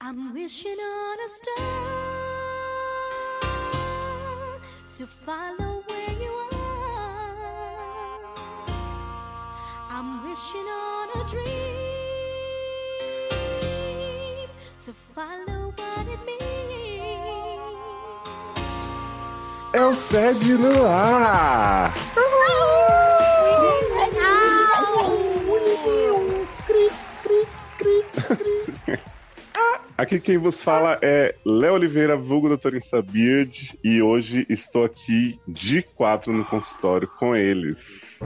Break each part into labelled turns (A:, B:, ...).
A: I'm wishing on a star to follow where you are. I'm wishing on a dream to follow what it means.
B: É o SED no ar! Aqui quem vos fala é Léo Oliveira, vulgo doutor Insabeard, e hoje estou aqui de quatro no consultório com eles.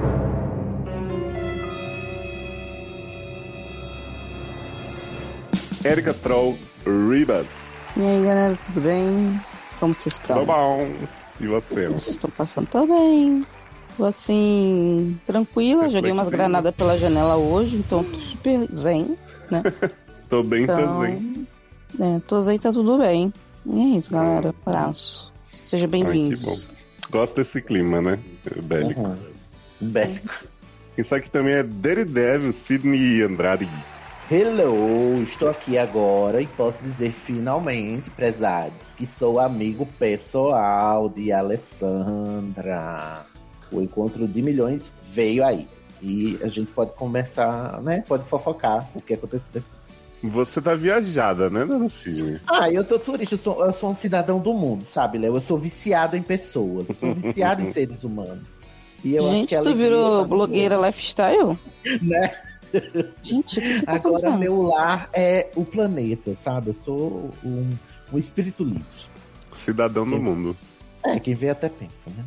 B: Érica Troll Ribas.
C: E aí galera, tudo bem? Como vocês
B: Tá
C: estão?
B: bom. E você?
C: Vocês estão passando? Tô bem. Tô assim, tranquila. Joguei umas
B: Reflexivo.
C: granadas pela janela hoje, então tô super zen.
B: Tô bem
C: Então,
B: também.
C: é, tô zen, tá tudo bem. E é isso, galera. Abraço. Sejam bem-vindos.
B: Gosto desse clima, né? Bélico.
D: Uhum. Bem.
B: Quem sabe que também é Daredevil, Sidney Andrade.
D: Hello, estou aqui agora e posso dizer finalmente, prezados, que sou amigo pessoal de Alessandra. O encontro de milhões veio aí. E a gente pode conversar, né? Pode fofocar o que aconteceu depois.
B: Você tá viajada, né, dona Sidney?
D: Ah, eu tô turista, eu sou, eu sou um cidadão do mundo, sabe, Léo? Eu sou viciado em pessoas, eu sou viciado em seres humanos. E eu acho que
C: Gente,
D: é a
C: tu
D: alegria está
C: virou
D: no
C: blogueira lifestyle?
D: Né?
C: Gente, o que que tá
D: Agora
C: acontecendo?
D: meu lar é o planeta, sabe? Eu sou um, um espírito livre.
B: Cidadão do
D: Sim.
B: mundo.
D: É, quem vê até pensa, né?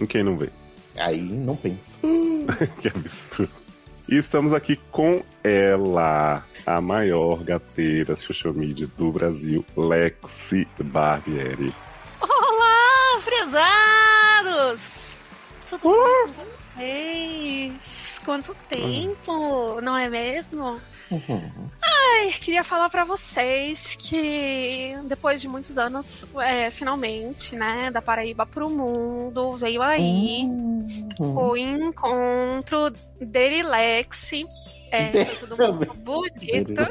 B: E Quem não vê?
D: Aí não pensa.
B: Que absurdo. E estamos aqui com ela, a maior gateira social media do Brasil, Lexi Barbieri.
E: Olá, fresados! Tudo bom com vocês? Quanto tempo, não é mesmo?
D: Uhum.
E: Ai, queria falar pra vocês que depois de muitos anos, é, finalmente, né, da Paraíba pro mundo, veio aí
D: Uhum.
E: o encontro Derilexi, é, de todo mundo bonita,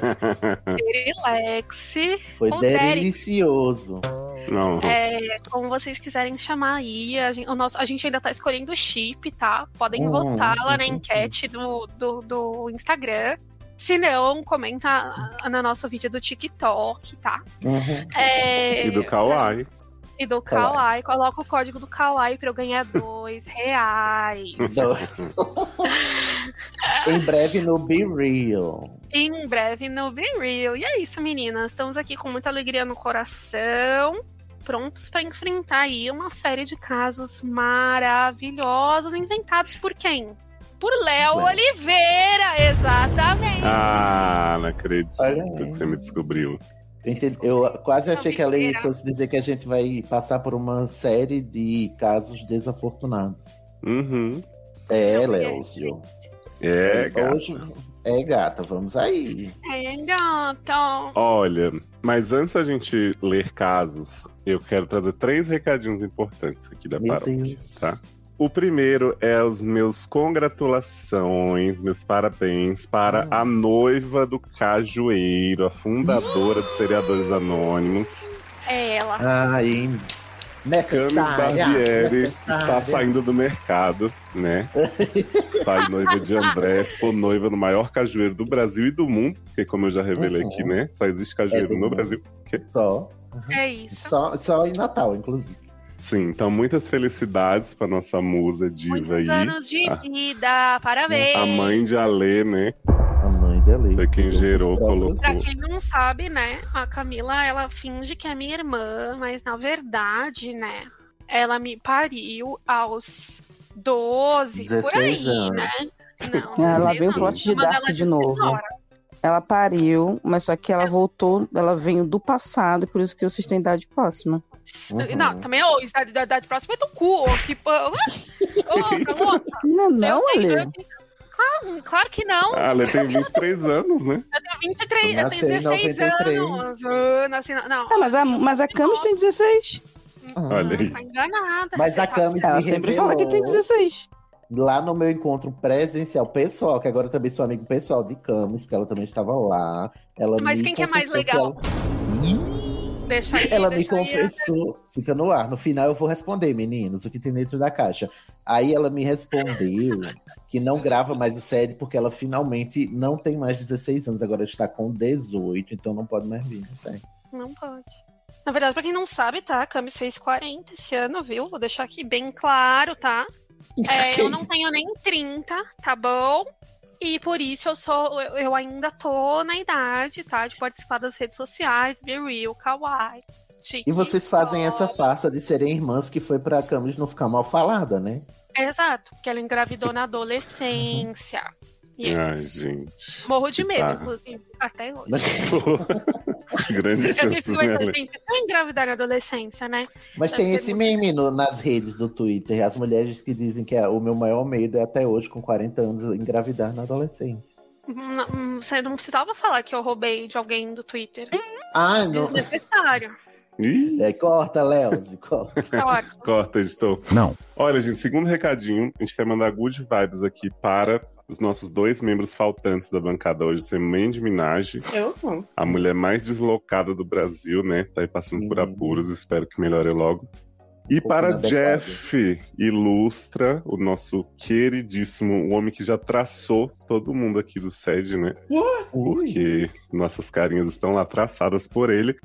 E: Derilexi,
D: Foi
E: com os
D: delicioso.
B: Não,
E: É, como vocês quiserem chamar aí, a gente, o nosso, a gente ainda tá escolhendo o chip, tá? Podem
D: Hum,
E: votar lá
D: sim,
E: na
D: sim,
E: enquete do, do, do Instagram. Se não, comenta ah, no nosso vídeo do TikTok, tá?
D: Uhum.
E: É,
B: e do Kawaii.
E: E do
D: Kawaii.
E: Kawaii. Coloca o código do Kawaii pra eu ganhar dois reais.
D: Do- em breve no Be Real.
E: em breve no Be Real. E é isso, meninas. Estamos aqui com muita alegria no coração, prontos para enfrentar aí uma série de casos maravilhosos inventados por quem? Por Léo
D: Léo.
E: Oliveira, exatamente.
B: Ah, não acredito
D: Olha
B: que
D: aí.
B: você me descobriu.
D: Entende- Eu quase achei que ela ia-
E: Besteira.
D: fosse dizer que a gente vai passar por uma série de casos desafortunados.
B: Uhum.
D: É,
E: Não,
D: Léo.
B: É, gata.
D: Hoje... É, gata, vamos aí.
E: É, gata.
B: Olha, mas antes da gente ler casos, eu quero trazer três recadinhos importantes aqui da
D: Meu
B: paróquia.
D: Deus.
B: tá? O primeiro é os meus congratulações, meus parabéns para
D: Ah.
B: a noiva do Cajueiro, a fundadora dos Seriadores Anônimos,
E: É ela.
D: Ai,
B: Camis
D: necessária.
B: Barbieri, tá está
D: necessária.
B: saindo do mercado, né? Sai noiva de André, foi noiva do maior cajueiro do Brasil e do mundo, porque como eu já revelei
D: Uhum.
B: aqui, né? Só existe cajueiro
D: É do
B: no
D: mundo.
B: Brasil.
D: Só,
E: É isso.
D: só, só em Natal, inclusive.
B: Sim, então muitas felicidades para nossa musa diva
E: Muitos
B: aí.
E: anos de
B: Ah.
E: vida. Parabéns.
B: A mãe de Alê, né?
D: A mãe dele.
B: Foi quem gerou, colocou.
E: Pra quem não sabe, né, a Camila, ela finge que é minha irmã, mas na verdade, né, ela me pariu aos 12, por aí,
D: 16 anos.
E: né? Não,
C: Ah, lá
E: 16
C: vem o
E: não.
C: plot de
E: Chama
C: Dark
E: dela
C: de novo.
E: senhora.
C: Ela pariu, mas só que ela voltou, ela veio do passado, por isso que vocês têm idade próxima.
D: Uhum.
E: Não, também, ô, isso da da idade próxima é do cu, ô, que pô, ô, tá louca?
C: Não, não,
E: Eu tenho-
C: Ale.
E: eu tenho- Claro, claro que não,
B: A Alê Ah, tem 23 anos, né?
E: eu tenho 23, eu,
D: Eu
E: tenho
D: nasci em
E: 16 anos.
D: 93.
E: Eu nasci na- não,
C: Ah, mas a, mas a Camis tem 16.
B: Olha aí.
E: você tá enganada.
D: Mas
E: você
D: a
E: tá-
D: Camis
C: Ela
D: me
C: sempre
D: revelou
C: fala que tem 16.
D: lá no meu encontro presencial pessoal, que agora eu também sou amigo pessoal de Camis, porque ela também estava lá. Ela
E: Mas
D: me
E: quem que é mais
D: confessou
E: legal?
D: que ela-
E: Deixa aí,
D: Ela me
E: deixa aí.
D: confessou. Fica no ar. No final eu vou responder, meninos, o que tem dentro da caixa. Aí ela me respondeu que não grava mais o SED porque ela finalmente não tem mais 16 anos. Agora está com 18, então não pode mais vir no SED.
E: Não pode. Na verdade, pra quem não sabe, tá? A Camis fez 40 esse ano, viu? Vou deixar aqui bem claro, tá? É, eu não tenho nem 30, tá bom? E por isso eu sou, eu eu ainda tô na idade, tá? De participar das redes sociais, Be Real, Kawaii.
D: E vocês fazem essa farsa de serem irmãs que foi pra Camis não ficar mal falada, né?
E: Exato, que ela engravidou na adolescência.
D: Uhum.
E: E
B: Ai, gente.
E: morro de
B: que
E: medo,
B: barra.
E: inclusive, até hoje.
D: Mas,
B: Grande
E: Eu sempre
B: chance,
E: fico
B: né?
E: pensando, gente, se eu engravidar na adolescência, né?
D: mas
E: Deve
D: tem
E: ser
D: esse
E: muito-
D: meme no- nas redes do Twitter, as mulheres que dizem que ah, o meu maior medo é até hoje, com 40 anos, engravidar na adolescência.
E: Não- não- Hum, Você não precisava falar que eu roubei de alguém do Twitter.
D: Ah, não.
E: Desnecessário. Tá
B: Ih,
D: É, corta, Léo, corta.
E: Claro.
B: Corta, editor.
F: Não.
B: Olha, gente, segundo recadinho, a gente quer mandar good vibes aqui para os nossos dois membros faltantes da bancada hoje, ser Mandy Minaj,
G: Eu vou.
B: a mulher mais deslocada do Brasil, né? Tá aí passando por
D: Uhum.
B: apuros, espero que melhore logo. E
D: pouco
B: para
D: na
B: Jeff Ilustra, o nosso queridíssimo, o homem que já traçou todo mundo aqui do SED, né? Porque nossas carinhas estão lá traçadas por ele.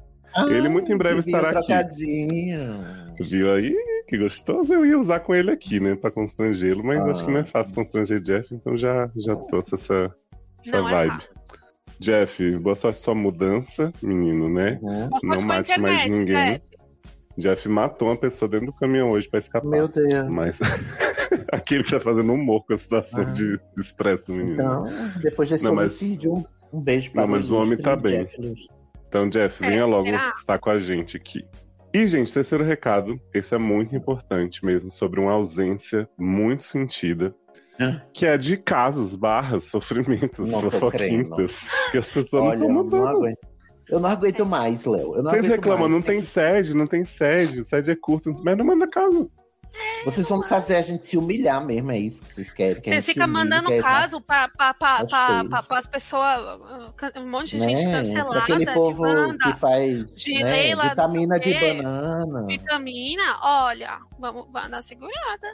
B: Ele muito em breve
D: Ah, que vinha
B: estará aqui.
D: trocadinho.
B: Viu aí? Que gostoso. Eu ia usar com ele aqui, né? Pra constrangê-lo, mas
D: Ah.
B: acho que não é fácil constranger Jeff, então já, já trouxe essa, essa
E: Não é
B: vibe.
E: fácil.
B: Jeff, boa sorte sua mudança, menino, né?
D: Uhum.
B: Não
E: Mas pode com a
B: mate mais
E: internet,
B: ninguém.
E: né?
B: Jeff matou uma pessoa dentro do caminhão hoje pra escapar.
D: Meu Deus.
B: Mas aquele que tá fazendo humor com a situação
D: Ah.
B: de estresse do menino. Então,
D: Então, depois desse
B: Não, mas-
D: homicídio, um- um beijo pra
B: Não, mas
D: Luiz
B: o homem
D: Lustre,
B: tá bem.
D: Jeff Lustre.
B: Então, Jeff,
E: É,
B: venha logo
E: será?
B: estar com a gente aqui. E, gente, terceiro recado, esse é muito importante mesmo, sobre uma ausência muito sentida que é de casos, barras, sofrimentos,
D: Não tô
B: fofoquintas, que as pessoas
D: Olha, eu
B: não
D: não
B: estão mandando.
D: aguento. Eu não aguento mais, Léo. Eu não
B: Vocês
D: aguento
B: reclamam,
D: mais.
B: não tem sede, não tem sede, sede é curta, mas não manda caso.
D: Vocês vão fazer a gente se humilhar mesmo, é isso que vocês querem. que a
E: Vocês
D: gente
E: ficam
D: humilhe,
E: mandando
D: que é-
E: caso pra, pra, pra,
D: As
E: pra,
D: três.
E: pra- pras pessoas. uh, can- Um monte de gente
D: Né? Pra
E: cancelada,
D: aquele povo
E: de
D: que
E: banda,
D: faz
E: de
D: né,
E: Leila,
D: vitamina de
E: quê?
D: banana.
E: vitamina. Olha, vamos, vamos dar segurada.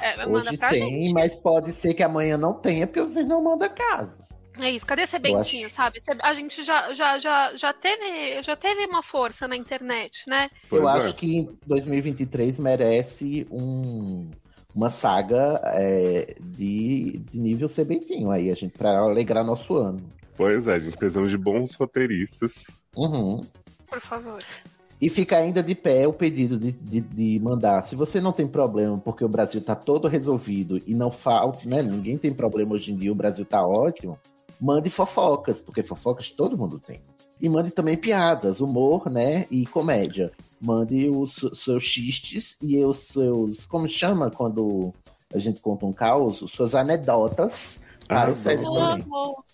E: É, manda
D: Hoje
E: pra
D: tem,
E: gente.
D: mas pode ser que amanhã não tenha, porque vocês não mandam caso.
E: É isso, cadê esse Bentinho,
D: acho-
E: sabe? Esse- A gente já, já, já, já, teve, já teve uma força na internet, né?
D: Eu
B: Pois é.
D: acho que 2023 merece um- uma saga é, de, de nível CBtinho aí, a gente, pra alegrar nosso ano.
B: Pois é, gente, precisamos de bons roteiristas.
D: Uhum.
E: Por favor.
D: E fica ainda de pé o pedido de, de- de mandar. Se você não tem problema, porque o Brasil tá todo resolvido e não falta, né? Ninguém tem problema hoje em dia, o Brasil tá ótimo. Mande fofocas, porque fofocas todo mundo tem. E mande também piadas, humor, né? E comédia. Mande os su- seus xistes e os seus. Como chama quando a gente conta um caos? Suas anedotas para o
B: Arrasou.
D: Sérgio também.
E: Amo.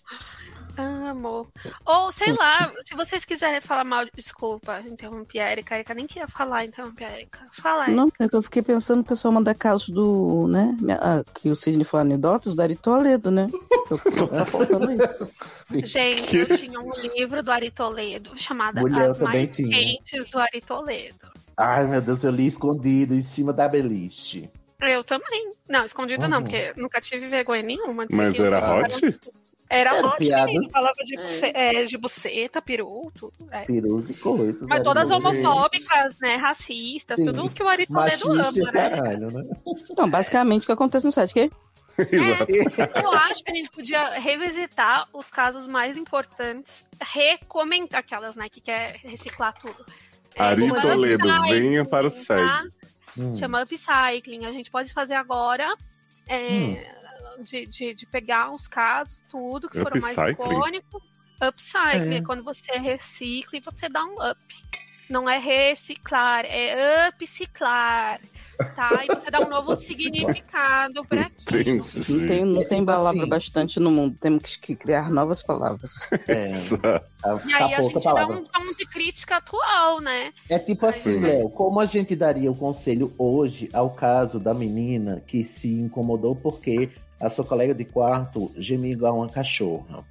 E: Amo. Ou, sei lá, se vocês quiserem falar mal, desculpa, interrompi a Erika. A Erika nem queria falar, interrompi a Erika. Fala, Erika.
C: Não, porque eu fiquei pensando no pessoal mandar casos do, né? ah, que o Sidney falou anedotas do Ari Toledo, né? Eu, só tá faltando isso.
E: Gente, eu tinha um livro do Ari Toledo chamado
D: Mulher, eu
E: As
D: também
E: Mais
D: tinha.
E: Quentes do Ari Toledo.
D: Ai, meu Deus, eu li escondido em cima da beliche.
E: Eu também. Não, escondido não,
D: Uhum.
E: porque nunca tive vergonha nenhuma. de
B: Mas
E: ser quem eu
B: era
E: sou.
B: hot?
E: Era
D: Era
E: hot,
D: piadas.
E: menino, Falava de, buce- é, de buceta, peru, tudo. é.
D: Perus e né, coisas.
E: Mas todas
D: eram
B: homofóbicas,
E: homofóbicas, né? Racistas,
D: Sim.
E: tudo que o Ari Toledo
D: Machista e o
E: ama, né?
D: caralho, né?
C: Não, basicamente o que acontece no site, que
B: Exato.
E: Eu acho que a gente podia revisitar os casos mais importantes, recomendar aquelas, né, que quer reciclar tudo. É,
B: Ari
E: chama
B: Toledo,
E: upcycling,
B: venha para o
E: tá?
B: SED.
D: Hum.
E: Chama upcycling. A gente pode fazer agora é,
D: Hum.
E: de, de, de pegar os casos, tudo que foram mais
B: Upcycling?
E: icônicos. Upcycling
D: É.
E: é. quando você recicla e você dá um up. Não é reciclar, é upciclar. Tá? E você dá um novo significado para aquilo.
B: Entendi,
C: não tem,
B: gente.
C: não
D: É
C: tem
D: tipo
C: palavra
D: assim.
C: bastante no mundo. Temos que criar novas palavras.
D: É, tá,
E: E aí
D: tá
E: a
D: pouca
E: gente dá
D: palavra.
E: um tom de crítica atual, né?
D: É tipo assim,
B: Sim.
D: Léo, como a gente daria o conselho hoje ao caso da menina que se incomodou porque a sua colega de quarto gemia igual uma cachorra?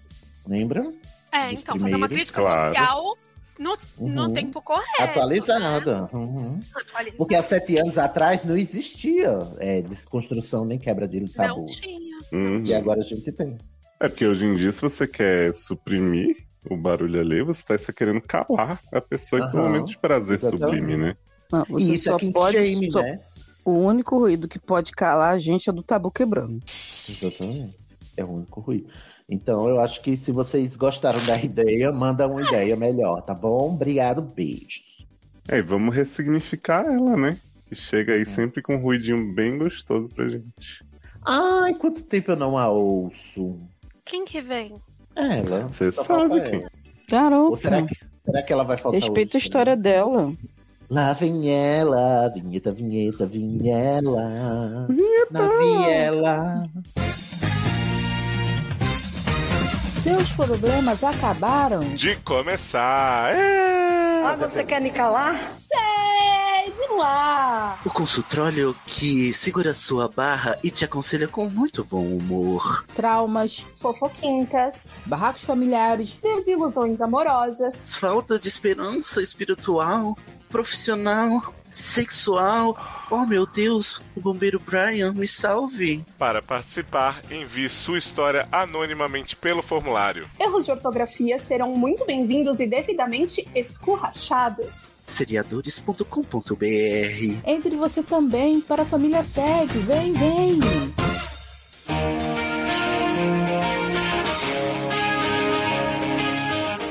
D: Lembra?
E: É,
D: Dos
E: então, fazer uma
D: primeiros,
E: crítica
B: claro.
E: social no, no
D: Uhum.
E: tempo correto.
D: Atualizada. Uhum.
E: né? Atualizada.
D: Porque há sete anos atrás não existia é, desconstrução nem quebra de
E: Não
D: tabus.
E: tinha.
B: Uhum.
D: E agora a gente tem.
B: É porque hoje em dia, se você quer suprimir o barulho ali, você tá só querendo calar a pessoa e ter um
D: Aham.
B: momento de prazer
D: Exatamente.
B: sublime, né?
C: Não,
D: E
C: você
D: isso
C: só
D: é kink
C: pode.
D: shame,
C: só-
D: né?
C: O único ruído que pode calar a gente é do tabu quebrando.
D: Exatamente. É o único ruído. Então eu acho que se vocês gostaram da ideia, manda uma ideia melhor, tá bom? Obrigado, beijo.
B: É, e vamos ressignificar ela, né? Que chega
D: É.
B: aí sempre com um ruidinho bem gostoso pra gente.
D: Ai, quanto tempo eu não a ouço.
E: Quem que vem?
D: Ela.
B: Você
D: Só
B: sabe
D: falta
B: quem.
D: ela. Ou
C: Garota,
D: será que, né? será que ela vai faltar
C: respeita a
D: hoje?
C: história dela.
D: Lá vem ela, vinheta, vinheta, vinhela. Vinheta. Na viela.
F: Seus problemas acabaram?
B: De começar! É!
G: Ah, você quer me calar?
A: Sei, de lá.
H: O consultório que segura sua barra e te aconselha com muito bom humor.
F: Traumas,
G: Fofoquintas,
F: barracos familiares,
G: desilusões amorosas.
H: Falta de esperança espiritual, profissional, sexual. Oh meu Deus, o bombeiro Brian, me salve.
I: Para participar, envie sua história anonimamente pelo formulário.
G: Erros de ortografia serão muito bem-vindos e devidamente escurrachados.
H: Seriadores.com.br
F: entre você também para a família SEG. Vem, vem!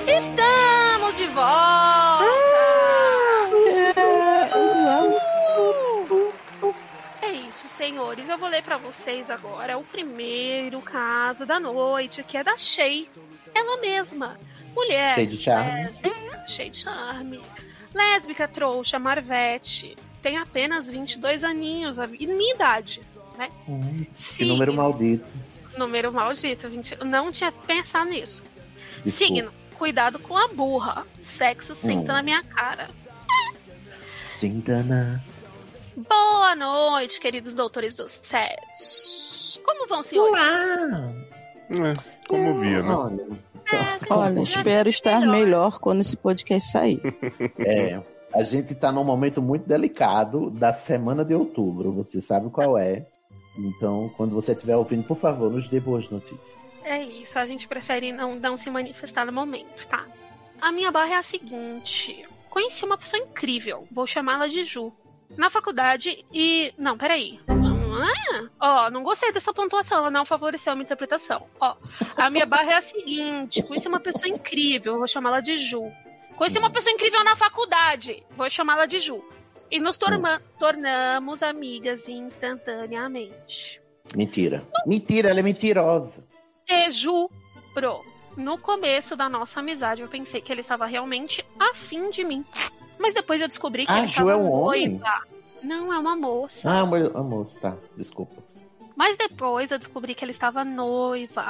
E: Estamos de volta! É isso, senhores. Eu vou ler pra vocês agora o primeiro caso da noite, que é da Shay. Ela mesma. Mulher.
D: Cheio de charme.
E: lésbica, Cheia de charme. Lésbica, trouxa, marvete. Tem apenas 22 aninhos, a e minha idade. né?
D: Hum, Que
E: Sim,
D: número maldito.
E: número maldito. 20... eu Não tinha pensado nisso.
D: Desculpa.
E: Signo. Cuidado com a burra. Sexo senta
D: Hum.
E: na minha cara.
D: Sim, Dana.
E: Boa noite, queridos doutores do sexo. Como vão, senhores?
D: Olá!
B: É, como via, né?
D: Olha,
C: Olha, espero estar melhor quando esse podcast sair.
D: É, a gente tá num momento muito delicado da semana de outubro, você sabe qual é. Então, quando você estiver ouvindo, por favor, nos dê boas notícias.
E: É isso, a gente prefere não, não se manifestar no momento, tá? A minha barra é a seguinte: conheci uma pessoa incrível, vou chamá-la de Ju. Na faculdade e. Não, peraí. Ah, Ó, não gostei dessa pontuação, ela não favoreceu a minha interpretação. Ó, a minha barra é a seguinte: conheci uma pessoa incrível, vou chamá-la de Ju. Conheci uma pessoa incrível na faculdade, vou chamá-la de Ju. E nos torma- tornamos amigas instantaneamente.
D: Mentira. Mentira, ela é mentirosa.
E: Te juro. No começo da nossa amizade, eu pensei que ele estava realmente afim de mim. Mas depois eu descobri que
D: Ah,
E: ele
D: Ju
E: estava
D: é um homem?
E: noiva. Não, é uma moça.
D: Ah, amor, amor, tá, desculpa.
E: Mas depois eu descobri que ele estava noiva.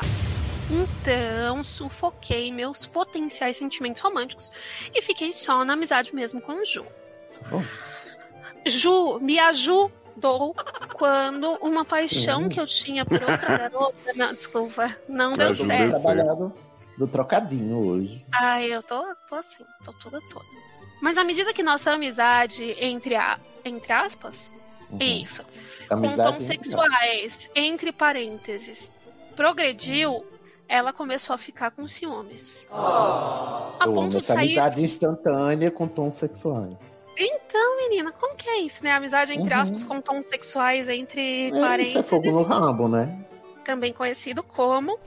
E: Então, sufoquei meus potenciais sentimentos românticos e fiquei só na amizade mesmo com o Ju.
D: Bom. Oh.
E: Ju me ajudou quando uma paixão que eu tinha por outra garota. Não, desculpa, não deu
B: Ajuda
E: certo.
B: sim.
D: Trabalhado do trocadinho hoje.
E: Ai, Ah, eu tô, tô assim, tô toda toda. Mas à medida que nossa amizade, entre, a, entre aspas,
D: Uhum.
E: isso, com
D: Amizade
E: tons
D: é
E: sexuais, entre parênteses, progrediu, ela começou a ficar com ciúmes. A
D: Oh. Eu
E: ponto
D: amo
E: de
D: essa
E: sair.
D: amizade instantânea com tons sexuais.
E: Então, menina, como que é isso, né? Amizade entre
D: Uhum.
E: aspas com tons sexuais entre
D: É, Isso é fogo
E: parênteses.
D: no rabo, né?
E: também conhecido como.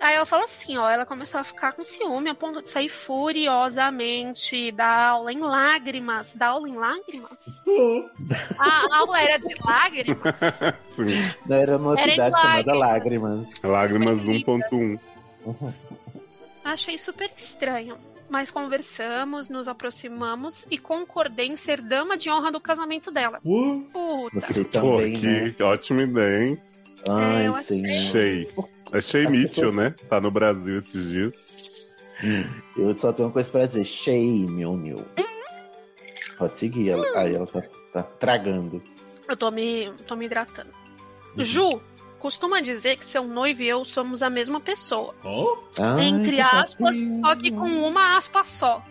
E: Aí ela fala assim, ó, ela começou a ficar com ciúme a ponto de sair furiosamente da aula em lágrimas. Da aula em lágrimas? a aula era de lágrimas?
B: Sim.
D: Era numa
E: Era em
D: cidade chamada Lágrimas.
B: Lágrimas 1.1.
D: Uhum.
E: Achei super estranho. Mas conversamos, nos aproximamos e concordei em ser dama de honra do casamento dela. Puta.
D: Você
B: Pô,
D: também, né?
B: que ótima ideia, hein?
D: Ai,
E: É, Eu
D: senhor.
B: Achei. Achei
D: As
B: Mitchell,
D: pessoas-
B: né? Tá no Brasil esses dias.
D: Eu só tenho uma coisa pra dizer. Shame on you. Pode seguir. Ela,
E: Hum.
D: Aí ela tá, tá tragando.
E: Eu tô me, tô me hidratando. Ju, costuma dizer que seu noivo e eu somos a mesma pessoa.
D: Ai,
E: entre
D: que
E: aspas,
D: fofinho.
E: só que com uma aspa só.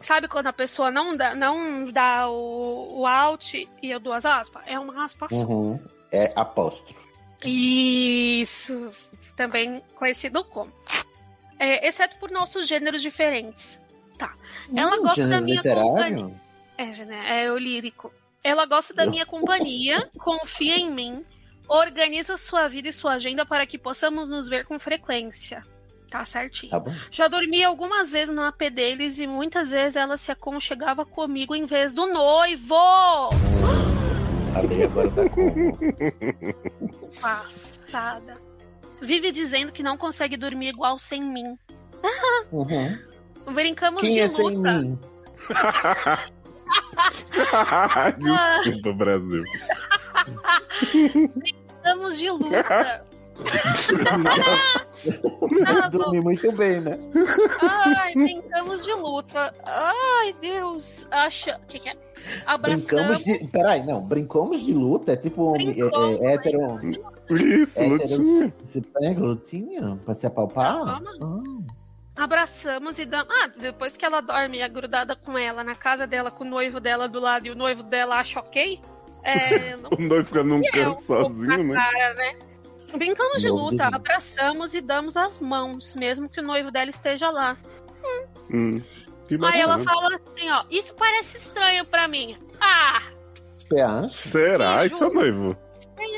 E: Sabe quando a pessoa não dá, não dá o, o alt e eu dou as aspas? É uma aspa só.
D: Uhum. É apóstrofo.
E: Isso. Também conhecido como. É, exceto por nossos gêneros diferentes. Tá. Ela
D: Hum,
E: gosta da
D: gênero
E: minha companhia.
D: literário?
E: É, Gene- é o lírico. Ela gosta da minha companhia, confia em mim, organiza sua vida e sua agenda para que possamos nos ver com frequência. Tá certinho.
D: Tá bom.
E: Já dormi algumas vezes no AP deles e muitas vezes ela se aconchegava comigo em vez do noivo.
D: A lei agora tá como?
E: Passada. Vive dizendo que não consegue dormir igual sem mim.
D: Uhum.
E: Brincamos
D: Quem
E: de
D: é sem
E: luta.
D: mim?
E: Ah.
B: Desculpa, é Brasil.
E: Brincamos de luta.
D: Eu dormi muito bem, né?
E: Ai, brincamos de luta. Ai, Deus. Acha. O que, que é? Abraçamos.
D: Brincamos de. Peraí, não. Brincamos de luta? É tipo. É,
E: Brincamos,
D: é, hétero. É,
B: Isso, Lutinha.
D: hétero se pega lutinha? Pra se apalpar? ah.
E: Abraçamos e damos. Ah, depois que ela dorme é grudada com ela na casa dela, com o noivo dela do lado e o noivo dela acha ok. É, não
B: O noivo fica num
E: é um
B: canto
E: pouco
B: sozinho,
E: na
B: né?
E: cara, né? Brincamos de
D: Noivo
E: luta,
D: dele.
E: abraçamos e damos as mãos, mesmo que o noivo dela esteja lá.
B: Hum. Que
E: Aí ela
B: bacana.
D: né?
E: fala assim, ó, isso parece estranho pra mim. Ah!
D: Você acha?
B: Será?
E: Beijo.
B: Isso é noivo.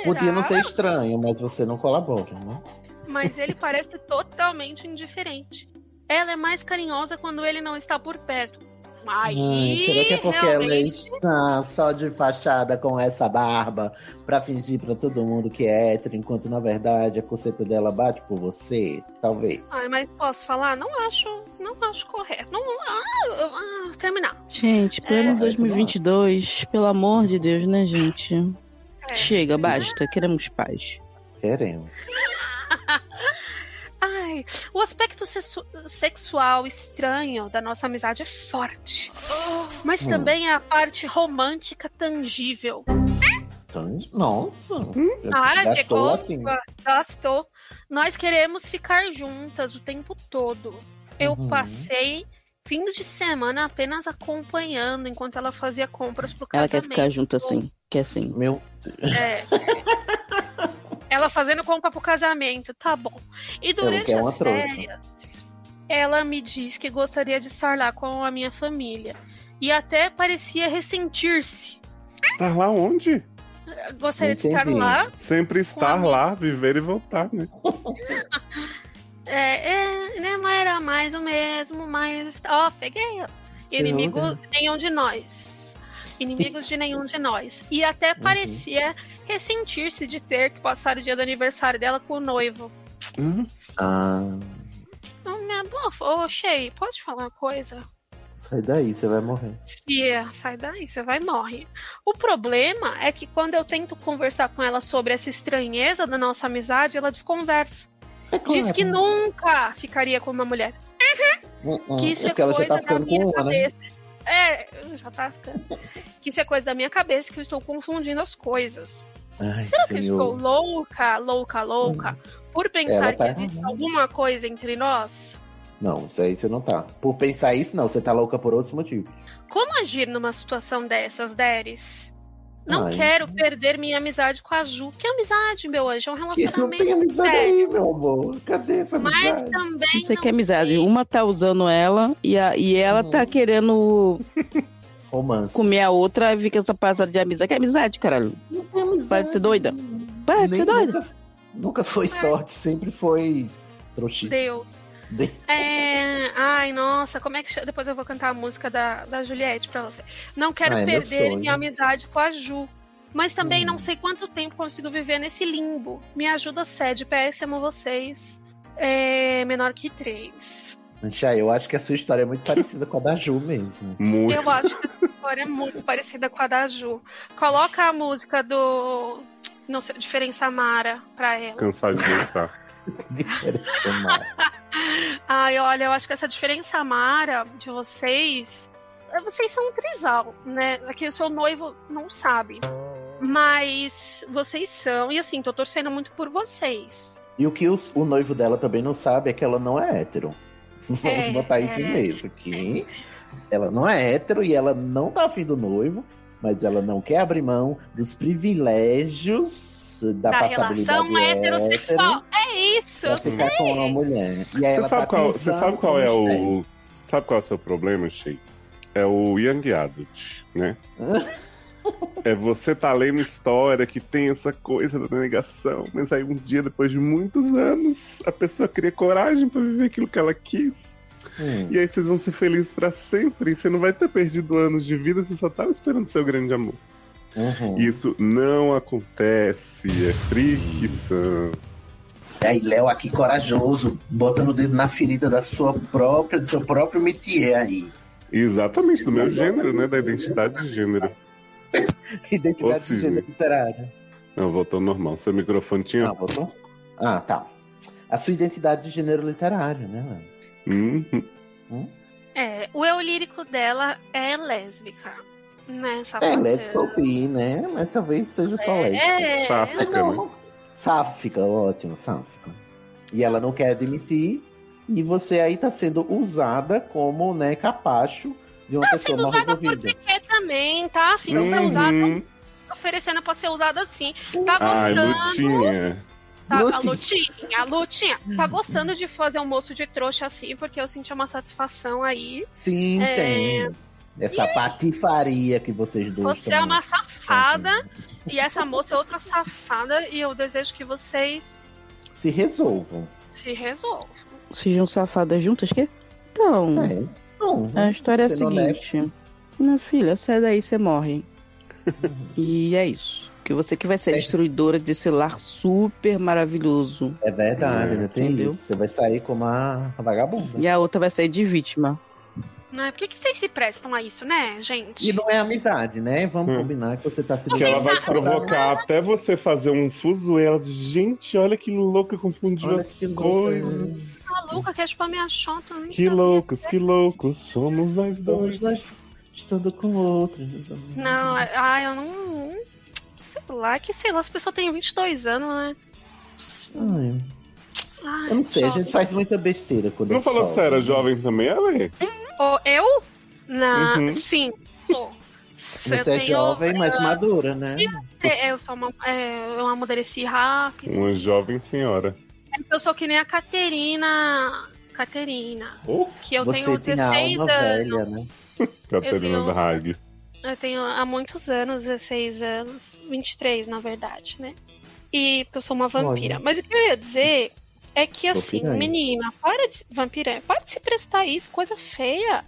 D: Podia não
E: será?
D: ser estranho, mas você não colabora, né?
E: mas ele parece totalmente indiferente. Ela é mais carinhosa quando ele não está por perto. Aí,
D: Hum, será que é porque ela
E: realmente,
D: está só de fachada com essa barba pra fingir pra todo mundo que é hétero, enquanto na verdade a coceta dela bate por você? Talvez.
E: Ai, mas posso falar? Não acho, não acho correto. Não, ah, ah, ah, terminar.
C: Gente, pleno
D: É.
C: 2022, pelo amor de Deus, né, gente?
E: É.
C: Chega, basta, queremos paz.
D: Queremos.
E: Ai, o aspecto sexu- sexual estranho da nossa amizade é forte, mas
D: Hum.
E: também é a parte romântica tangível.
D: Então, nossa.
E: Ah,
D: Gastou
E: pegou,
D: assim.
E: gastou. Nós queremos ficar juntas o tempo todo. Eu
D: Uhum.
E: passei fins de semana apenas acompanhando enquanto ela fazia compras pro
C: Ela
E: casamento.
C: quer ficar junto assim, quer assim.
D: Meu.
E: É. ela fazendo compra pro casamento, tá bom. E durante
D: quero é uma
E: as
D: trouxa.
E: férias, ela me diz que gostaria de estar lá com a minha família. E até parecia ressentir-se.
B: Estar Tá lá onde?
E: Gostaria de estar
D: Entendi.
E: lá,
B: Sempre estar
E: Amém.
B: lá, viver e voltar, né?
E: É, é, né, mas era mais o mesmo, mas. tá, Ó, peguei. ó. Inimigo
D: Seu-
E: de nenhum de nós. Inimigos de nenhum de nós. E
D: Uhum.
E: até parecia ressentir-se de ter que passar o dia do aniversário dela com o noivo.
B: Hum,
D: Ah,
E: Não, né, bom, ô, Shei, pode falar uma coisa?
D: sai daí, você vai morrer.
E: Fia, sai daí, você vai e morre. O problema é que quando eu tento conversar com ela sobre essa estranheza da nossa amizade, ela desconversa.
D: É
E: Diz
D: claro.
E: que nunca ficaria com uma mulher.
D: Hum, hum.
E: que isso
D: É
E: é,
D: porque ela
E: coisa
D: já tá
E: da
D: ficando
E: minha
D: com uma, né?
E: cabeça. É, já tá ficando. que isso é coisa da minha cabeça, que eu estou confundindo as coisas.
D: Ai,
E: Será que eu estou
D: senhor.
E: louca, louca, louca? Por pensar
D: Ela tá
E: que existe
D: errada.
E: alguma coisa entre nós?
D: Não, isso aí você não tá. Por pensar isso, não. Você tá louca por outros motivos.
E: Como agir numa situação dessas, Deres? Não
D: Ai.
E: quero perder minha amizade com a Ju. Que amizade, meu anjo? É um
D: Isso não tem
E: relacionamento
D: amizade
E: sério.
D: aí, meu amor. Cadê essa
E: Mas
D: amizade?
E: também.
C: Não sei é que
E: não
C: amizade.
E: sei.
C: Uma tá usando ela e, a, e ela
D: Uhum.
C: tá querendo
D: Romance.
C: comer a outra aí fica essa passada de amizade. Que amizade, caralho?
D: Não tem amizade.
C: Para de ser doida. Para de
D: Nem-
C: ser doida.
D: Nunca, nunca
E: É.
D: foi sorte, sempre foi trouxice.
E: Deus.
D: De-
E: É... Ai, nossa, como é que chama? Depois eu vou cantar a música da, da Juliette pra você. Não quero
D: Ah, é meu
E: perder
D: sonho.
E: minha amizade com a Ju. Mas também
D: Hum.
E: não sei quanto tempo consigo viver nesse limbo. Me ajuda, Sede. PS, amo vocês. É menor que três.
D: Já, eu acho que a sua história é muito parecida com a da Ju mesmo.
B: Muito.
E: Eu acho que essa história é muito parecida com a da Ju. Coloca a música do. Não sei, diferença Mara pra ela.
B: Cansado de pensar.
D: Diferença, Mara.
E: Ai, olha, eu acho que essa diferença amara de vocês. é, Vocês são um trisal, né? É que o seu noivo não sabe. Mas vocês são, e assim, tô torcendo muito por vocês.
D: E o que os- o noivo dela também não sabe é que ela não é hétero. Vamos
E: É,
D: botar isso
E: é.
D: mesmo, que Ela não é hétero e ela não tá afim do noivo, mas ela não quer abrir mão dos privilégios da,
E: da
D: passabilidade
E: relação é heterossexual. É isso,
D: né? pra
E: eu
D: ficar
E: sei.
D: com uma mulher. E aí
B: Você
D: ela
B: sabe,
D: tá
B: qual,
D: com
B: você
D: os
B: sabe qual é
D: anos, né?
B: o. Sabe qual é o seu problema, Shei? É o Young Adult, né? é você tá lendo história que tem essa coisa da negação, mas aí um dia, depois de muitos anos, a pessoa cria coragem pra viver aquilo que ela quis.
D: Hum.
B: E aí vocês vão ser felizes pra sempre. E você não vai ter perdido anos de vida, você só tava esperando seu grande amor.
D: Uhum.
B: Isso não acontece, é fricção.
D: E aí, Léo aqui corajoso, botando o dedo na ferida da sua própria, do seu próprio métier aí.
B: Exatamente, do meu gênero, né? Da identidade de gênero. Ô,
D: Identidade de
B: Cisne.
D: gênero literária.
B: Não, voltou ao é normal. Seu microfone tinha.
D: Ah, botou? Ah, tá. A sua identidade de gênero literário, né, Léo?
B: Hum,
E: É, o eu lírico dela é lésbica. Né,
D: É
E: sapatão?
D: lésbica ou bi, né? Mas talvez seja só lésbica.
E: É,
B: Sáfica,
D: Não,
B: né?
D: não. Sáfica, ótimo, sáfica. E ela não quer admitir. E você aí tá sendo usada como, né, capacho de uma
E: Tá
D: pessoa
E: sendo
D: mal
E: usada por
D: resolvida.
E: PQ também, tá? Afim de ser
B: Uhum.
E: usada, tá oferecendo pra ser usada assim. Tá
B: Ai,
E: gostando.
B: Lutinha.
E: tá, a
D: Lutinha.
E: Lutinha, a Lutinha. Tá gostando de fazer um moço de trouxa assim, porque eu senti uma satisfação aí.
D: Sim,
E: É.
D: tem. Essa patifaria que vocês dois
E: Você é
D: também
E: uma safada
D: fazem.
E: e essa moça é outra safada e eu desejo que vocês
D: Se resolvam.
E: se resolvam.
C: Sejam safadas juntas, que? Então,
D: É. Não.
C: a história é a
D: Sendo
C: seguinte. Minha filha, sai daí, você morre. e é isso. Que você que vai ser a
D: É.
C: destruidora desse lar super maravilhoso.
D: É verdade,
B: É,
D: né? Tem
C: entendeu?
D: isso. Você vai sair como a vagabunda.
C: E a outra vai sair de vítima.
E: Não é? Por que, que vocês se prestam a isso, né, gente?
D: E não é amizade, né? Vamos
B: Hum.
D: combinar que você tá se
B: Que ela vai te
E: Exato.
B: provocar até você fazer um fuso ela diz, gente, olha que louca, confundiu
D: Olha
B: as
D: que louca.
B: coisas.
E: Maluca, que é tipo a minha chota. eu nem
B: Que
E: sabia.
B: loucos, que loucos, somos nós dois.
D: Somos nós estando com outros.
E: Não, ah, eu não. Sei lá, que sei lá, as pessoas têm 22 anos, né?
D: Ai,
E: Ai,
D: eu não sei, a
E: jovem.
D: gente faz muita besteira quando
B: Não
D: é
B: falou que
D: só.
B: você era jovem também, Ale?
E: Oh, eu? Na...
B: Uhum.
E: Sim. Pô, eu
D: Você é
E: tenho-
D: jovem, mas madura, né?
E: é, Eu sou uma. é, eu amadureci rápido.
B: Uma jovem senhora.
D: Hum.
E: Eu sou que nem a Caterina. Caterina.
B: Oh.
E: Que eu
D: você
E: tenho
D: tem a
E: 16
D: alma
E: anos.
D: velha, né?
B: Catarina
E: tenho-
B: da Hag.
E: Eu tenho há muitos anos, 16 anos, 23 na verdade, né? E eu sou uma vampira.
D: Olha.
E: Mas o que eu ia dizer é que assim,
D: Vampiranha.
E: menina, para de. Vampira, para de se prestar isso, coisa feia.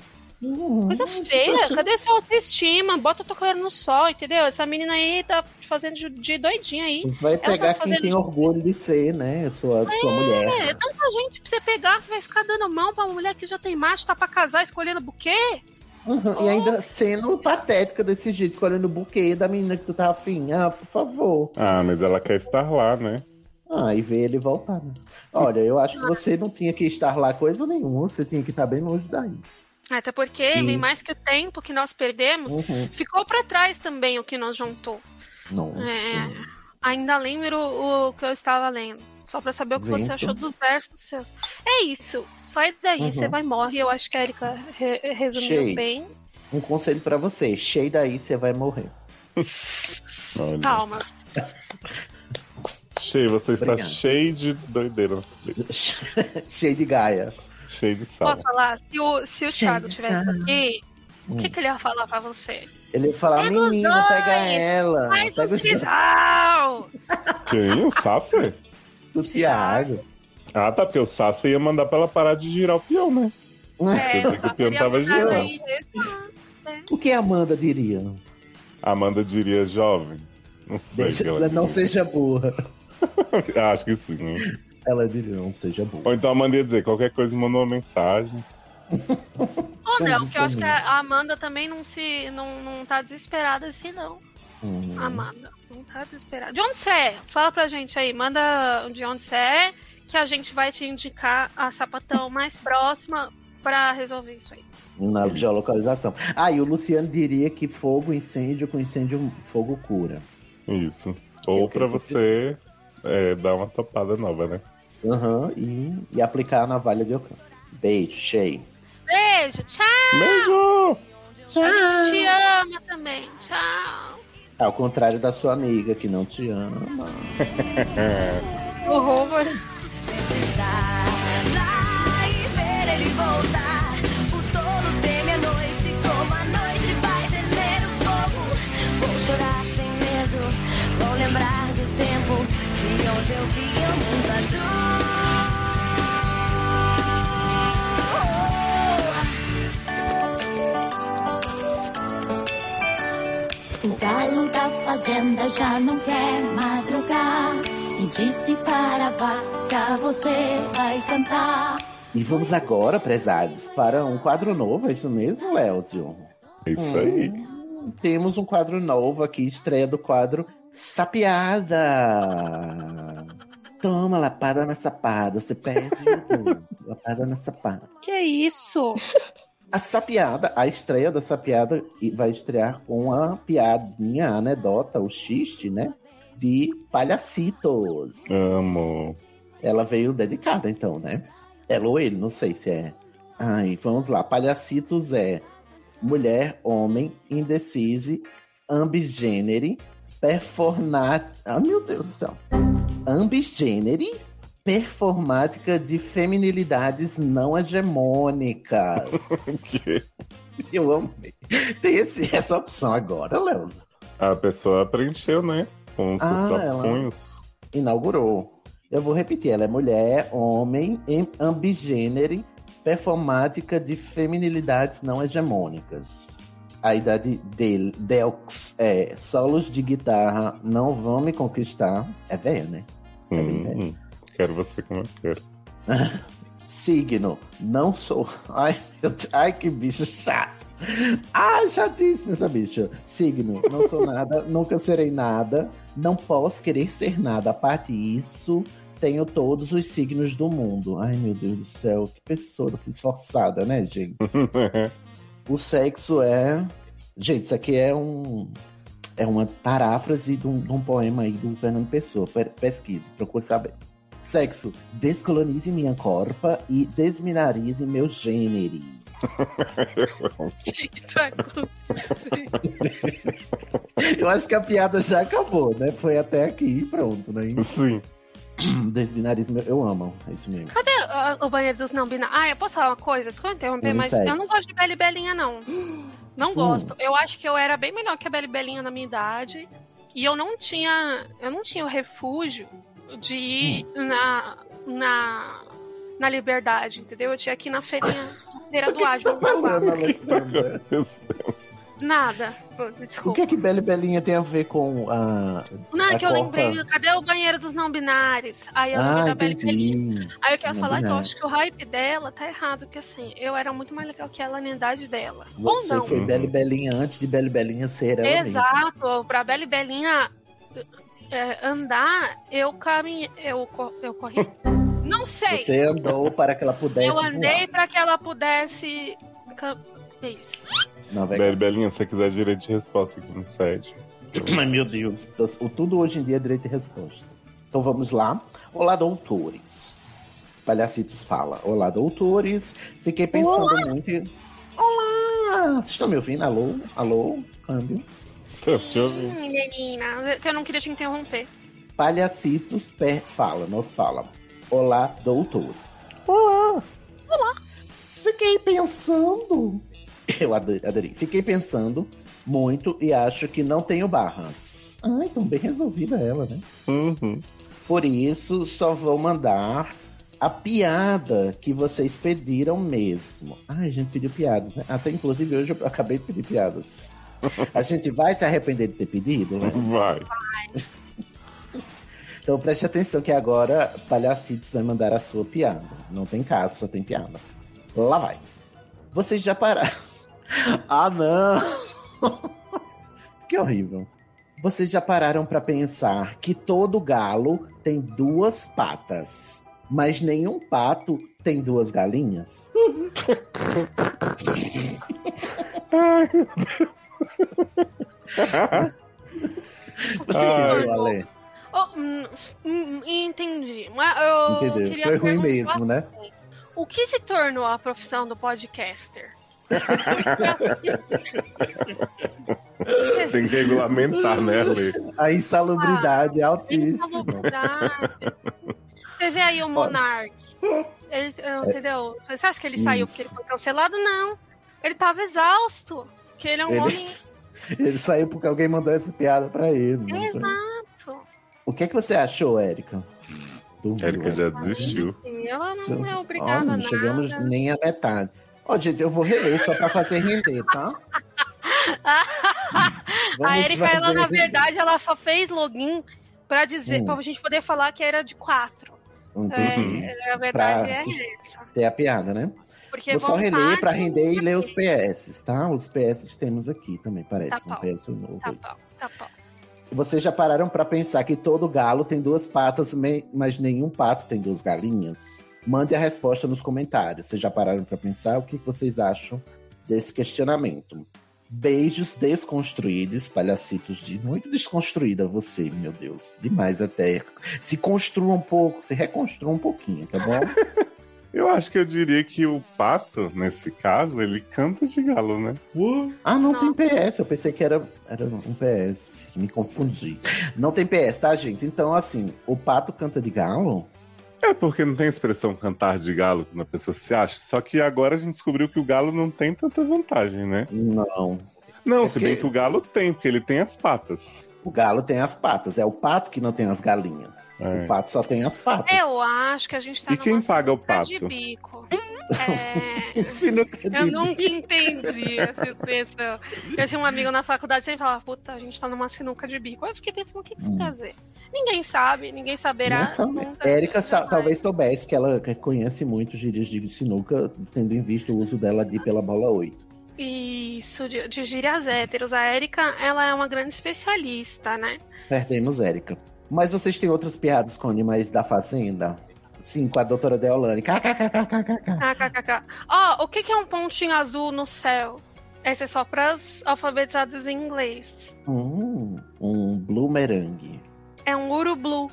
E: Coisa
D: Hum,
E: feia.
D: situação-
E: Cadê sua autoestima? Bota a tua cara no sol, entendeu? Essa menina aí tá fazendo de- de doidinha aí.
D: Vai
E: tá
D: pegar
E: se
D: quem
E: fazendo
D: tem
E: de-
D: orgulho de ser, né? Eu sou a sua mulher.
E: É, é tanta gente pra você pegar, você vai ficar dando mão pra uma mulher que já tem macho, tá pra casar, escolhendo buquê?
D: Uhum, E ainda sendo patética desse jeito, escolhendo o buquê da menina que tu tá afim. Ah, por favor.
B: Ah, mas ela quer estar lá, né?
D: Ah, e ver ele voltar, né? Olha, eu acho que você não tinha que estar lá coisa nenhuma, você tinha que estar bem longe daí.
E: Até porque,
D: Sim.
E: bem mais que o tempo que nós perdemos,
D: Uhum.
E: ficou pra trás também o que nós juntou.
D: Nossa.
E: É. Ainda lembro o que eu estava lendo. Só pra saber o que você
D: Vento.
E: achou dos versos seus. É isso. Sai daí,
D: Uhum.
E: você vai morrer. Eu acho que a Erika re- resumiu
D: Sei.
E: bem.
D: Um conselho pra você, cheio daí você vai morrer.
B: Olha.
E: Palmas.
B: Cheio, você está
D: Obrigado.
B: cheio de doideira.
D: cheio de gaia.
B: Cheio de sal.
E: Posso falar? Se o, se o
D: Sei,
E: Thiago estivesse
D: sabe.
E: aqui, o que,
D: Hum.
E: que ele ia falar pra você?
D: Ele ia falar,
E: Pega os
D: menina,
E: dois!
D: pega ela.
E: Faz um
D: Ah, pega os dois
E: trisal!
B: Quem? O Sasser?
D: do Thiago.
B: Ah, tá, porque o Sasser ia mandar pra ela parar de girar o peão, né?
E: É,
B: Você que o peão tava
E: criançada
B: girando.
E: aí, exato.
D: O que a Amanda diria?
B: Amanda diria jovem. Não sei.
D: Deixa-
B: o que ela
D: não
B: diria.
D: seja burra.
B: Ah, Acho que sim. né?
D: Ela diria, não seja burra.
B: Ou então a Amanda ia dizer qualquer coisa, mandou uma mensagem.
E: Ou
D: Não,
E: não, porque eu acho que
D: justamente.
E: a Amanda também não se não, não tá desesperada assim, não.
D: Hum.
E: Amanda, não tá desesperada. De onde você é? Fala pra gente aí, manda de onde você é, que a gente vai te indicar a sapatão mais próxima pra resolver isso aí.
D: Na geolocalização. Ah, e o Luciano diria que fogo, incêndio, com incêndio, fogo cura.
B: Isso. Ou
D: Eu
B: pra
D: quero
B: você é, dar uma topada nova, né?
D: Aham, e, e aplicar a navalha de Ocã. Beijo, cheio.
E: Beijo, tchau.
B: Beijo!
E: A gente te ama também. Tchau.
D: Ao contrário da sua amiga que não te ama.
E: Horror.
A: Sempre estar lá e ver ele voltar. O touro teme a noite, como a noite vai temer o fogo. Vou chorar sem medo, vou lembrar do tempo de onde eu vi o mundo azul. O galo da fazenda já não quer madrugar. E disse para a vaca, você vai cantar.
D: E vamos agora, prezados, para um quadro novo, é isso mesmo, Elzio?
B: É isso aí.
D: Hum, Temos um quadro novo aqui, estreia do quadro Sapiada. Toma lapada na sapada, você perde tudo. lapada na sapada.
E: Que isso?
D: A sapiada, a estreia da sapiada e vai estrear com a piadinha, a anedota, o xiste, né? De
B: É.
D: palhacitos.
B: Amo.
D: Ela veio dedicada, então, né? Ela ou ele, não sei se é. Ai, vamos lá. Palhacitos é mulher, homem, indecise, ambigênere, performática. Ah, meu Deus do céu. Ambigênere, performática de feminilidades não hegemônicas. Eu amei. Tem esse- essa opção agora, Léo.
B: A pessoa preencheu, né? Com seus
D: Ah,
B: próprios
D: ela-
B: punhos.
D: inaugurou. Eu vou repetir, ela é mulher, homem, em- ambigênere, performática de feminilidades não hegemônicas. A idade dele, Delx, é solos de guitarra não vão me conquistar. É velha, né?
B: Hum, hum. Quero você como eu quero.
D: Signo, não sou. Ai, meu Deus, ai que bicho chato. Ai, chatíssimo essa bicha. Signo, não sou nada, nunca serei nada, não posso querer ser nada. A parte isso, tenho todos os signos do mundo. Ai, meu Deus do céu, que pessoa esforçada, né, gente? O sexo é. Gente, isso aqui é um. É uma paráfrase de um, de um poema aí do Fernando Pessoa. Per- Pesquise, procure saber. Sexo, descolonize minha corpa e desminarize meu gênero.
E: Que tá acontecendo?
D: Eu acho que a piada já acabou, né? Foi até aqui e pronto, né?
B: Sim.
D: Desminarize meu. Eu amo esse meme.
E: Cadê ah, o banheiro dos não binários? Ah, eu posso falar uma coisa? Desculpa interromper,
D: Hum,
E: mas
D: segue.
E: eu não gosto de Beli Belinha, não.
D: Uh.
E: Não gosto. Eu acho que eu era bem melhor que a Beli Belinha na minha idade. E eu não tinha. Eu não tinha o refúgio de ir
D: Hum.
E: na, na. na liberdade, entendeu? Eu tinha aqui na feirinha, feira do
D: Você tá
E: ágil.
D: falando, Alexandra?
E: Nada. Pô,
D: O
E: Desculpa.
D: que é que Bela e Belinha tem a ver com a.
E: Não, é
D: A
E: que eu
D: Copa?
E: lembrei. Cadê o banheiro dos não binários? Aí eu lembrei
D: Ah,
E: da Beli Belinha.
D: entendi.
E: Aí eu quero
D: Não,
E: falar que eu
D: obrigado.
E: acho que o hype dela tá errado, porque assim, eu era muito mais legal que ela na idade dela. Ou
D: Você
E: não.
D: foi Bela e Belinha antes de Bela e Belinha ser ela mesma.
E: Exato, pra Bela e Belinha é, andar, eu caminhei. Eu, co- eu corri. Não sei.
D: Você é andou para que ela pudesse.
E: eu andei
D: voar.
E: pra que ela pudesse. cam- É isso.
D: Navegar.
B: Beli, Belinha, se você quiser direito de resposta aqui no site.
D: Ai, meu Deus. O tudo hoje em dia é direito e resposta. Então vamos lá. Olá, doutores. Palhacitos fala. Olá, doutores. Fiquei pensando muito. em- Olá! Vocês estão me ouvindo? Alô? Alô? Câmbio.
B: Tô te ouvindo.
E: Hum, menina, que eu não queria te interromper.
D: Palhacitos per... fala, nós fala. Olá, doutores. Olá! Olá! Fiquei pensando. Eu ade- aderi. Fiquei pensando muito e acho que não tenho barras. Ai, tão bem resolvida ela, né?
B: Uhum.
D: Por isso, só vou mandar a piada que vocês pediram mesmo. Ai, a gente pediu piadas, né? Até inclusive hoje eu acabei de pedir piadas. A gente vai se arrepender de ter pedido, né?
B: Vai.
D: Então preste atenção que agora Palhacitos vai mandar a sua piada. Não tem caso, só tem piada. Lá vai. Vocês já pararam. ah, não! que horrível. Vocês já pararam pra pensar que todo galo tem duas patas, mas nenhum pato tem duas galinhas? Você
B: Ai.
D: entendeu, Ale?
E: Oh, Ah, hum, hum, entendi. Mas eu
D: Entendeu?
E: queria
D: Foi ruim
E: perguntar
D: mesmo, né?
E: O que se tornou a profissão do podcaster?
B: Tem que regulamentar, né, Lê?
D: A insalubridade é altíssima.
E: Insalubridade. Você vê aí o Monark. Ele, eh, entendeu? Você acha que ele saiu porque
D: É. Isso.
E: ele foi cancelado? Não. Ele tava exausto. Porque ele é um
D: Ele-
E: homem
D: Ele saiu porque alguém mandou essa piada pra ele. não foi?
E: exato.
D: O que é que você achou, Érica? Do
B: Érica
D: Will?
B: já desistiu.
E: E Ela não
D: Então,
E: é
D: Ó,
E: obrigada a
D: não
E: nada.
D: chegamos nem à metade. Ó, gente, eu vou reler só pra fazer render, tá?
E: a
D: Vamos
E: Erika, ela,
D: fazer
E: na
D: render.
E: verdade, ela só fez login pra dizer,
D: Hum.
E: pra gente poder falar que era de quatro.
B: Uhum.
D: Entendi.
E: É, na verdade,
D: Pra assis-
E: é essa.
D: Tem a piada, né?
E: Porque
D: Vou só
E: vontade-
D: reler pra render
E: tá
D: e ler os PS, tá? Os PS temos aqui também, parece.
E: Tá
D: um
E: bom.
D: PS novo.
E: Tá bom, tá bom.
D: Vocês já pararam pra pensar que todo galo tem duas patas, me- mas nenhum pato tem duas galinhas? Mande a resposta nos comentários. Vocês já pararam pra pensar o que vocês acham desse questionamento? Beijos desconstruídos, palhacitos de muito desconstruída você, meu Deus, demais até. Se construa um pouco, se reconstrua um pouquinho, tá bom?
B: Eu acho que eu diria que o pato, nesse caso, ele canta de galo, né?
D: Ah, não
E: Nossa.
D: tem PS. Eu pensei que era, era um PS. Me confundi. Não tem PS, tá, gente? Então, assim, o pato canta de galo?
B: É porque não tem a expressão cantar de galo quando a pessoa se acha. Só que agora a gente descobriu que o galo não tem tanta vantagem, né?
D: Não.
B: Não,
D: É
B: se
D: que-
B: bem que o galo tem, porque ele tem as patas.
D: O galo tem as patas. É o pato que não tem as galinhas.
B: É.
D: O pato só tem as patas.
E: Eu acho que a gente tá
B: E quem
E: numa
B: paga o
E: sinuca de
B: pato?
E: bico. É,
D: Se não quer
E: Eu
D: dizer-
E: nunca entendi essa expressão. Eu tinha um amigo na faculdade sempre falava, puta, a gente tá numa sinuca de bico. Eu fiquei pensando, o que que isso
D: Hum.
E: quer dizer? Ninguém sabe, ninguém saberá.
D: Não sabe.
E: nunca,
D: Érica sa-
E: jamais.
D: talvez soubesse que ela conhece muito os gírias de sinuca, tendo em vista o uso dela de pela bola 8.
E: é Isso, de, de gírias héteros. A Érica, ela é uma grande especialista, né?
D: Perdemos Érica. Mas vocês têm outras piadas com animais da fazenda? Sim, com a doutora Deolane. KKKKKK.
E: Ah, KKKK. Ó, o que, que é um pontinho azul no céu? Essa é só pras alfabetizadas em inglês.
D: Hum, um bloomerang.
E: É um urublu.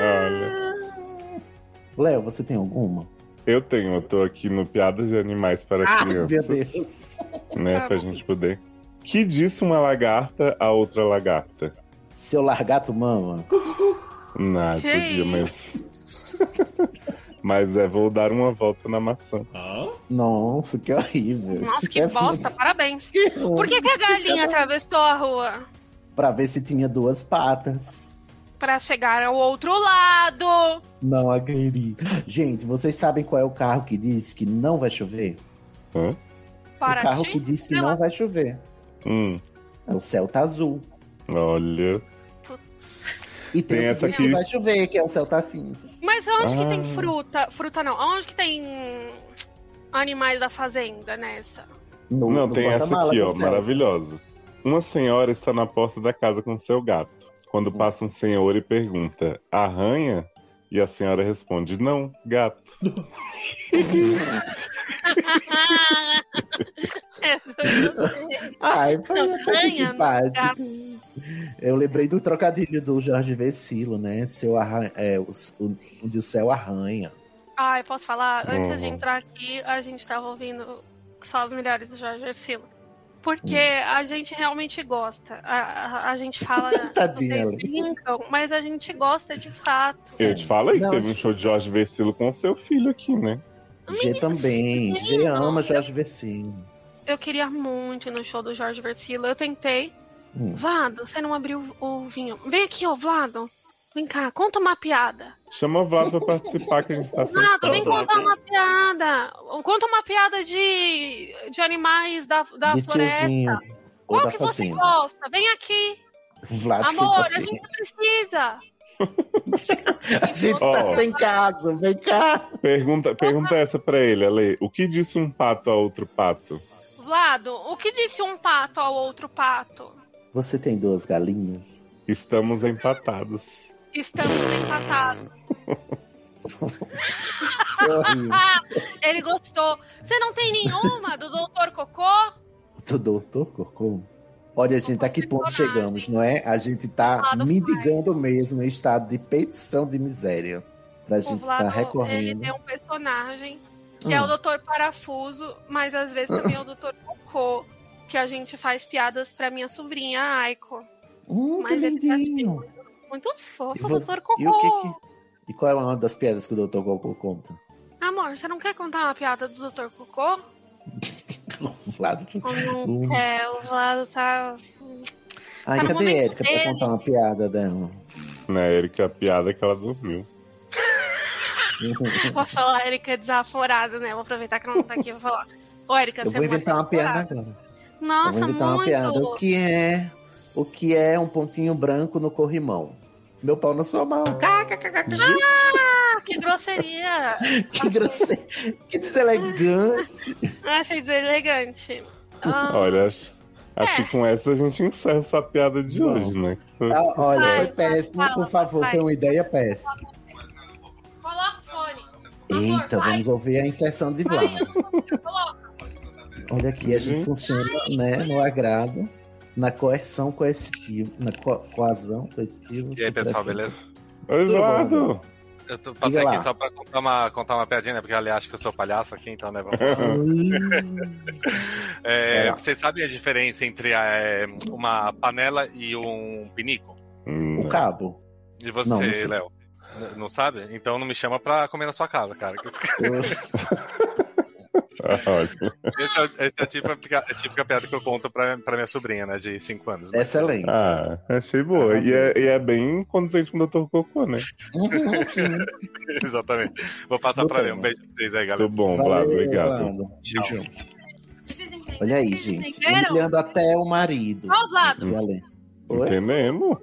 B: Olha.
D: Léo, você tem alguma?
B: Eu tenho, eu tô aqui no Piadas de Animais para Crianças. Né,
E: Tá
B: pra gente poder. Que disse uma lagarta a outra lagarta?
D: Seu largato mama.
B: Nada,
E: Que
B: podia, mas. mas é, vou dar uma volta na maçã.
D: Nossa, que horrível. assim,
E: Nossa, que
D: Péssimo.
E: bosta, parabéns.
D: Que
E: Por que, que a
D: assim,
E: galinha atravessou a rua?
D: Pra ver se tinha duas patas.
E: Pra chegar ao outro lado.
D: Não acredito. Gente, vocês sabem qual é o carro que diz que não vai chover?
B: Hã?
E: Para
D: o carro
E: ti,
D: que diz que
E: sei lá.
D: não vai chover.
B: Hum,
D: É o céu tá azul.
B: olha.
D: E tem,
B: Tem
D: o
B: essa
D: que diz
B: aqui.
D: que vai chover, que é o céu tá cinza.
E: Mas onde que
B: Ah.
E: tem fruta? Fruta não. Onde que tem animais da fazenda nessa?
D: No-
B: Não,
D: no
B: tem essa
D: porta-mala
B: aqui,
D: do
B: ó,
D: céu.
B: maravilhosa. Uma senhora está na porta da casa com seu gato. Quando passa um senhor e pergunta, arranha? E a senhora responde, não, gato.
E: É,
D: Ai, foi
E: Não,
D: até
E: ganha,
D: simpático. Eu lembrei do trocadilho do Jorge Vecilo, né? Seu arran... é, o- o- onde o céu arranha.
E: Ah, eu posso falar? Antes de
B: Uhum.
E: entrar aqui, a gente tava ouvindo só as melhores do Jorge Arcila. Porque
D: Uhum.
E: a gente realmente gosta. A, a- a gente fala.
D: Tadinha,
E: vocês
D: ela.
E: brincam, mas a gente gosta de fato.
B: Eu te falei que
D: Não,
B: teve um show de Jorge Versilo com seu filho aqui, né?
D: G também. G ama Jorge Vecino.
E: Eu queria muito ir no show do Jorge Versilo. Eu tentei.
D: Hum.
E: Vlado, você não abriu o vinho. Vem aqui, ô Vlado. Vem cá, conta uma piada.
B: Chama o Vlad pra participar, que a gente tá sem
E: Vlado, vem
B: tempo.
E: contar uma piada. Conta uma piada de, de animais da, da
D: De
E: floresta.
D: tiozinho. Ou
E: Qual
D: da
E: que você
D: fazenda.
E: gosta? Vem aqui.
D: Vlad sem
E: Amor, a gente
D: paciência.
E: não precisa.
D: A gente
B: Ó.
D: tá sem casa, vem cá.
B: Pergunta, pergunta essa pra ele, Ale. O que disse um pato a outro pato?
E: Vlado, o que disse um pato ao outro pato?
D: Você tem duas galinhas?
B: Estamos empatados.
E: Estamos empatados.
D: Que horrível.
E: Ah, ele gostou. Você não tem nenhuma do Dr. Cocô?
D: Do doutor Cocô? Olha, gente, a que ponto chegamos, não é? A gente tá
E: Fala do
D: mendigando mesmo em estado de petição de miséria. Pra
E: O
D: gente estar
E: Vlado, ele
D: recorrendo.
E: tem um personagem que
D: Hum.
E: é o Doutor Parafuso, mas às vezes também é o Doutor Cocô, que a gente faz piadas pra minha sobrinha, a Aiko.
D: Hum, que
E: Mas ele tá
D: lindinho.
E: Muito fofo,
D: E vo-
E: Doutor Cocô.
D: E o que que... E qual é uma das piadas que o Dr. Goku conta?
E: Amor, você não quer contar uma piada do Doutor Cocô?
D: O Vlado.
E: Ou não
D: Hum.
E: quer? O Vlado tá...
D: Ai,
E: Tá no
D: cadê a
E: momento
D: Erika pra
E: dele.
D: contar uma piada dela?
B: Na Erika, a piada é que ela dormiu.
E: Vou falar, Erika é desaforada, né? Vou aproveitar que ela não tá aqui e vou falar. Ô, Erika,
D: Eu
E: você
D: vou
E: é muito
D: inventar uma piada
E: desaforada.
D: agora. Eu vou
E: Nossa,
D: inventar uma
E: muito.
D: piada. O que é? O que é um pontinho branco no corrimão? Meu pau na sua mão.
E: Ah, que grosseria.
D: Que grosseiro. Que deselegante.
E: Achei deselegante. Ah,
B: Olha, acho, acho que com essa a gente encerra essa piada de
D: Não.
B: hoje, né?
D: Ah, olha,
E: Vai,
D: foi
E: vai,
D: péssimo.
E: fala,
D: Por favor,
E: vai.
D: foi uma ideia péssima.
E: Coloca o fone. Por favor,
D: Eita,
E: vai.
D: vamos ouvir a inserção de
E: Vai, eu
D: Vlad.
E: não consigo, coloca.
D: Olha aqui, a gente
B: Uhum.
D: funciona né, no agrado, na coerção coercitiva, na co coazão coercitiva.
J: E aí, pessoal,
D: supressão.
J: beleza?
B: Oi, Eduardo!
J: Eu tô, passei aqui
D: assim lá.
J: só pra contar uma, contar uma piadinha, né? Porque ela acha que eu sou palhaço aqui, então, né? Vamos lá.
D: Hum,
J: É,
D: Vai lá.
J: vocês sabem a diferença entre é, uma panela e um pinico?
B: Hum,
D: o um cabo.
J: E
D: Não, não
J: você,
D: sei.
J: Léo? N- Não sabe? Então não me chama pra comer na sua casa, cara.
D: Eu-
B: ah, ótimo.
J: Esse é, o- esse é a, típica, a típica piada que eu conto pra, pra minha sobrinha, né? De 5 anos.
D: Excelente.
J: Tá.
B: Ah, achei boa. E é, e é bem condizente com o Dr. Cocô, né?
D: Uhum, sim.
J: Exatamente. Vou passar pra
D: Botei,
J: ler. Um beijo pra vocês aí, galera.
B: Muito bom, Vlado,
D: Valeu,
B: obrigado.
D: Vlado.
J: Tchau.
E: Eles entenderam.
D: Olha aí,
E: Eles
D: gente.
E: entenderam?
D: Humilhando até o marido.
E: Ó, o Vlado.
D: E a Lê? Oi?
B: Entendemos?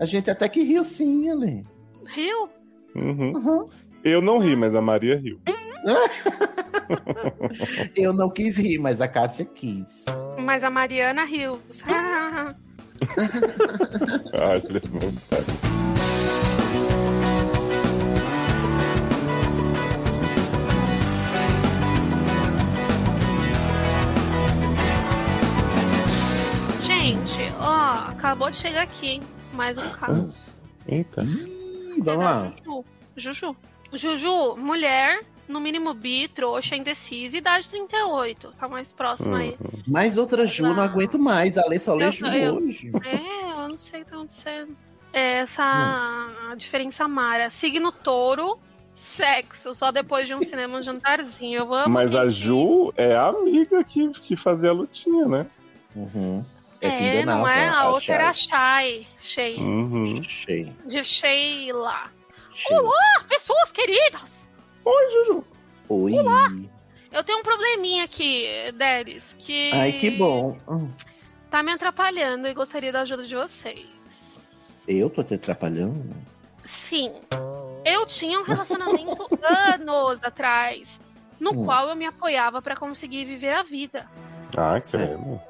D: A gente até que riu sim, Alê.
E: Rio?
B: Uhum.
D: Uhum.
B: Eu não ri, mas a Maria riu.
D: Eu não quis rir, mas a Cássia quis.
E: Mas a Mariana riu. Ah,
B: Ai, Ah, que vontade.
E: gente, ó, acabou de chegar aqui, hein? Mais um caso.
B: Eita.
D: Hum, Vamos lá.
E: Juju. Juju. Juju, mulher, no mínimo bi, trouxa, indecisa, idade 38. Tá mais próximo aí.
D: Hum.
B: Uhum.
D: Mais outra Ju, não aguento mais. A Lê só lê
E: Eu-
D: Ju
E: eu-
D: hoje.
E: É, eu não sei o que tá acontecendo. É
D: Hum.
E: essa a diferença mara. Signo touro, sexo, só depois de um cinema, um jantarzinho. Eu amo
B: Mas a
E: quem-
B: Ju é a amiga que, que fazia a lutinha, né?
D: Uhum. que
E: É,
D: enganava Hum.
E: não é? A outra era a
D: Chay.
E: Shai. Shei.
B: Uhum.
D: Cheio.
E: De Sheila. Ah,
D: cheio.
E: Pessoas queridas!
B: Oi, Juju.
D: Oi.
E: Eu tenho um probleminha aqui, Deris, que.
D: Ai, que bom. Hum,
E: Tá me atrapalhando e gostaria da ajuda de vocês.
D: Eu tô te atrapalhando?
E: Sim. Eu tinha um relacionamento anos atrás, no
D: Hum.
E: qual eu me apoiava pra conseguir viver a vida.
B: Ah, credo.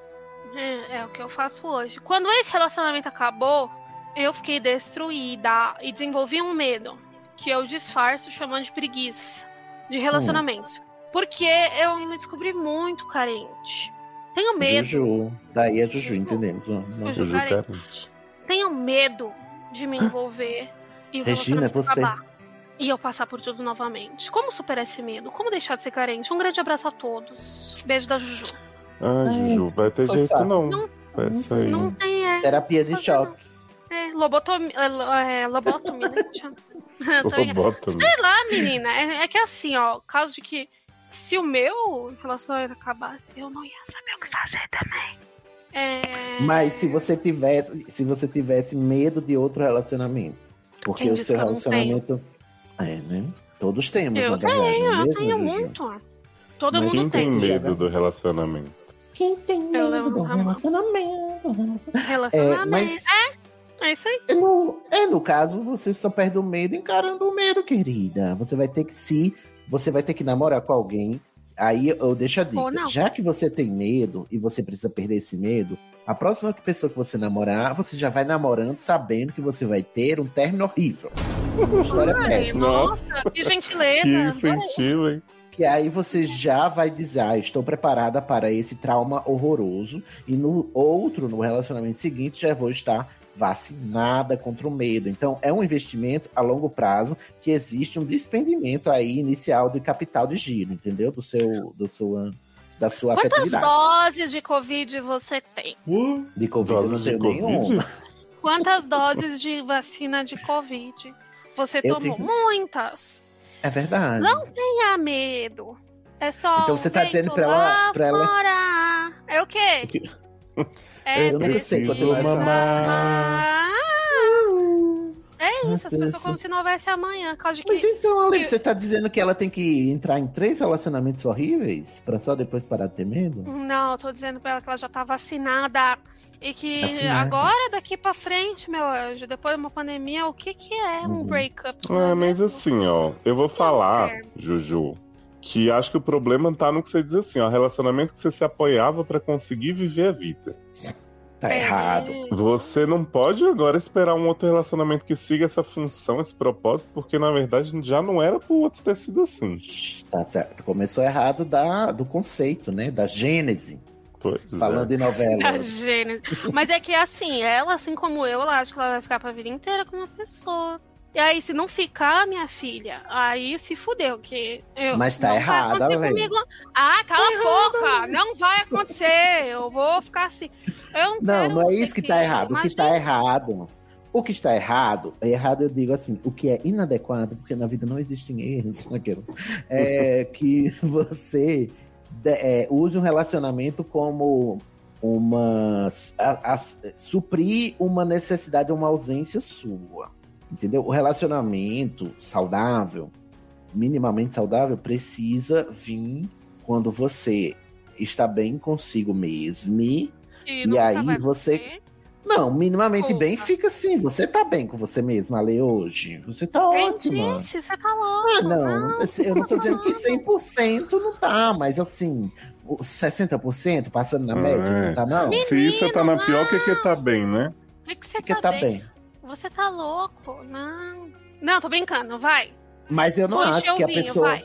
E: É, é o que eu faço hoje. Quando esse relacionamento acabou, eu fiquei destruída e desenvolvi um medo que eu disfarço chamando de preguiça de relacionamentos. Porque eu me descobri muito carente. Tenho medo.
D: Juju. Daí é Juju, entendemos. Vamos, vamos.
E: Juju
B: Juju
E: Karen.
B: carente.
E: Tenho medo de me envolver e o
D: Regina,
E: relacionamento
D: você.
E: acabar. E eu passar por tudo novamente. Como superar esse medo? Como deixar de ser carente? Um grande abraço a todos. Beijo da Juju.
B: Ai, Juju, vai ter
D: Foi
B: jeito
D: fácil.
B: não.
E: Não-
B: Vai sair.
E: Não tem essa.
D: Terapia de choque.
E: É, lobotomia. É, lo- é, lobotomia, né? que chama? Eu tô engan-
B: Bota,
E: Sei lá, menina. É, é que assim, ó, caso de que se o meu relacionamento acabasse, eu não ia saber o que fazer também. É...
D: Mas se você tivesse, se você tivesse medo de outro relacionamento, porque
E: Quem
D: o
E: disse
D: seu
E: que eu não
D: relacionamento é, né? Todos temos,
E: Eu
D: na verdade, não é
E: Eu
D: mesmo,
E: tenho
D: Juju?
E: muito. Todo
D: Mas
B: Quem
E: mundo
B: tem
E: tem.
B: medo do relacionamento?
D: Quem tem medo
E: levo
D: do
E: na mão.
D: relacionamento?
E: Relacionamento.
D: É, mas
E: É isso aí.
D: é no, é no caso você só perde o medo encarando o medo, querida. Você vai ter que se, você vai ter que namorar com alguém. Aí eu deixo a dica.
E: Ou não.
D: Já que você tem medo e você precisa perder esse medo, a próxima pessoa que você namorar, você já vai namorando sabendo que você vai ter um término horrível. Uma história
E: Ai,
D: péssima.
E: nossa, que gentileza.
B: Que incentivo, hein?
D: Que aí você já vai dizer, ah, estou preparada para esse trauma horroroso. E no outro, no relacionamento seguinte, já vou estar vacinada contra o medo. Então, é um investimento a longo prazo que existe um despendimento aí inicial de capital de giro, entendeu? Do seu, do seu, da sua
E: Quantas
D: afetividade.
E: doses de Covid você tem?
D: De Covid eu não
B: Doses de
D: tenho
B: Covid?
D: nenhuma.
E: Quantas doses de vacina de Covid você
D: Eu
E: tomou?
D: tenho-
E: Muitas.
D: É verdade.
E: Não tenha medo. É só.
D: Então você tá
E: vem
D: dizendo pra
E: tomar
D: ela- pra ela-
E: fora. É o quê? É
D: Eu não sei
E: preciso
D: continuar essa-
E: amar. É isso, as pessoas como se não houvesse amanhã. Causa de que...
D: Uhum. Mas então, Alex,
E: se-
D: você tá dizendo que ela tem que entrar em três relacionamentos horríveis pra só depois parar de ter medo?
E: Não, eu tô dizendo pra ela que ela já tá vacinada. E que
D: Vacinada.
E: agora, daqui pra frente, meu anjo, depois de uma pandemia, o que que é
D: Uhum.
E: um breakup?
B: Ah, mas assim, ó, eu vou falar, Juju, que acho que o problema tá no que você diz assim, ó, relacionamento que você se apoiava pra conseguir viver a vida.
E: É.
D: Tá errado.
B: Você não pode agora esperar um outro relacionamento que siga essa função, esse propósito, porque na verdade já não era pro outro ter sido assim.
D: Tá certo. Começou errado da, do conceito, né? Da gênese.
B: é.
D: Falando em
E: Da
D: novela.
E: Gênesis. Mas é que assim, ela, assim como eu, ela acha que ela vai ficar pra vida inteira com uma pessoa. E aí, se não ficar, minha filha, aí se fudeu, que eu
D: Mas tá
E: não vai
D: errada,
E: acontecer
D: velho.
E: comigo. Ah, cala
B: Tá
E: a boca! Não vai acontecer! Eu vou ficar assim. Eu não,
D: Não,
E: quero
D: não é
E: ter
D: isso que tá
E: filho,
D: errado. O que
E: imagina.
D: tá errado. O que está errado, é errado eu digo assim, o que é inadequado, porque na vida não existem erros, naqueles, é que você de- é, use um relacionamento como uma. a- a- suprir uma necessidade, uma ausência sua. Entendeu? O relacionamento saudável, minimamente saudável, precisa vir quando você está bem consigo mesmo.
E: E
D: E,
E: nunca vai
D: aí você. Não, minimamente
E: Porra.
D: bem fica assim. Você tá bem com você mesma, Ale, hoje. Você tá
E: Gente,
D: ótima.
E: você tá louco.
D: Ah, não, assim, eu não tô dizendo que 100% não tá, mas assim, o 60% passando na
B: Ah,
D: média,
B: é.
D: não tá não?
B: Se isso tá na pior, o que que tá bem, né?
E: É que você
D: Porque
E: tá,
D: tá
E: bem.
D: bem.
E: Você tá louco? Não. Não, tô brincando, vai.
D: Mas eu não
E: Puxa
D: acho
E: o
D: que a
E: vinho,
D: pessoa.
E: vai.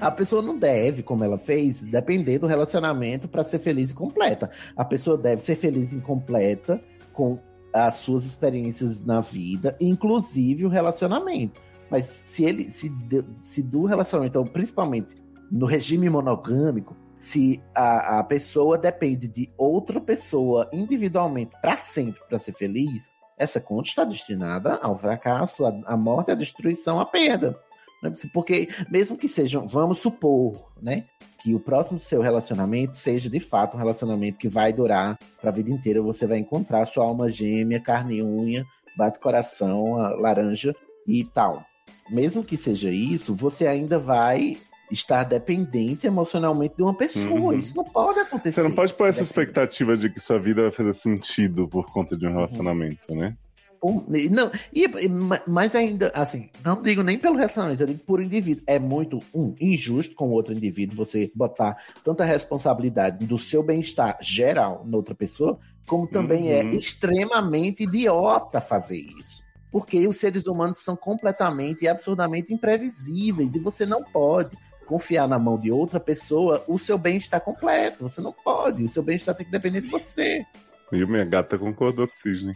D: A pessoa não deve, como ela fez, depender do relacionamento para ser feliz e completa. A pessoa deve ser feliz e completa com as suas experiências na vida, inclusive o relacionamento. Mas se ele se, de- se do relacionamento, ou principalmente no regime monogâmico, se a, a pessoa depende de outra pessoa individualmente para sempre para ser feliz, essa conta está destinada ao fracasso, à, à morte, à destruição, à perda. né? Porque mesmo que sejam, vamos supor, né, que o próximo seu relacionamento seja de fato um relacionamento que vai durar para a vida inteira, você vai encontrar sua alma gêmea, carne e unha, bate coração, a laranja e tal. Mesmo que seja isso, você ainda vai estar dependente emocionalmente de uma
B: Uhum.
D: pessoa. Isso não pode acontecer.
B: Você não pode pôr essa
D: Você depende-
B: expectativa de que sua vida vai fazer sentido por conta de um relacionamento, né?
D: Um- Não, e, e- ma- mas ainda, assim, não digo nem pelo relacionamento, eu digo por indivíduo. É muito, um, injusto com o outro indivíduo você botar tanta responsabilidade do seu bem-estar geral na outra pessoa, como também é
B: Uhum.
D: extremamente idiota fazer isso. Porque os seres humanos são completamente e absurdamente imprevisíveis e você não pode confiar na mão de outra pessoa o seu bem-estar completo. Você não pode, o seu bem-estar tem que depender de você.
B: E minha gata concordou com o Cisne.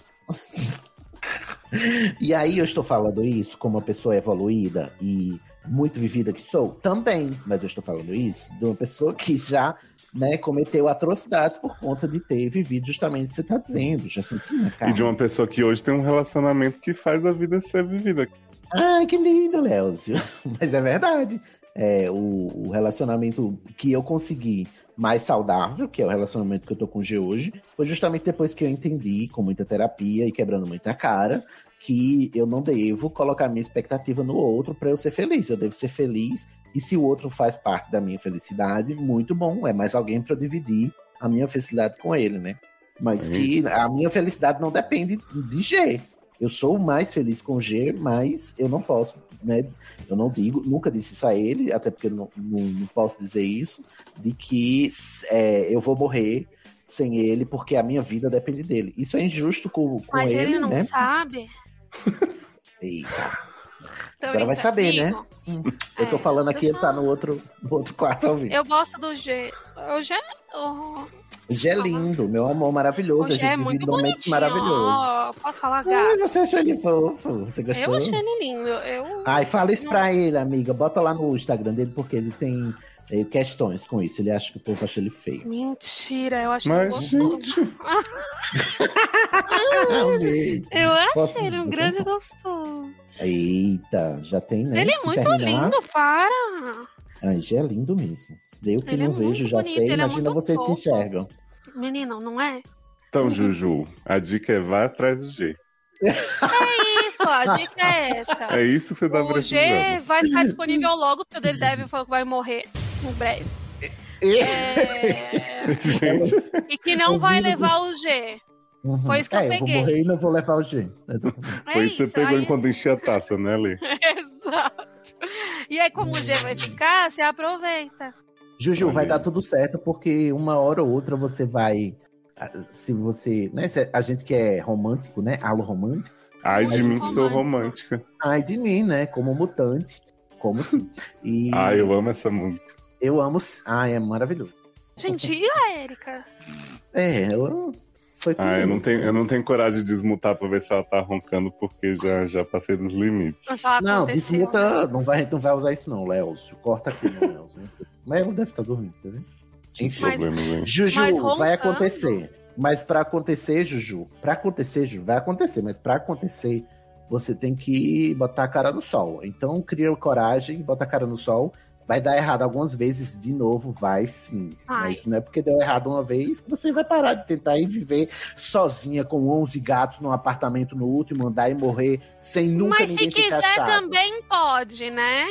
D: E aí eu estou falando isso como uma pessoa evoluída e muito vivida que sou, também, mas eu estou falando isso de uma pessoa que já né, cometeu atrocidades por conta de ter vivido justamente o que você está dizendo, já senti na cara.
B: E de uma pessoa que hoje tem um relacionamento que faz a vida ser vivida.
D: Ai, que lindo, Léozio. Mas é verdade. É, o, o relacionamento que eu consegui mais saudável, que é o relacionamento que eu tô com o G hoje, foi justamente depois que eu entendi, com muita terapia e quebrando muita cara, que eu não devo colocar minha expectativa no outro para eu ser feliz. Eu devo ser feliz. E se o outro faz parte da minha felicidade, muito bom. É mais alguém para dividir a minha felicidade com ele, né? Mas que a minha felicidade não depende de G. Eu sou mais feliz com G, mas eu não posso, né? Eu não digo, nunca disse isso a ele, até porque eu não, não, não posso dizer isso, de que é, eu vou morrer sem ele porque a minha vida depende dele. Isso é injusto com, com
E: Mas ele, não
D: né?
E: sabe.
D: Eita. Agora vai saber, né? Eu tô falando aqui, ele tá no outro, no outro quarto ao vivo.
E: É, Eu gosto do G. O G, é o,
D: Já é lindo, meu amor maravilhoso.
E: o
D: A
E: G
D: gente
E: é muito
D: vive um momento
E: bonitinho.
D: maravilhoso. É,
E: ó. posso falar,
D: Ai,
E: gato?
D: você achou ele fofo? Você gostou?
E: Eu achei ele lindo. Eu...
D: Ai, fala isso pra ele, amiga. Bota lá no Instagram dele, porque ele tem eh, questões com isso. Ele acha que o povo acha ele feio.
E: Mentira, eu acho
D: Mas,
E: ele gostoso. Ah,
D: Amei.
E: eu
D: Posso
E: acho ele um
D: dizer?
E: grande gostoso.
D: Eita, já tem, né?
E: Ele é
D: Se
E: muito
D: terminar-
E: lindo, para!
D: Ai, já é lindo mesmo. Eu que
E: Ele é
D: não
E: muito
D: vejo, já
E: bonito,
D: sei.
E: ele é
D: Imagina
E: muito
D: vocês que
E: fofo.
D: enxergam.
E: Menino, não é?
B: Então, Juju, a dica é vá atrás do G.
E: É isso, a dica é essa.
B: É isso que você tá
E: O G
B: precisando.
E: vai estar disponível logo, porque o dele deve falou que vai morrer em breve. É,
D: Gente.
E: E que não
D: Ouvindo
E: vai
D: do-
E: levar o G. É
D: Uhum.
E: Foi isso que eu
D: é,
E: peguei.
D: vou morrer e não vou levar o G. Exatamente.
E: É
B: Foi isso que você
E: isso,
B: pegou
E: aí-
B: enquanto enchia a taça, né, Lê?
E: Exato. E aí, como o G vai ficar, você aproveita.
D: Juju, vai dar tudo certo, porque uma hora ou outra você vai. ah, Se você. Né, se a gente que é romântico, né? Alô romântico.
B: Ai de
D: Mas
B: mim que sou
D: romântico.
B: romântica.
D: Ai de mim, né? Como mutante. Como sim. E
B: Ai, eu amo essa música.
D: eu amo. Ai, é maravilhoso.
E: Gente, e a Erika?
D: É, ela foi
B: Ah, eu não,
D: isso.
B: tenho, eu não tenho coragem de desmutar pra ver se ela tá roncando, porque já, já passei dos limites.
D: Não,
E: né?
D: desmuta. Não vai, não vai usar isso, não, Léo. Corta aqui, não, Léo. Mas ela deve estar dormindo, tá vendo? Enfim.
B: problema, né?
D: Juju,
B: Mas
D: vai
B: roncando?
D: acontecer. Mas pra acontecer, Juju, pra acontecer, Juju, vai acontecer, mas pra acontecer, você tem que botar a cara no sol. Então, cria coragem, bota a cara no sol. Vai dar errado algumas vezes de novo, vai sim.
E: Vai.
D: Mas não é porque deu errado uma vez que você vai parar de tentar ir viver sozinha com 11 gatos num apartamento no último andar e morrer sem nunca
E: Mas se
D: ninguém ficar
E: quiser
D: chato.
E: também pode, né?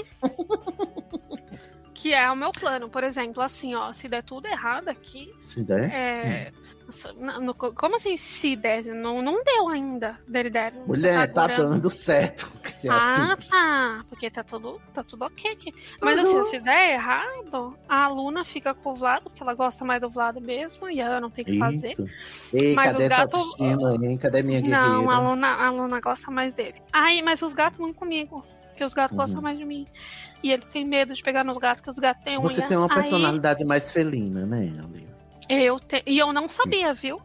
E: que é o meu plano, por exemplo, assim, ó, se der tudo errado aqui.
D: Se der?
E: é,
B: Hum.
E: nossa, na- no- como assim, se der? Não, não deu ainda, dele deve. Você
D: Mulher, tá,
E: adorando.
D: dando certo.
E: Ah, tá. Porque tá tudo, tá tudo ok aqui. Mas assim, se der errado, a aluna fica com o Vlado, porque ela gosta mais do Vlado mesmo, e eu não tenho o que fazer.
D: Eita. Ei,
E: Mas
D: cadê
E: os
D: essa
E: gatos-
D: autoestima, hein? Cadê
B: é
D: minha guerreira?
E: Não,
B: né?
E: a aluna, a aluna gosta mais dele. Ai, mas os gatos vão comigo. Porque os gatos
D: Uhum.
E: gostam mais de mim. E ele tem medo de pegar nos gatos, porque os gatos têm unha.
D: Você tem uma
E: Aí,
D: personalidade mais felina, né, amiga?
E: eu te... E eu não sabia, viu?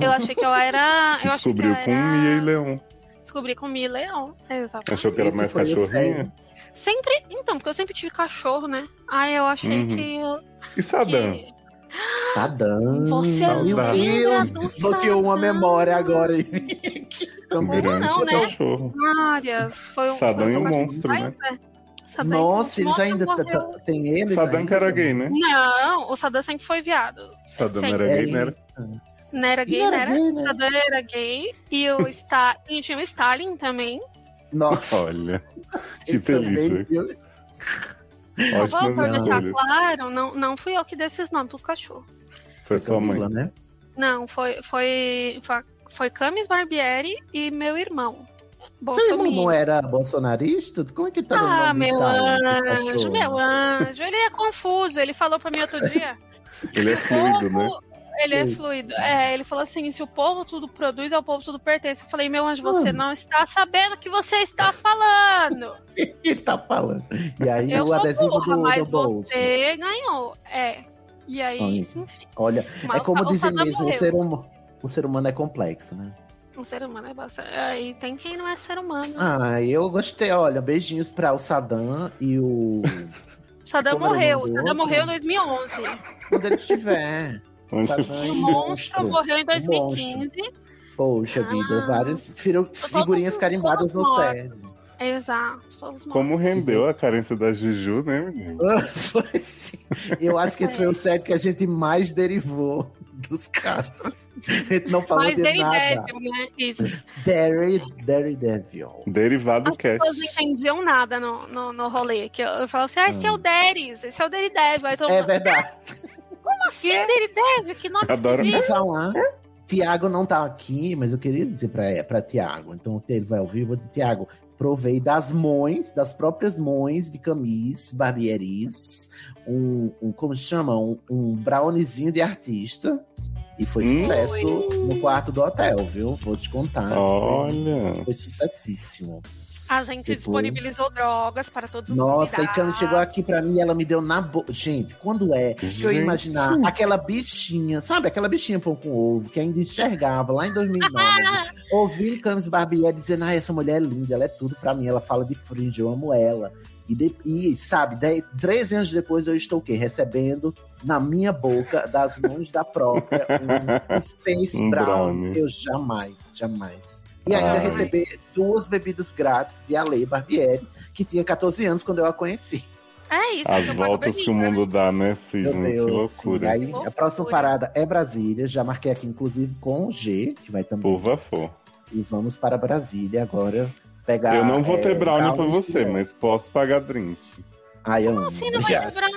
E: Eu
D: Uhum.
E: achei que eu era. Eu achei que eu
B: Descobriu com
E: era...
B: Mia e Leão.
E: Descobri com Mia e Leão. Exato.
B: Achou que era mais cachorrinha?
E: Sempre. Então, porque eu sempre tive cachorro, né? Aí eu achei
B: Uhum.
E: que. eu-
B: E Sadam?
D: Sadam.
E: Você é
D: Meu
E: linda
D: Deus,
E: do
D: desbloqueou uma memória agora. em mim. Também.
E: Uma não, né?
B: cachorro.
E: Várias. Foi um.
D: Sadam
E: foi
D: é um
E: cachorro
D: monstro,
E: mais,
D: né?
E: Sadam é um
D: Nossa, eles
E: monstro,
D: ainda tá- t-
E: morreu.
D: t- tem eles.
B: Sadam
D: ainda?
B: que era gay, né?
E: Não, o Sadam sempre foi viado.
B: Sadam
E: Sempre.
B: era gay, né? Era-
E: Não era gay,
D: Não
E: não
D: era
E: era?
D: gay, né?
E: O Sadam era gay. E o Stalin. E tinha o Stalin também.
D: Nossa.
B: Olha. Que
D: Eles também,
B: delícia.
D: viu?
E: Só pra, pra
B: Ótimas
E: deixar
B: escolhas.
E: claro, não, não fui eu que dei esses nomes pros cachorros.
B: Foi sua mãe.
D: né?
E: Não, foi, foi, foi, foi Camis Barbieri e meu irmão.
D: Seu irmão
E: Bolsominion.
D: não é era bolsonarista? Como é que tá
E: Ah,
D: no nome
E: meu
D: do
E: anjo, meu anjo. Ele é confuso. Ele falou pra mim outro dia.
B: Ele é fluido, né?
E: Ele é
B: Sim.
E: fluido. É, ele falou assim: se o povo tudo produz, ao povo tudo pertence. Eu falei, meu anjo,
D: Ah.
E: você não está sabendo o que você está falando.
D: Ele tá falando. E aí
E: Eu
D: o
E: sou
D: adesivo
E: burra,
D: do,
E: mas
D: do bolso.
E: você ganhou. É. E aí,
D: Olha,
E: enfim,
D: Olha,
E: Mas
D: é como
E: o tá
D: dizem
E: Saddam
D: mesmo, o
E: morreu.
D: ser, hum- o ser humano é complexo, né?
E: o ser humano é bastante. é, E tem quem não é ser humano.
D: Ah, eu gostei. Olha, beijinhos pra o Saddam e o.
E: Saddam
D: é como né? era o nome
E: morreu.
D: do
E: Saddam
D: outro?
E: morreu em 2011.
D: Quando ele estiver.
B: Onde
E: E
D: Saddam
E: o monstro morreu em
D: O É um monstro.
E: 2015.
D: Poxa vida, várias
E: Ah,
D: firo- figurinhas carimbadas no
E: mortos.
D: SED.
E: Exato. Todos mortos.
B: Como rendeu a carência da Juju, né, menino?
D: Foi sim. Eu acho que esse foi o SED que a gente mais derivou dos casos. A gente não falou
E: Mas
D: de
E: ele
D: nada.
E: deve, né? Isso.
D: Dare- Daredevil.
B: Derivado
E: As pessoas não entendiam nada no, no, no rolê. Que eu, eu falava assim, ah, esse é o Deres, esse é o Daredevil. Aí todo
D: É
E: mundo,
D: verdade.
E: como assim Daredevil? Que nome esquisito.
D: Começar lá. Tiago não tá aqui, mas eu queria dizer pra, pra Tiago. Então ele vai ouvir, eu vou dizer, Tiago, provei das mães, das próprias mães de camis, barbieris, um, um como se chama? Um, um brownizinho de artista. E foi sucesso no quarto do hotel, viu? Vou te contar.
B: Olha.
D: Foi, foi sucessíssimo.
E: A
B: Tipo,
E: gente
D: Depois.
E: disponibilizou drogas para todos os
D: Nossa, e quando
E: convidados.
D: chegou aqui pra mim, ela me deu na boca. Gente, quando é que eu ia
E: Gente.
D: imaginar aquela bichinha, sabe? Aquela bichinha pão com ovo, que ainda enxergava lá em 2009. ouvir Camis Barbier dizendo, ah, essa mulher é linda, ela é tudo pra mim, ela fala de fringe, eu amo ela. E, de- e, sabe, de, 13 anos depois eu estou o quê? Recebendo na minha boca, das mãos da própria, um Space
B: Um
D: Brown.
B: brownie.
D: Eu jamais, jamais. E
B: Ai.
D: ainda receber duas bebidas grátis de Ale Barbieri, que tinha 14 anos quando eu a conheci.
E: É isso,
B: As
E: eu pago
B: voltas que o
E: bebida, né?
B: mundo dá, né,
D: Meu
B: Cisne? Que
D: Deus. sim.
B: loucura.
D: Aí, a próxima parada é Brasília. Já marquei aqui, inclusive, com o G, que vai também.
B: Por favor.
D: E vamos para Brasília agora pegar.
B: eu não vou
D: é,
B: ter brownie pra
D: brownies
B: você,
D: de-
B: mas posso pagar drink.
D: Ai, eu,
E: Você assim não vai lembrar.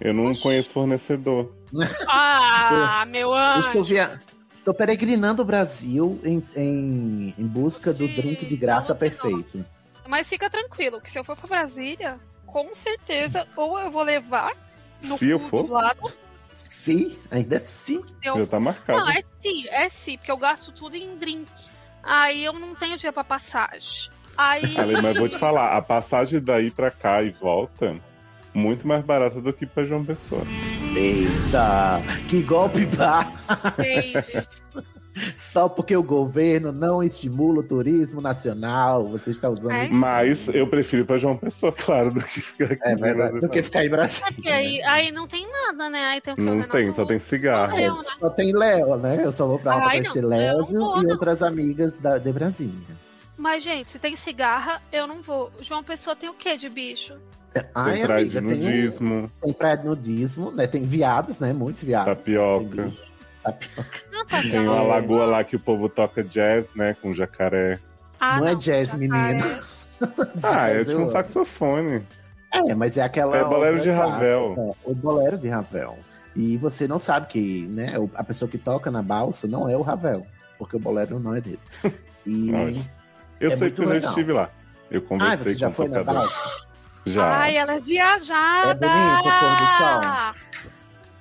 B: eu não conheço fornecedor.
E: Ah, meu
D: Eu
E: anjo.
D: estou via... Tô peregrinando o Brasil em, em, em busca do drink de graça perfeito.
E: Mas fica tranquilo, que se eu for pra Brasília, com certeza, ou eu vou levar no
B: Se eu
E: cu
B: for?
E: do lado.
D: Sim, ainda sim.
E: Eu...
B: Já tá marcado.
E: Não, é sim, é sim, porque eu gasto tudo em drink. Aí eu não tenho dia pra passagem. Aí.
B: Falei, mas vou te falar, a passagem daí pra cá e volta, muito mais barata do que pra João Pessoa.
E: Uhum.
D: Eita, que golpe baixo!
E: Gente.
D: Só porque o governo não estimula o turismo nacional, você está usando isso.
B: Mas eu prefiro ir pra João Pessoa, claro, do que ficar aqui.
D: É verdade,
B: né?
D: do que ficar em Brasília.
E: é Porque aí, aí não tem nada, né? Aí tem o que
B: Não
E: fazer na
B: tem, só tem cigarro.
E: Não, né?
D: É, Só tem Léo, né? Eu só vou pra lá pra
E: Ai,
D: conhecer
E: não, eu não
D: Léo e
E: vou, não.
D: outras amigas da, de Brasília.
E: Mas, gente, se tem cigarra, eu não vou. João Pessoa tem o quê de bicho?
D: Ai,
B: praia de
D: amiga, tem- um
B: nudismo.
D: Tem praia de nudismo, né? Tem viados, né? Muitos viados.
B: Tapioca.
D: Tem bicho. Tapioca.
E: tá
B: Tem uma lagoa lá que o povo toca jazz, né? Com jacaré.
E: Ah,
D: não, é jazz,
E: tá
D: menino.
B: Ah, é
D: Jazz,
B: tipo
D: eu
B: um
D: amo.
B: saxofone.
D: É, mas é aquela.
B: É bolero
D: obra
B: de
D: clássica, é
B: Ravel.
D: O bolero de Ravel. E você não sabe que, né? o- A pessoa que toca na balsa não é o Ravel, porque o bolero não é dele. E
B: Olha. Eu
D: é
B: sei
D: muito
B: que eu já
D: legal.
B: estive lá. Eu
D: Ah,
B: conversei
D: você já
B: com o
D: foi na
B: tocador.
D: balsa?
B: Já.
E: Ai, ela é viajada.
D: É bonito o pôr do sol.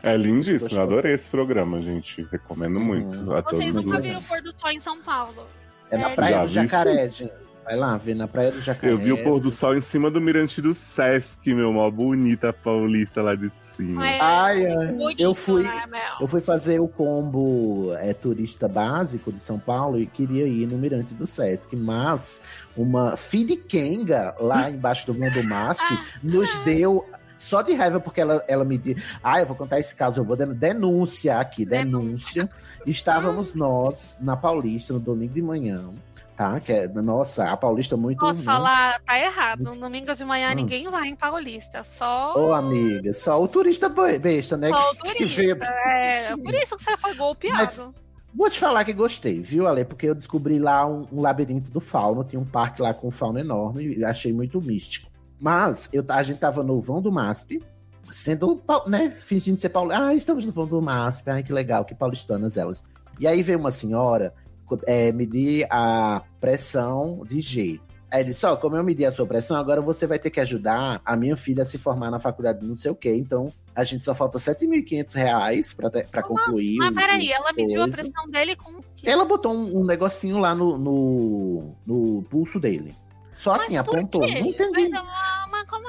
B: É lindíssimo, eu adorei esse programa, gente. Recomendo
E: Uhum.
B: muito a
E: Vocês
B: todos
E: nunca viram o
B: vocês.
E: pôr do sol em São Paulo.
D: É na
E: É,
D: Praia
B: Já
D: do
B: vi
D: Jacaré,
B: sim.
D: gente. Vai lá, vê na Praia do Jacaré.
B: Eu vi o pôr do sol em cima do mirante do Sesc, meu, mó bonita a paulista lá de cima.
E: É,
D: Ai, ai.
E: bonito,
D: Eu fui,
E: né, Mel?
D: eu fui fazer o combo é, turista básico de São Paulo e queria ir no Mirante do Sesc, mas uma fidiquenga lá embaixo do Vão do Masp
E: Ah,
D: nos deu. Só de raiva, porque ela, ela me disse. Ah, eu vou contar esse caso, eu vou den- denúncia aqui, denúncia. Estávamos nós na Paulista no domingo de manhã, tá? Que é, nossa, a Paulista muito.
E: Posso
D: né?
E: falar? Tá errado. No domingo de manhã
D: Hum.
E: ninguém vai em Paulista. Só,
D: Ô, amiga, só o turista be- besta, né?
E: só o
D: que- que vê-
E: turista. É, por isso que você foi golpeado.
D: Vou te falar que gostei, viu, Ale? Porque eu descobri lá um, um labirinto do fauno, tinha um parque lá com fauno enorme, e achei muito místico. Mas eu, ta- a gente tava no vão do MASP, sendo, pau- né, fingindo ser paulista. Ah, estamos no vão do MASP, ai que legal, que paulistanas elas. E aí veio uma senhora co- é, medir a pressão de G. Aí ele disse, ó, como eu medi a sua pressão, agora você vai ter que ajudar a minha filha a se formar na faculdade de não sei o quê. Então, a gente só falta R$ 7.500 reais pra, te- pra concluir.
E: Mas
D: o-
E: peraí,
D: o
E: ela mediu
D: coisa.
E: a pressão dele com.
D: Ela botou um, um negocinho lá no, no, no pulso dele. Só assim, apontou.
E: Por quê?
D: Não entendi.
E: Mas é uma, uma, como-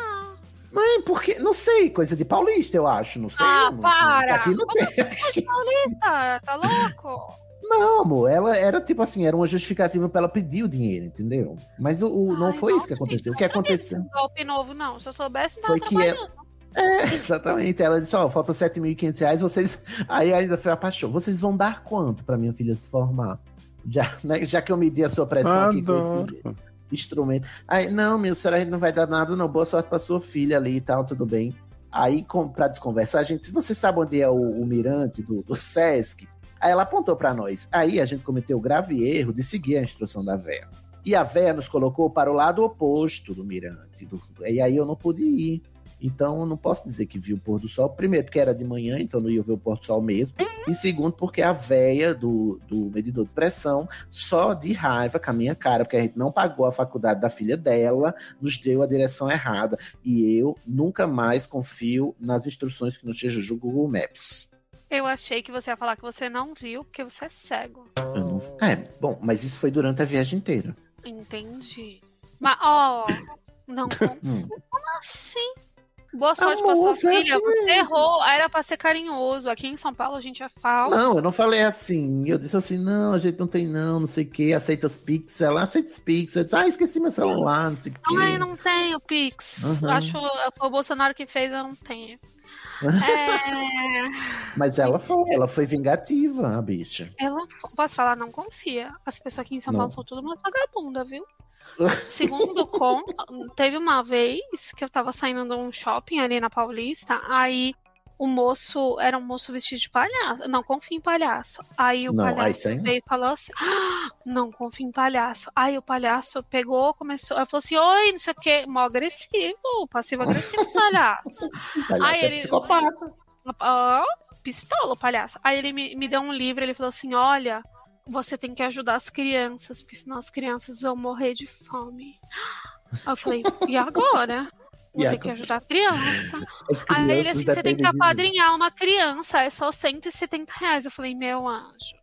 D: Mas porque, não sei, coisa de paulista, eu acho. Não sei.
E: Ah,
D: não- Isso
E: para!
D: aqui não
E: Como
D: tem.
E: de Paulista, tá louco?
D: Não, amor, ela era tipo assim, era uma justificativa pra ela pedir o dinheiro, entendeu? Mas o,
E: Ah,
D: o- não
E: então
D: foi isso que aconteceu. O que aconteceu?
E: Golpe novo, não. Se eu soubesse, não
D: Foi
E: tava
D: que
E: trabalhando.
D: É, exatamente. Ela disse, ó, falta 7.500 reais, vocês... Aí ainda foi apaixonado. Vocês vão dar quanto pra minha filha se formar? Já, né, já que eu medi a sua pressão aqui com esse
B: Adoro.
D: instrumento. Aí, não, minha senhora, a gente não vai dar nada, não. Boa sorte pra sua filha ali e tal, tudo bem. Aí, com, pra desconversar, a gente, se você sabe onde é o, o mirante do, do Sesc, aí ela apontou pra nós. Aí a gente cometeu o grave erro de seguir a instrução da véia. E a véia nos colocou para o lado oposto do mirante. do- e aí eu não pude ir. Então, eu não posso dizer que vi o pôr do sol. Primeiro, porque era de manhã, então eu não ia ver o pôr do sol mesmo. E segundo, porque a véia do, do medidor de pressão, só de raiva com a minha cara, porque a gente não pagou a faculdade da filha dela, nos deu a direção errada. E eu nunca mais confio nas instruções que nos seja o Google Maps.
E: Eu achei que você ia falar que você não viu, porque você é cego.
D: Eu não- É, bom, mas isso foi durante a viagem inteira.
E: Entendi. Mas, ó, não, como
D: Hum.
E: assim?
D: Ah,
E: Boa sorte pra
D: Amor,
E: sua
D: foi
E: filha.
D: assim
E: Você
D: mesmo.
E: errou, era pra ser carinhoso. Aqui em São Paulo a gente é falso.
D: Não, eu não falei assim. Eu disse assim, não, a gente não tem não, não sei o que, aceita os Pix, ela aceita os Pix. Eu disse, ah, esqueci meu celular, não sei o que.
E: Ai, não tenho Pix.
D: Uhum.
E: Acho foi o Bolsonaro que fez, eu não tenho. É...
D: Mas ela foi, ela foi vingativa, a bicha.
E: Ela, posso falar, não confia. As pessoas aqui em São
D: Não.
E: Paulo são tudo uma vagabunda, viu? Segundo com, teve uma vez que eu tava saindo de um shopping ali na Paulista, aí o moço era um moço vestido de palhaço. Não, confia em palhaço. Aí o
A: Não, aí
E: palhaço
A: sim.
E: veio e falou assim: "Ah, não confia em palhaço. Aí o palhaço pegou, começou, aí falou assim: oi, não sei o quê, mó agressivo, passivo agressivo, palhaço.
A: Palhaço é psicopata.
E: Ó, pistola, o palhaço. Aí ele me, me deu um livro, ele falou assim: olha, você tem que ajudar as crianças, porque senão as crianças vão morrer de fome. Aí eu falei, e agora? Vou
A: E
E: ter que
A: agora?
E: ajudar a criança.
A: As
E: Aí ele
A: crianças
E: assim, você tem
A: dependem de
E: que
A: mim."
E: apadrinhar uma criança, é só 170 reais. Eu falei, meu anjo.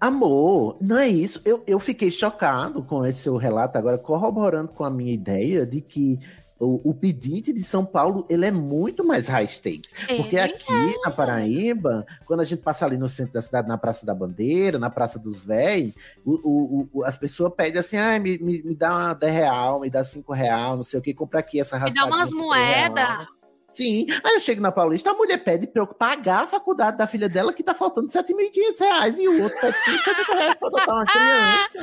D: Amor, não é isso. Eu, eu fiquei chocado com esse seu relato agora, corroborando com a minha ideia de que o, o pedinte de São Paulo ele é muito mais high stakes.
A: Ele
D: Porque aqui na Paraíba, quando a gente passa ali no centro da cidade, na Praça da Bandeira, na Praça dos Véi, o, o- o- as pessoas pedem assim: ah, me, me, me dá 10 real, me dá 5 real, não sei o que, compra aqui essa
E: Me dá
D: raspadinha.
E: umas
D: por três real.
E: moedas.
D: Sim, aí eu chego na Paulista, a mulher pede pra eu pagar a faculdade da filha dela, que tá faltando 7.500 reais, e o outro pede 170 reais pra adotar uma criança.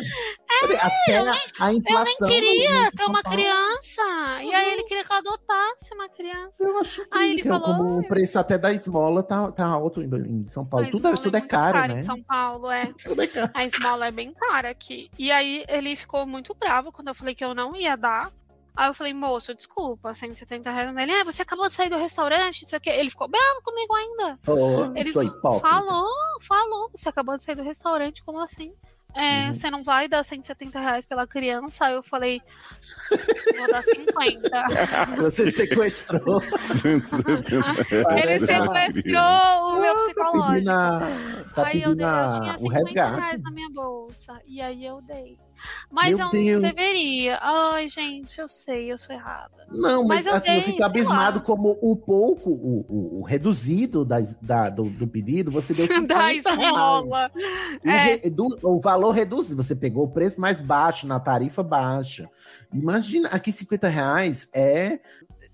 D: Quer dizer, Até
E: É, eu
D: a, a
E: Eu nem
D: inflação... Uhum.
E: queria ter uma
D: criança.
E: criança. E aí ele queria que eu adotasse uma criança. aí ele falou,
D: Como o preço até da esmola tá, tá alto em, em São Paulo.
E: A
D: Tudo, é-
E: esmola
D: tudo é
E: muito
D: caro,
E: cara
D: né?
E: tá em São Paulo, é.
D: Tudo é caro.
E: A esmola é bem cara aqui. E aí ele ficou muito bravo quando eu falei que eu não ia dar. Aí eu falei, moço, desculpa, 170 reais. Ele, é, você acabou de sair do restaurante, não sei o quê. Ele ficou bravo comigo ainda.
D: Sou- sou hipócrita.
E: falou, falou, você acabou de sair do restaurante, como assim? É, Você não vai dar 170 reais pela criança? Aí eu falei, vou dar 50.
D: Você sequestrou.
B: né?
A: Ele
D: Parece uma-
E: sequestrou o meu
D: Tá
E: psicológico.
D: pedindo, a- tá
E: aí eu,
D: pedindo
E: dei, eu
D: a-
E: tinha
D: o
E: 50
D: resgate.
E: reais na minha bolsa. E aí eu dei. Mas
D: Meu
E: eu
D: Deus.
E: não deveria. Ai, gente, eu sei, eu sou errada.
D: Não, mas, assim, eu fico
E: sei lá.
D: abismado como o pouco, o, o- o reduzido das- da- do, do pedido, você deu 50
E: Da
D: reais.
E: esmola.
D: O,
E: É,
D: re- do- o valor reduzido, você pegou o preço mais baixo, na tarifa baixa. Imagina, aqui 50 reais é...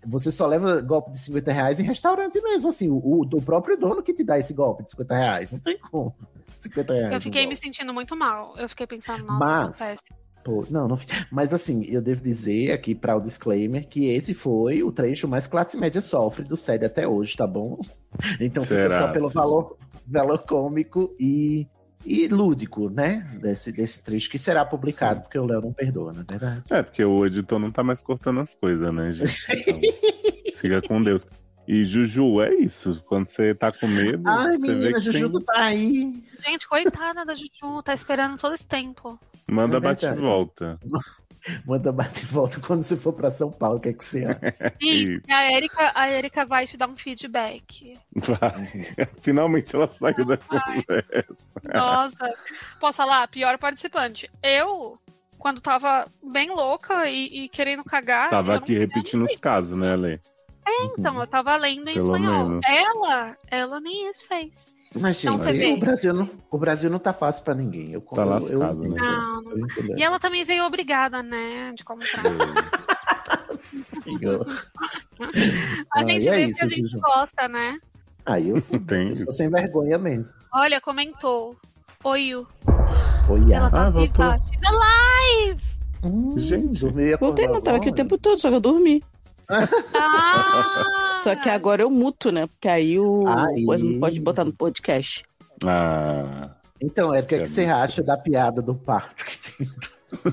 D: Você só leva golpe de 50 reais em restaurante mesmo, assim, o, o do próprio dono que te dá esse golpe de 50 reais. Não tem como. 50 reais.
E: eu
D: um
E: fiquei me sentindo muito mal. Eu fiquei pensando, nossa,
D: Mas-
E: que péssimo.
D: Pô, não, não. fi- Mas assim, eu devo dizer aqui para o disclaimer que esse foi o trecho mais classe média sofre do série até hoje, tá bom? Então fica
B: Será,
D: só pelo
B: sim?
D: valor, valor cômico e, e lúdico, né? Desse, desse trecho que será publicado, porque o Léo não perdoa, na verdade.
B: É, porque o editor não tá mais cortando as coisas, né, gente? Então, fica com Deus. E Juju, é isso. Quando você tá com medo.
E: Ai,
B: você vê
E: menina,
B: que
E: Juju
B: tem...
D: tá aí.
E: Gente, coitada da Juju, tá esperando todo esse tempo.
B: Manda
D: É
B: bate e
D: verdade.
B: volta.
D: Manda bate e volta quando você for para São Paulo, o que é que você acha?
E: E a Erika, a Erika vai te dar um feedback.
B: Vai.
E: Uhum.
B: Finalmente ela saiu da conversa.
E: Nossa, posso falar? Pior participante. Eu, quando tava bem louca e, e querendo cagar.
B: Tava
E: eu não-
B: aqui repetindo os casos, né, Lê?
E: É, então,
D: Uhum.
E: eu tava lendo em
B: Pelo
E: espanhol.
B: menos.
E: Ela, ela nem isso fez.
D: Mas,
E: Não,
D: gente,
E: você vê.
D: o, Brasil não, o Brasil não tá fácil para ninguém. Eu,
B: Tá lascado,
D: É,
B: né?
E: Não, não. E ela também veio obrigada, né? De comprar.
D: Senhor.
E: A
D: Ah,
E: gente
D: e é
E: vê
D: isso,
E: que a gente
D: Juju.
E: gosta, né?
D: Aí eu sou, eu sou sem vergonha mesmo.
E: Olha, comentou. Oi, Yu.
D: Olha.
E: Ela tá
D: Ah,
E: viva.
D: voltou.
E: She's alive!
D: Gente,
C: Hum. Voltei, não, tava aqui o tempo todo, só que eu dormi. Só
E: Ah,
C: que agora eu muto, né? Porque aí o
D: Aí.
C: coisa não pode botar no podcast.
B: Ah.
D: Então, é o que, é que você acha da piada do parto que tem?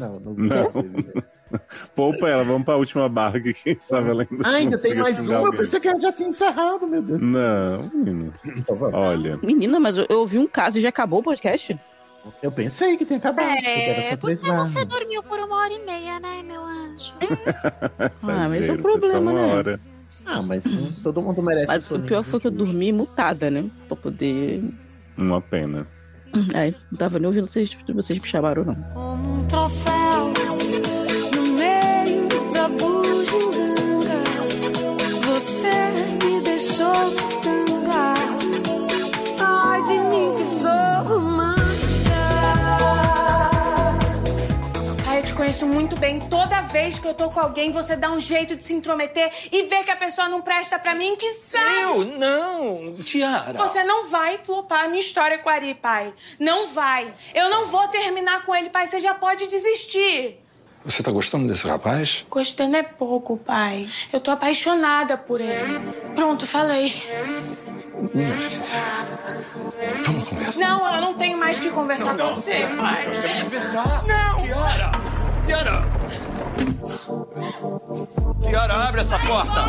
D: Não, né? não.
B: Não. Poupa ela, vamos pra última barra que quem sabe ela ainda.
D: Ah, ainda tem
B: consiga
D: mais
B: xingar
D: uma? Eu
B: alguém.
D: pensei que ela já tinha encerrado, meu Deus. Então,
B: Não, menino. Olha,
C: Menina, mas eu, eu ouvi um caso e já acabou o podcast? Ah,
D: Eu pensei que tinha acabado.
E: É,
D: pensei que era só três barras.
E: Você dormiu por uma hora e meia, né, meu anjo?
D: É.
C: Ah, mas esse é
B: Exagero,
C: um problema,
B: só tá uma
C: né?
B: hora.
D: Ah, mas hum, todo mundo merece
C: Mas o
D: soninho.
C: pior foi que eu dormi mutada, né? Tô poder.
B: Uma pena.
C: Ai, não tava nem ouvindo vocês, vocês me chamaram, não.
A: um troféu no meio da bujinganga. Você me deixou de tanga. Ai de mim que sou romântica.
K: Ai, eu te conheço muito bem. Toda vez que eu tô com alguém, você dá um jeito de se intrometer e ver que a pessoa não presta pra mim, que saco!
L: Eu não, Tiara.
K: Você não vai flopar a minha história com o Ari, pai. Não vai. Eu não vou terminar com ele, pai. Você já pode desistir.
L: Você tá gostando desse rapaz?
K: Gostando é pouco, pai. Eu tô apaixonada por ele. Pronto, falei.
L: Vamos conversar.
K: Não, eu não tenho mais que conversar
L: Não, não.
K: com você, pai.
L: Nós
C: é
L: temos que conversar.
K: Não!
L: Tiara! Tiara! Tiara, abre essa porta!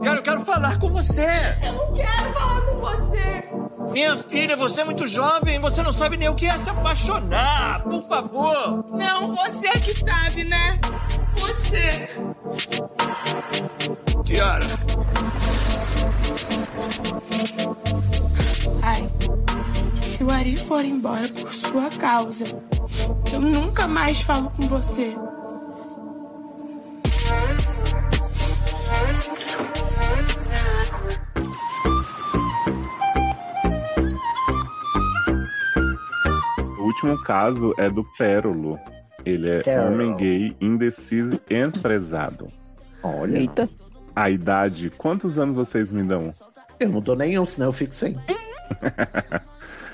L: Tiara, eu quero falar com você!
K: Eu não quero falar com você!
L: Minha filha, você é muito jovem, você não sabe nem o que é se apaixonar! Por favor!
K: Não, você que sabe, né? Você.
L: Tiara!
K: Ai, se o Ari for embora por sua causa, eu nunca mais falo com você.
B: O último caso é do Pérolo. Ele é
C: Pérolo.
B: homem gay, indeciso e empresado.
D: Olha.
C: Eita.
B: A idade, quantos anos vocês me dão?
D: Eu não dou nenhum, senão eu fico sem.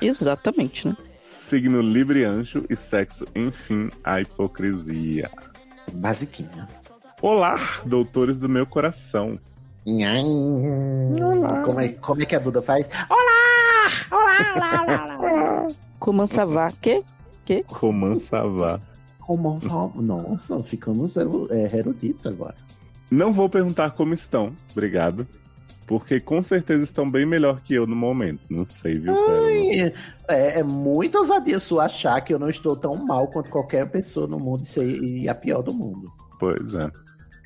C: Exatamente, né?
B: Signo livre anjo e sexo, enfim, a hipocrisia.
D: Basiquinha.
B: Olá, doutores do meu coração.
D: Como é, como é que a Duda faz?
A: Olá! Olá, olá, olá, olá.
C: Comança vá, que? Que?
B: Roman Savá.
D: Como? Nossa, ficamos é, eruditos agora.
B: Não vou perguntar como estão, obrigado. Porque com certeza estão bem melhor que eu no momento. Não sei, viu, Pérolo?
D: Ai, é, é muito ousadia sua achar que eu não estou tão mal quanto qualquer pessoa no mundo e ser- e a pior do mundo.
B: Pois é.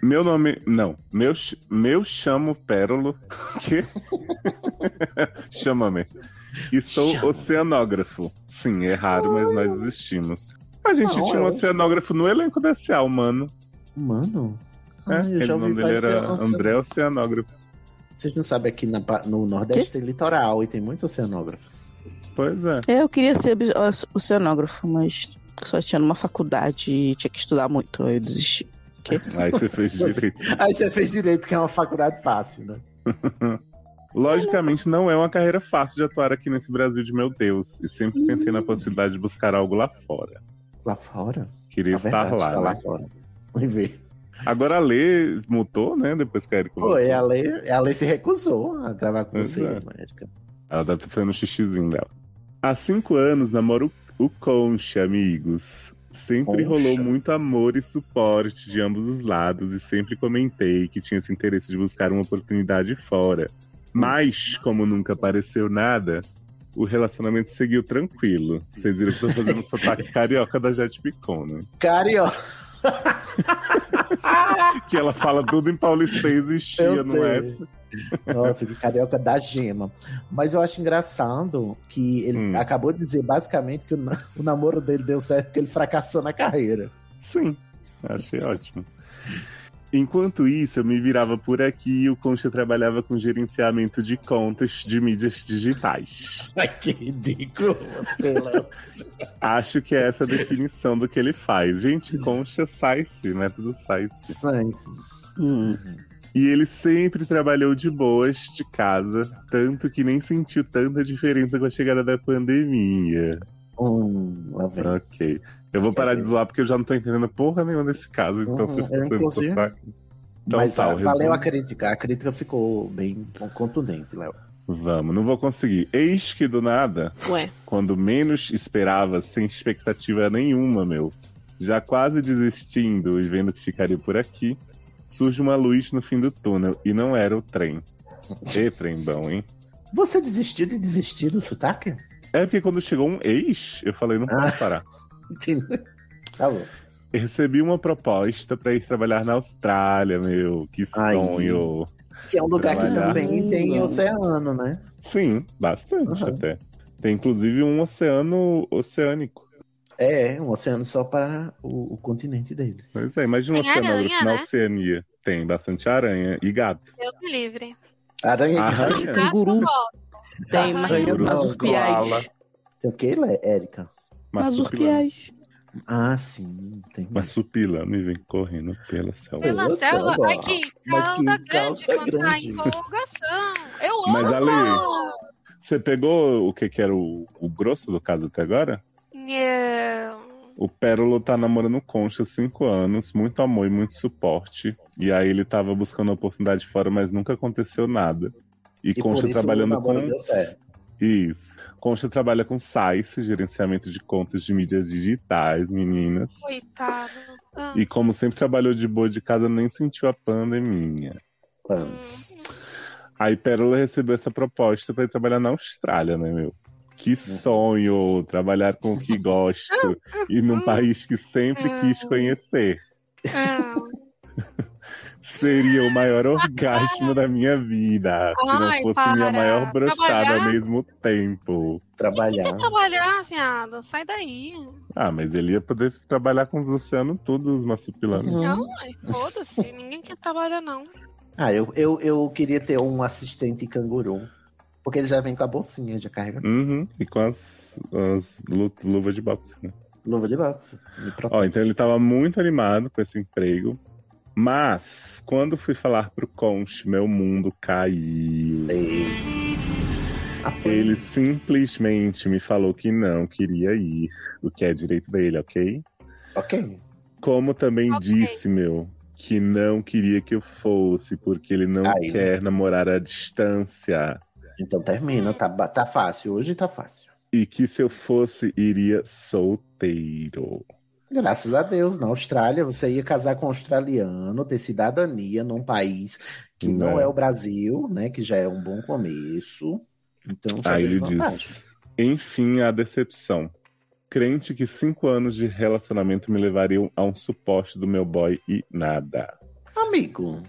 B: Meu nome. Não. Meu, ch- meu chamo Pérolo. Que? Chama-me. E sou oceanógrafo. Sim, é raro, mas nós existimos. A gente
D: Não,
B: tinha um
D: eu-
B: oceanógrafo no elenco da SA, humano.
D: Mano?
B: É,
D: Ai, eu
B: aquele
D: já ouvi
B: nome dele
D: vários
B: era
D: oceanógrafos.
B: André Oceanógrafo.
D: Vocês não sabem aqui na pa- no Nordeste tem litoral e tem muitos oceanógrafos.
B: Pois é.
C: É, eu queria ser bi- ó, oceanógrafo, mas só tinha numa faculdade e tinha que estudar muito, aí eu desisti. Que?
B: Aí você fez direito.
D: Aí você fez direito, que é uma faculdade fácil, né?
B: Logicamente, não é uma carreira fácil de atuar aqui nesse Brasil de meu Deus. E sempre pensei na possibilidade de buscar algo lá fora.
D: Lá fora?
B: Queria
D: Na
B: estar
D: verdade,
B: lá,
D: tá
B: né?
D: lá fora. Vamos ver.
B: Agora a Lê mutou, né? Depois que a Erika
D: Pô, e
B: voltou.
D: a lei, a lei se recusou a gravar com
B: Pois
D: você,
B: é.
D: Érica.
B: Ela deve estar fazendo o xixizinho dela. Há cinco anos namoro o Concha, amigos. Sempre
D: Concha.
B: rolou muito amor e suporte de ambos os lados e sempre comentei que tinha esse interesse de buscar uma oportunidade fora. Mas, como nunca apareceu nada, o relacionamento seguiu tranquilo. Vocês viram que eu tô fazendo um sotaque carioca da Jet Picon, né?
D: Carioca.
B: Que ela fala tudo em paulistês e chia,
D: Eu
B: não
D: sei.
B: é? essa?
D: Nossa, que carioca da gema. Mas eu acho engraçado que ele
B: Hum.
D: acabou de dizer basicamente que o, na- o namoro dele deu certo porque ele fracassou na carreira.
B: Sim, achei ótimo. Enquanto isso, eu me virava por aqui e o Concha trabalhava com gerenciamento de contas de mídias digitais.
D: Ai, que ridículo você, Léo.
B: Acho que é essa a definição do que ele faz. Gente, Concha sai-se, método sai-se.
D: Sai-se. Uhum.
B: E ele sempre trabalhou de boas de casa, tanto que nem sentiu tanta diferença com a chegada da pandemia.
D: Hum, lá vem.
B: Ok. Eu vou parar de zoar porque eu já não tô entendendo porra nenhuma nesse caso, então
D: Hum,
B: você
D: eu,
B: fica dando
D: inclusive,
B: sotaque. Então
D: Mas
B: tá,
D: ah,
B: o
D: valeu
B: resumo.
D: a crítica. A crítica ficou bem contundente, Léo.
B: Vamos, não vou conseguir. Eis que do nada,
E: Ué.
B: quando menos esperava, sem expectativa nenhuma, meu, já quase desistindo e vendo que ficaria por aqui, surge uma luz no fim do túnel e não era o trem. Ê, trem bom, hein?
D: Você desistiu de desistir do sotaque?
B: É porque quando chegou um ex, eu falei, não posso parar.
D: Entendi. Tá bom.
B: Eu Recebi uma proposta pra ir trabalhar na Austrália, meu. Que sonho.
D: Que é um lugar que
B: Trabalhar.
D: também tem oceano, né?
B: Sim, bastante até. Tem inclusive um oceano oceânico.
D: É, um oceano só para o, o continente deles.
B: Pois é, imagina um
E: Tem
B: oceanógrafo
E: aranha,
B: na
E: né?
B: Oceania. Tem bastante aranha e gato.
E: Deus me livre.
D: Aranha
B: Aranha?
E: Canguru.
C: Tem
D: Aranha
C: mas
D: não,
C: os piais.
D: koala. Tem o que, Lé- Érica?
C: Marsupiais.
D: Ah, sim. Tem.
B: Marsupilame vem correndo pela selva.
E: Pela selva, ai que
D: Mas que é
E: calda grande
D: cauda
E: quando tá
B: grande.
E: em empolgação. Eu amo!
B: Mas, Ale, Você pegou o que que era o, o grosso do caso até agora?
E: Não.
B: O Pérola tá namorando Concha há cinco anos, muito amor e muito suporte. E aí ele tava buscando a oportunidade fora, mas nunca aconteceu nada. E,
D: por
B: Concha
D: isso o
B: trabalhando
D: namoro
B: com.
D: deu certo.
B: Isso. Concha trabalha com SAIS, gerenciamento de contas de mídias digitais, meninas.
E: Coitado. Ah.
B: E como sempre trabalhou de boa de casa, nem sentiu a pandemia.
E: Ah.
B: Aí Pérola recebeu essa proposta pra ir trabalhar na Austrália, né, meu?
E: Uhum.
B: Que sonho! Trabalhar com o que gosto e num país que sempre
E: É.
B: quis conhecer.
E: Ah.
B: Seria o maior orgasmo da minha vida. Se não
E: Ai,
B: fosse minha
E: para.
B: maior brochada ao
E: Trabalhar?
B: mesmo tempo.
E: Quer
D: Trabalhar.
E: trabalhar, viado? Sai daí.
B: Ah, mas ele ia poder trabalhar com os oceanos todos, os marsupilames.
E: Não, ai, foda-se. Ninguém quer trabalhar, não.
D: Ah, eu, eu, eu queria ter um assistente canguru. Porque ele já vem com a bolsinha, já carrega.
B: Uhum, e com as, as lu- luvas de boxe, né?
D: Luva de boxe.
B: Ó, então ele tava muito animado com esse emprego. Mas, quando fui falar pro Conch, meu mundo caiu. Ele simplesmente me falou que não queria ir, o que é direito dele, ok?
D: Ok.
B: Como também disse, meu, que não queria que eu fosse, porque ele não
D: Aí.
B: quer namorar à distância.
D: Então termina, tá, ba- tá fácil. Hoje tá fácil.
B: E que se eu fosse, iria solteiro.
D: Graças a Deus, na Austrália, você ia casar com um australiano, ter cidadania num país que não,
B: Não.
D: é o Brasil, né? Que já é um bom começo. Então, só
B: Aí ele
D: vejo vantagem.
B: diz: Enfim, a decepção. Crente que cinco anos de relacionamento me levariam a um suporte do meu boy e nada.
D: Amigo,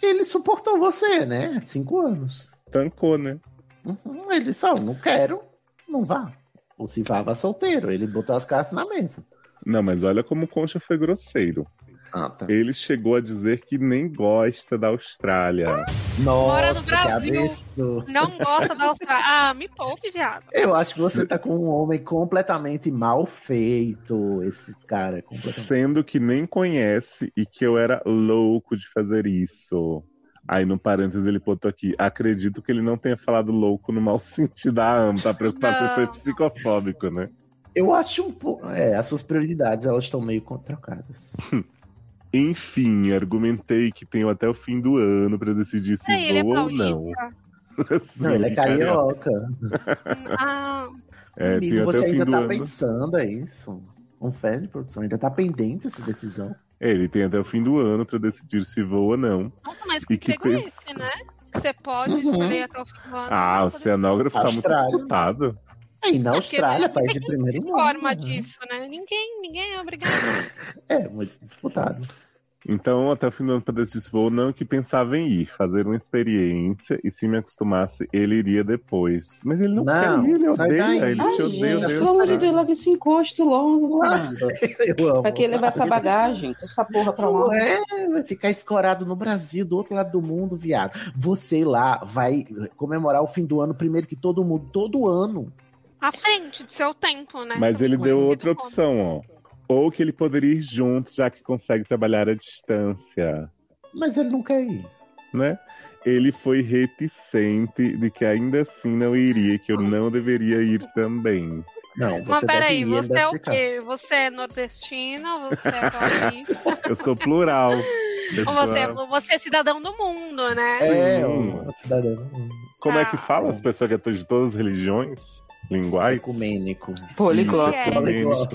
D: ele suportou você, né? Cinco anos.
B: Tancou, né?
D: Uhum, ele só, não quero, não vá. Ou se vá, vá solteiro. Ele botou as cartas na mesa.
B: Não, mas olha como o Concha foi grosseiro. Ele chegou a dizer que nem gosta da Austrália.
E: Mora no Brasil. Não gosta da Austrália. Ah, me poupe, viado.
D: Eu acho que você tá com um homem completamente mal feito, esse cara. é Completamente...
B: Sendo que nem conhece e que eu era louco de fazer isso. Aí no parênteses ele botou aqui: acredito que ele não tenha falado louco no mau sentido. Ah, tá preocupado se
D: Não.
B: foi psicofóbico, né?
D: Eu acho um pouco. É, as suas prioridades elas estão meio trocadas.
B: Enfim, argumentei que tenho até o fim do ano pra decidir se
E: Peraí, ele é
B: vou ou
E: paulista.
B: não. Assim,
D: Não, ele é carioca.
E: Ah,
B: É,
D: Amigo,
B: tem até o
D: você
B: fim
D: ainda
B: do
D: tá
B: ano.
D: pensando, é isso? Confere, produção, ainda tá pendente essa decisão.
B: É, Ele tem até o fim do ano pra decidir se vou ou não.
E: nossa, mas que
B: E que
E: emprego é
B: pensa-
E: esse, né? Que Você pode
D: Uhum.
E: escolher até o fim do ano.
B: Ah, o oceanógrafo tá muito
D: Austrália.
B: disputado.
D: Aí na
E: É porque
D: Austrália,
E: ninguém
D: país de primeiro
E: se
D: mundo.
E: forma disso, né? Ninguém, ninguém é obrigado.
D: É, muito disputado.
B: Então, até o fim do ano pra decidir se vou ou não, que pensava em ir, fazer uma experiência, e se me acostumasse, ele iria depois. Mas ele não, quer ir, ele
C: sai
B: odeia,
D: tá
C: daí.
B: ele
C: Ai,
B: te odeia,
C: gente,
D: é
B: odeia.
C: Pelo amor de Deus, larga esse encosto logo. cara.
D: Eu amo.
C: Ah, Pra que levar essa bagagem? Essa porra pra
D: Não
C: lá.
D: é, vai ficar escorado no Brasil, do outro lado do mundo, viado. Você lá vai comemorar o fim do ano primeiro que todo mundo, todo ano.
E: À frente do seu tempo, né?
B: Mas ele deu
E: Também.
B: outra opção, ó. Ou que ele poderia ir junto, já que consegue trabalhar à distância.
D: Mas ele não quer ir.
B: né? Ele foi reticente de que ainda assim não iria, que eu não deveria ir também.
D: Não,
E: Mas peraí, você é o quê? Você é nordestino, você é paulista,
B: Eu sou plural. Eu
E: ou
B: sou
E: você,
B: a-
E: é, você é cidadão do mundo, né?
B: Sim. Como é que
E: Ah.
B: fala as pessoas que são de todas as religiões? Linguais?
D: Ecumênico.
E: Poliglota.
B: É, Ecumênico.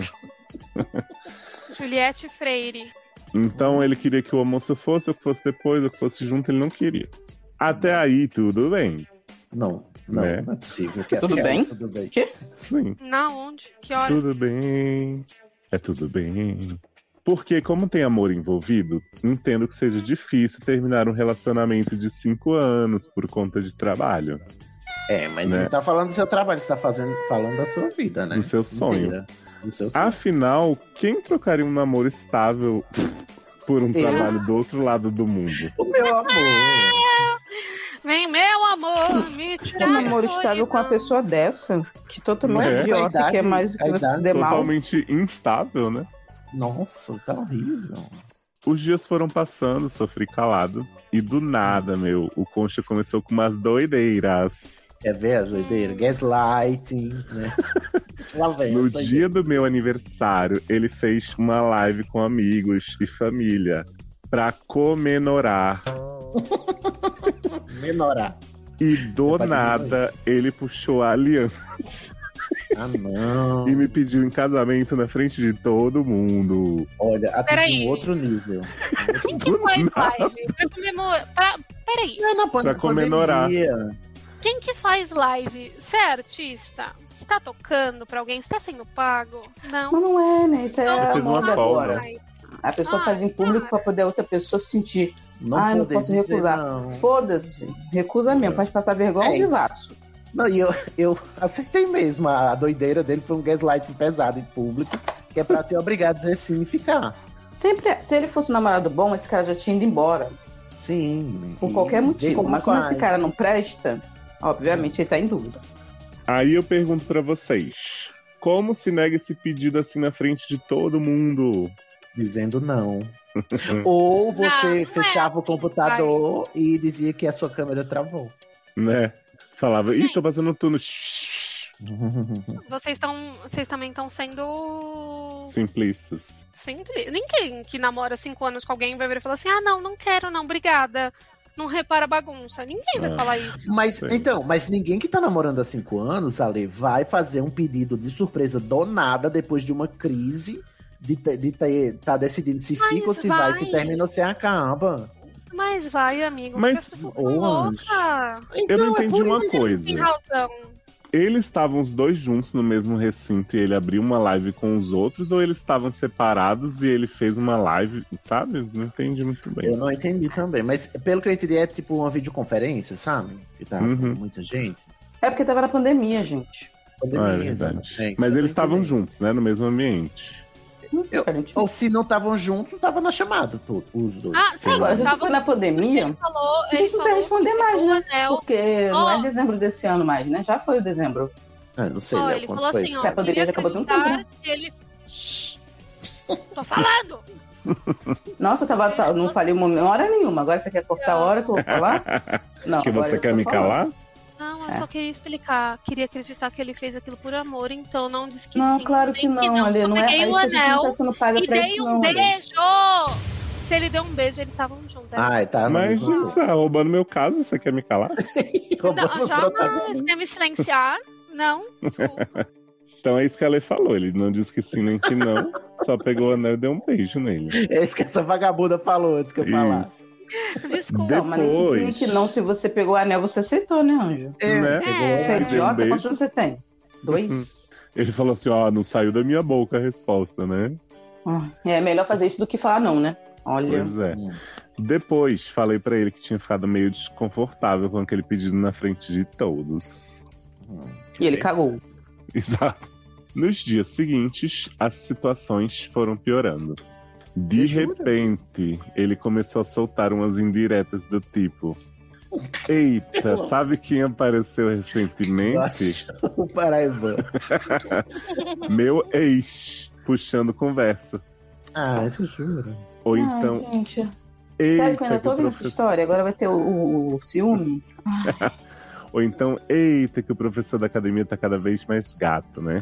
E: Juliette Freire.
B: Então ele queria que o almoço fosse, ou que fosse depois, ou que fosse junto, ele não queria. Até aí, tudo bem.
D: Não, não, não é possível. que-
B: Tudo
D: que-
B: bem?
D: Tudo bem.
B: Sim.
E: Na onde? Que hora?
B: Tudo é bem. É tudo bem. Porque, como tem amor envolvido, entendo que seja difícil terminar um relacionamento de cinco anos por conta de trabalho.
D: É, mas
B: Né?
D: não tá falando do seu trabalho, você tá fazendo, falando da sua vida, né?
B: Do seu sonho. Ah.
D: Inteira. Do seu sonho.
B: Afinal, quem trocaria um namoro estável por um
D: Eu.
B: trabalho do outro lado do mundo?
D: Meu amor.
E: Vem, meu amor, me tira.
C: Um namoro
E: da
C: estável com uma pessoa dessa, que totalmente
B: Né?
C: idiota, que é mais do que você der mal.
B: Totalmente instável, né?
D: Nossa, tá horrível.
B: Os dias foram passando, sofri calado. E do nada, meu, o Concha começou com umas doideiras.
D: Quer ver as doideiras? Gaslighting, né? Lá vem.
B: No
D: as doideiras.
B: dia do meu aniversário, ele fez uma live com amigos e família pra comemorar.
D: Menorar.
B: E do nada, ele puxou a aliança.
D: Ah, não.
B: E me pediu em casamento na frente de todo mundo.
D: Olha,
E: Peraí.
D: atingiu um outro nível.
E: Quem que faz live? Pra comemorar. Pra... Peraí.
B: Pra comemorar.
E: Quem que faz live? Você é artista? Você tá tocando pra alguém? Você tá sendo pago? Não.
C: Mas
E: Então,
C: não é, né? Isso é
E: Não,
C: a
E: fez uma
C: moda
E: folga.
C: agora. A pessoa
D: Ah,
E: Ai,
C: faz em
D: tá.
C: público pra poder a outra pessoa sentir.
D: Não
C: ah, eu não
D: poder
C: posso
D: dizer
C: recusar.
D: não.
C: Foda-se. Recusa mesmo, faz passar vergonha
D: Hum. É
C: de
D: isso.
C: vaso.
D: Não, e eu, eu acertei mesmo. A doideira dele foi um gaslighting pesado em público, que é pra te obrigar a dizer sim e ficar.
C: Sempre, é. se ele fosse um namorado bom, esse cara já tinha ido embora.
D: Sim.
C: Por
D: E
C: qualquer motivo.
D: digo,
C: Mas como
D: faz.
C: esse cara não presta, obviamente ele tá em dúvida.
B: Aí eu pergunto pra vocês: como se nega esse pedido assim na frente de todo mundo?
D: Dizendo não. Ou
B: Não,
D: você
B: não é
D: fechava o computador e dizia que a sua câmera travou.
B: né? Falava, ih, tô passando turno. Shhh.
E: Vocês estão. Vocês também estão sendo.
B: Simplistas.
E: Sempre. Ninguém que namora cinco anos com alguém vai vir e falar assim: ah, não, não quero, não, obrigada. Não repara a bagunça. Ninguém vai
D: Ah.
E: falar isso.
D: Mas, então, mas ninguém que tá namorando há cinco anos, Ale, vai fazer um pedido de surpresa do nada depois de uma crise de, te- de ter- tá decidindo se
E: Mas
D: fica ou se
E: vai.
D: vai. se termina ou se acaba.
E: Mas vai, amigo.
B: Mas-
E: Mas... As pessoas tão loucas.
B: Eu
D: Então, é
B: não é entendi uma coisa.
E: Tem razão.
B: Eles estavam os dois juntos no mesmo recinto e ele abriu uma live com os outros, ou eles estavam separados e ele fez uma live, sabe? Não entendi muito bem.
D: Eu não entendi também. Mas pelo que eu entendi, é tipo uma videoconferência, sabe? Que tá com muita gente.
C: É porque tava na pandemia, gente.
B: Ah, Uhum. é
D: Pandemia,
B: verdade.
D: exatamente.
B: Mas eles estavam juntos, né? No mesmo ambiente.
D: Eu- ou se não estavam juntos, tava na chamada, todos, os dois.
E: Ah, sim,
C: Agora, já
E: tava-
C: foi na pandemia.
E: Falou, é um
C: Por isso não sei responder mais, né? Porque não
E: Ó.
C: é dezembro desse ano mais, né? Já foi o dezembro.
D: Ah, não sei,
E: Ó,
D: Léo,
E: ele
D: quando
E: falou
D: foi
E: assim,
D: isso? Tá
E: ó.
C: Que a pandemia já acabou de um tempo, né?
E: Claro que ele. Shhh. Tô falando!
C: Nossa, eu tava, tá- não falei uma hora nenhuma. Agora você quer cortar a hora que eu vou falar? Não,
B: que
C: agora
B: você
C: eu
B: quer
C: tô
B: me
C: falando.
B: calar?
E: Não,
C: É.
E: eu só queria explicar. Queria acreditar que ele fez aquilo por amor, então não disse que
C: Não,
E: sim.
C: claro que
E: nem
C: não, Ale,
E: Só
C: não é-
E: peguei
C: aí
E: o
C: você não
E: anel
C: tá sendo paga
E: e
C: pra
E: dei
C: isso,
E: um
C: não, Ale.
E: beijo! Se ele deu um beijo, eles estavam juntos. era
D: Ai,
E: isso.
D: tá.
B: Mas,
D: mas não.
B: gente, você tá roubando meu caso, você quer me calar?
D: então
E: Não, jamais. Quer me silenciar? Não.
B: então é isso que a Lê falou. Ele não disse que sim nem que não, só pegou o anel e deu um beijo nele.
D: É isso que essa vagabunda falou antes que eu falar.
E: Desculpa.
C: Não, mas não
B: Depois.
C: dizia que não, se você pegou o anel, você aceitou, né, Anjo?
B: É. Né? É.
C: Você é
B: Pegou, deu um
C: idiota,
B: beijo.
C: quantos anos você tem? Dois?
B: Ele falou assim: ó, não saiu da minha boca a resposta, né?
C: É melhor fazer isso do que falar não, né? Olha.
B: Pois é. Depois falei pra ele que tinha ficado meio desconfortável com aquele pedido na frente de todos.
C: E
B: é.
C: ele cagou.
B: Exato. Nos dias seguintes, as situações foram piorando. De repente, ele começou a soltar umas indiretas do tipo: Eita, sabe quem apareceu recentemente?
D: Nossa, o Paraíba.
B: Meu ex, puxando conversa.
D: Ah, isso jura.
B: Ou então,
C: Ai, gente.
B: Eita,
C: Sabe que eu ainda
B: que
C: tô ouvindo essa
B: professor-
C: história? Agora vai ter o, o- o ciúme?
B: Ou então, eita, que o professor da academia tá cada vez mais gato, né?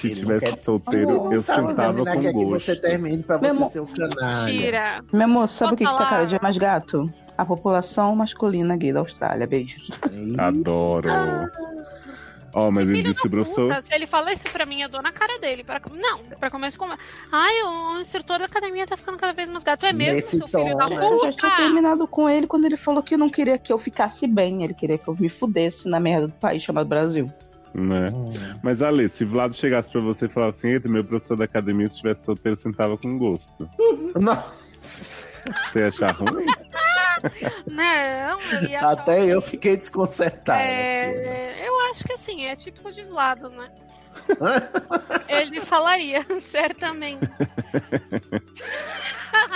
B: Se tivesse solteiro, eu sentava
D: Sabe é né,
B: com
D: que
B: gosto.
D: você termine pra
C: Meu
D: você
C: amor.
D: ser o canalha.
C: Meu amor, sabe
D: Vou
C: o que, que tá
D: falar.
C: cada dia mais gato? A população masculina gay da Austrália. Beijo.
B: Adoro.
D: Ah.
B: Ó, mas ele desbruçou.
E: Puta, se ele fala isso pra mim, eu dou na cara dele. Pra... Não, pra começo com. Ai, o instrutor da academia tá ficando cada vez mais gato. É mesmo,
D: Nesse
E: seu filho
D: tom,
E: da
D: né?
C: Eu
E: puta?
C: já tinha terminado com ele quando ele falou que não queria que eu ficasse bem. Ele queria que eu me fudesse na merda do país chamado Brasil.
B: Né? Mas, Ale, se Vlado chegasse pra você e falasse assim, eita, meu professor da academia, se estivesse solteiro, sentava com gosto. Você ia achar ruim?
E: Não, eu
C: Tá
E: ia achar-
D: Até eu fiquei desconcertado. né?
E: É, eu acho que assim, é típico de Vlado, né? Ele falaria, certamente.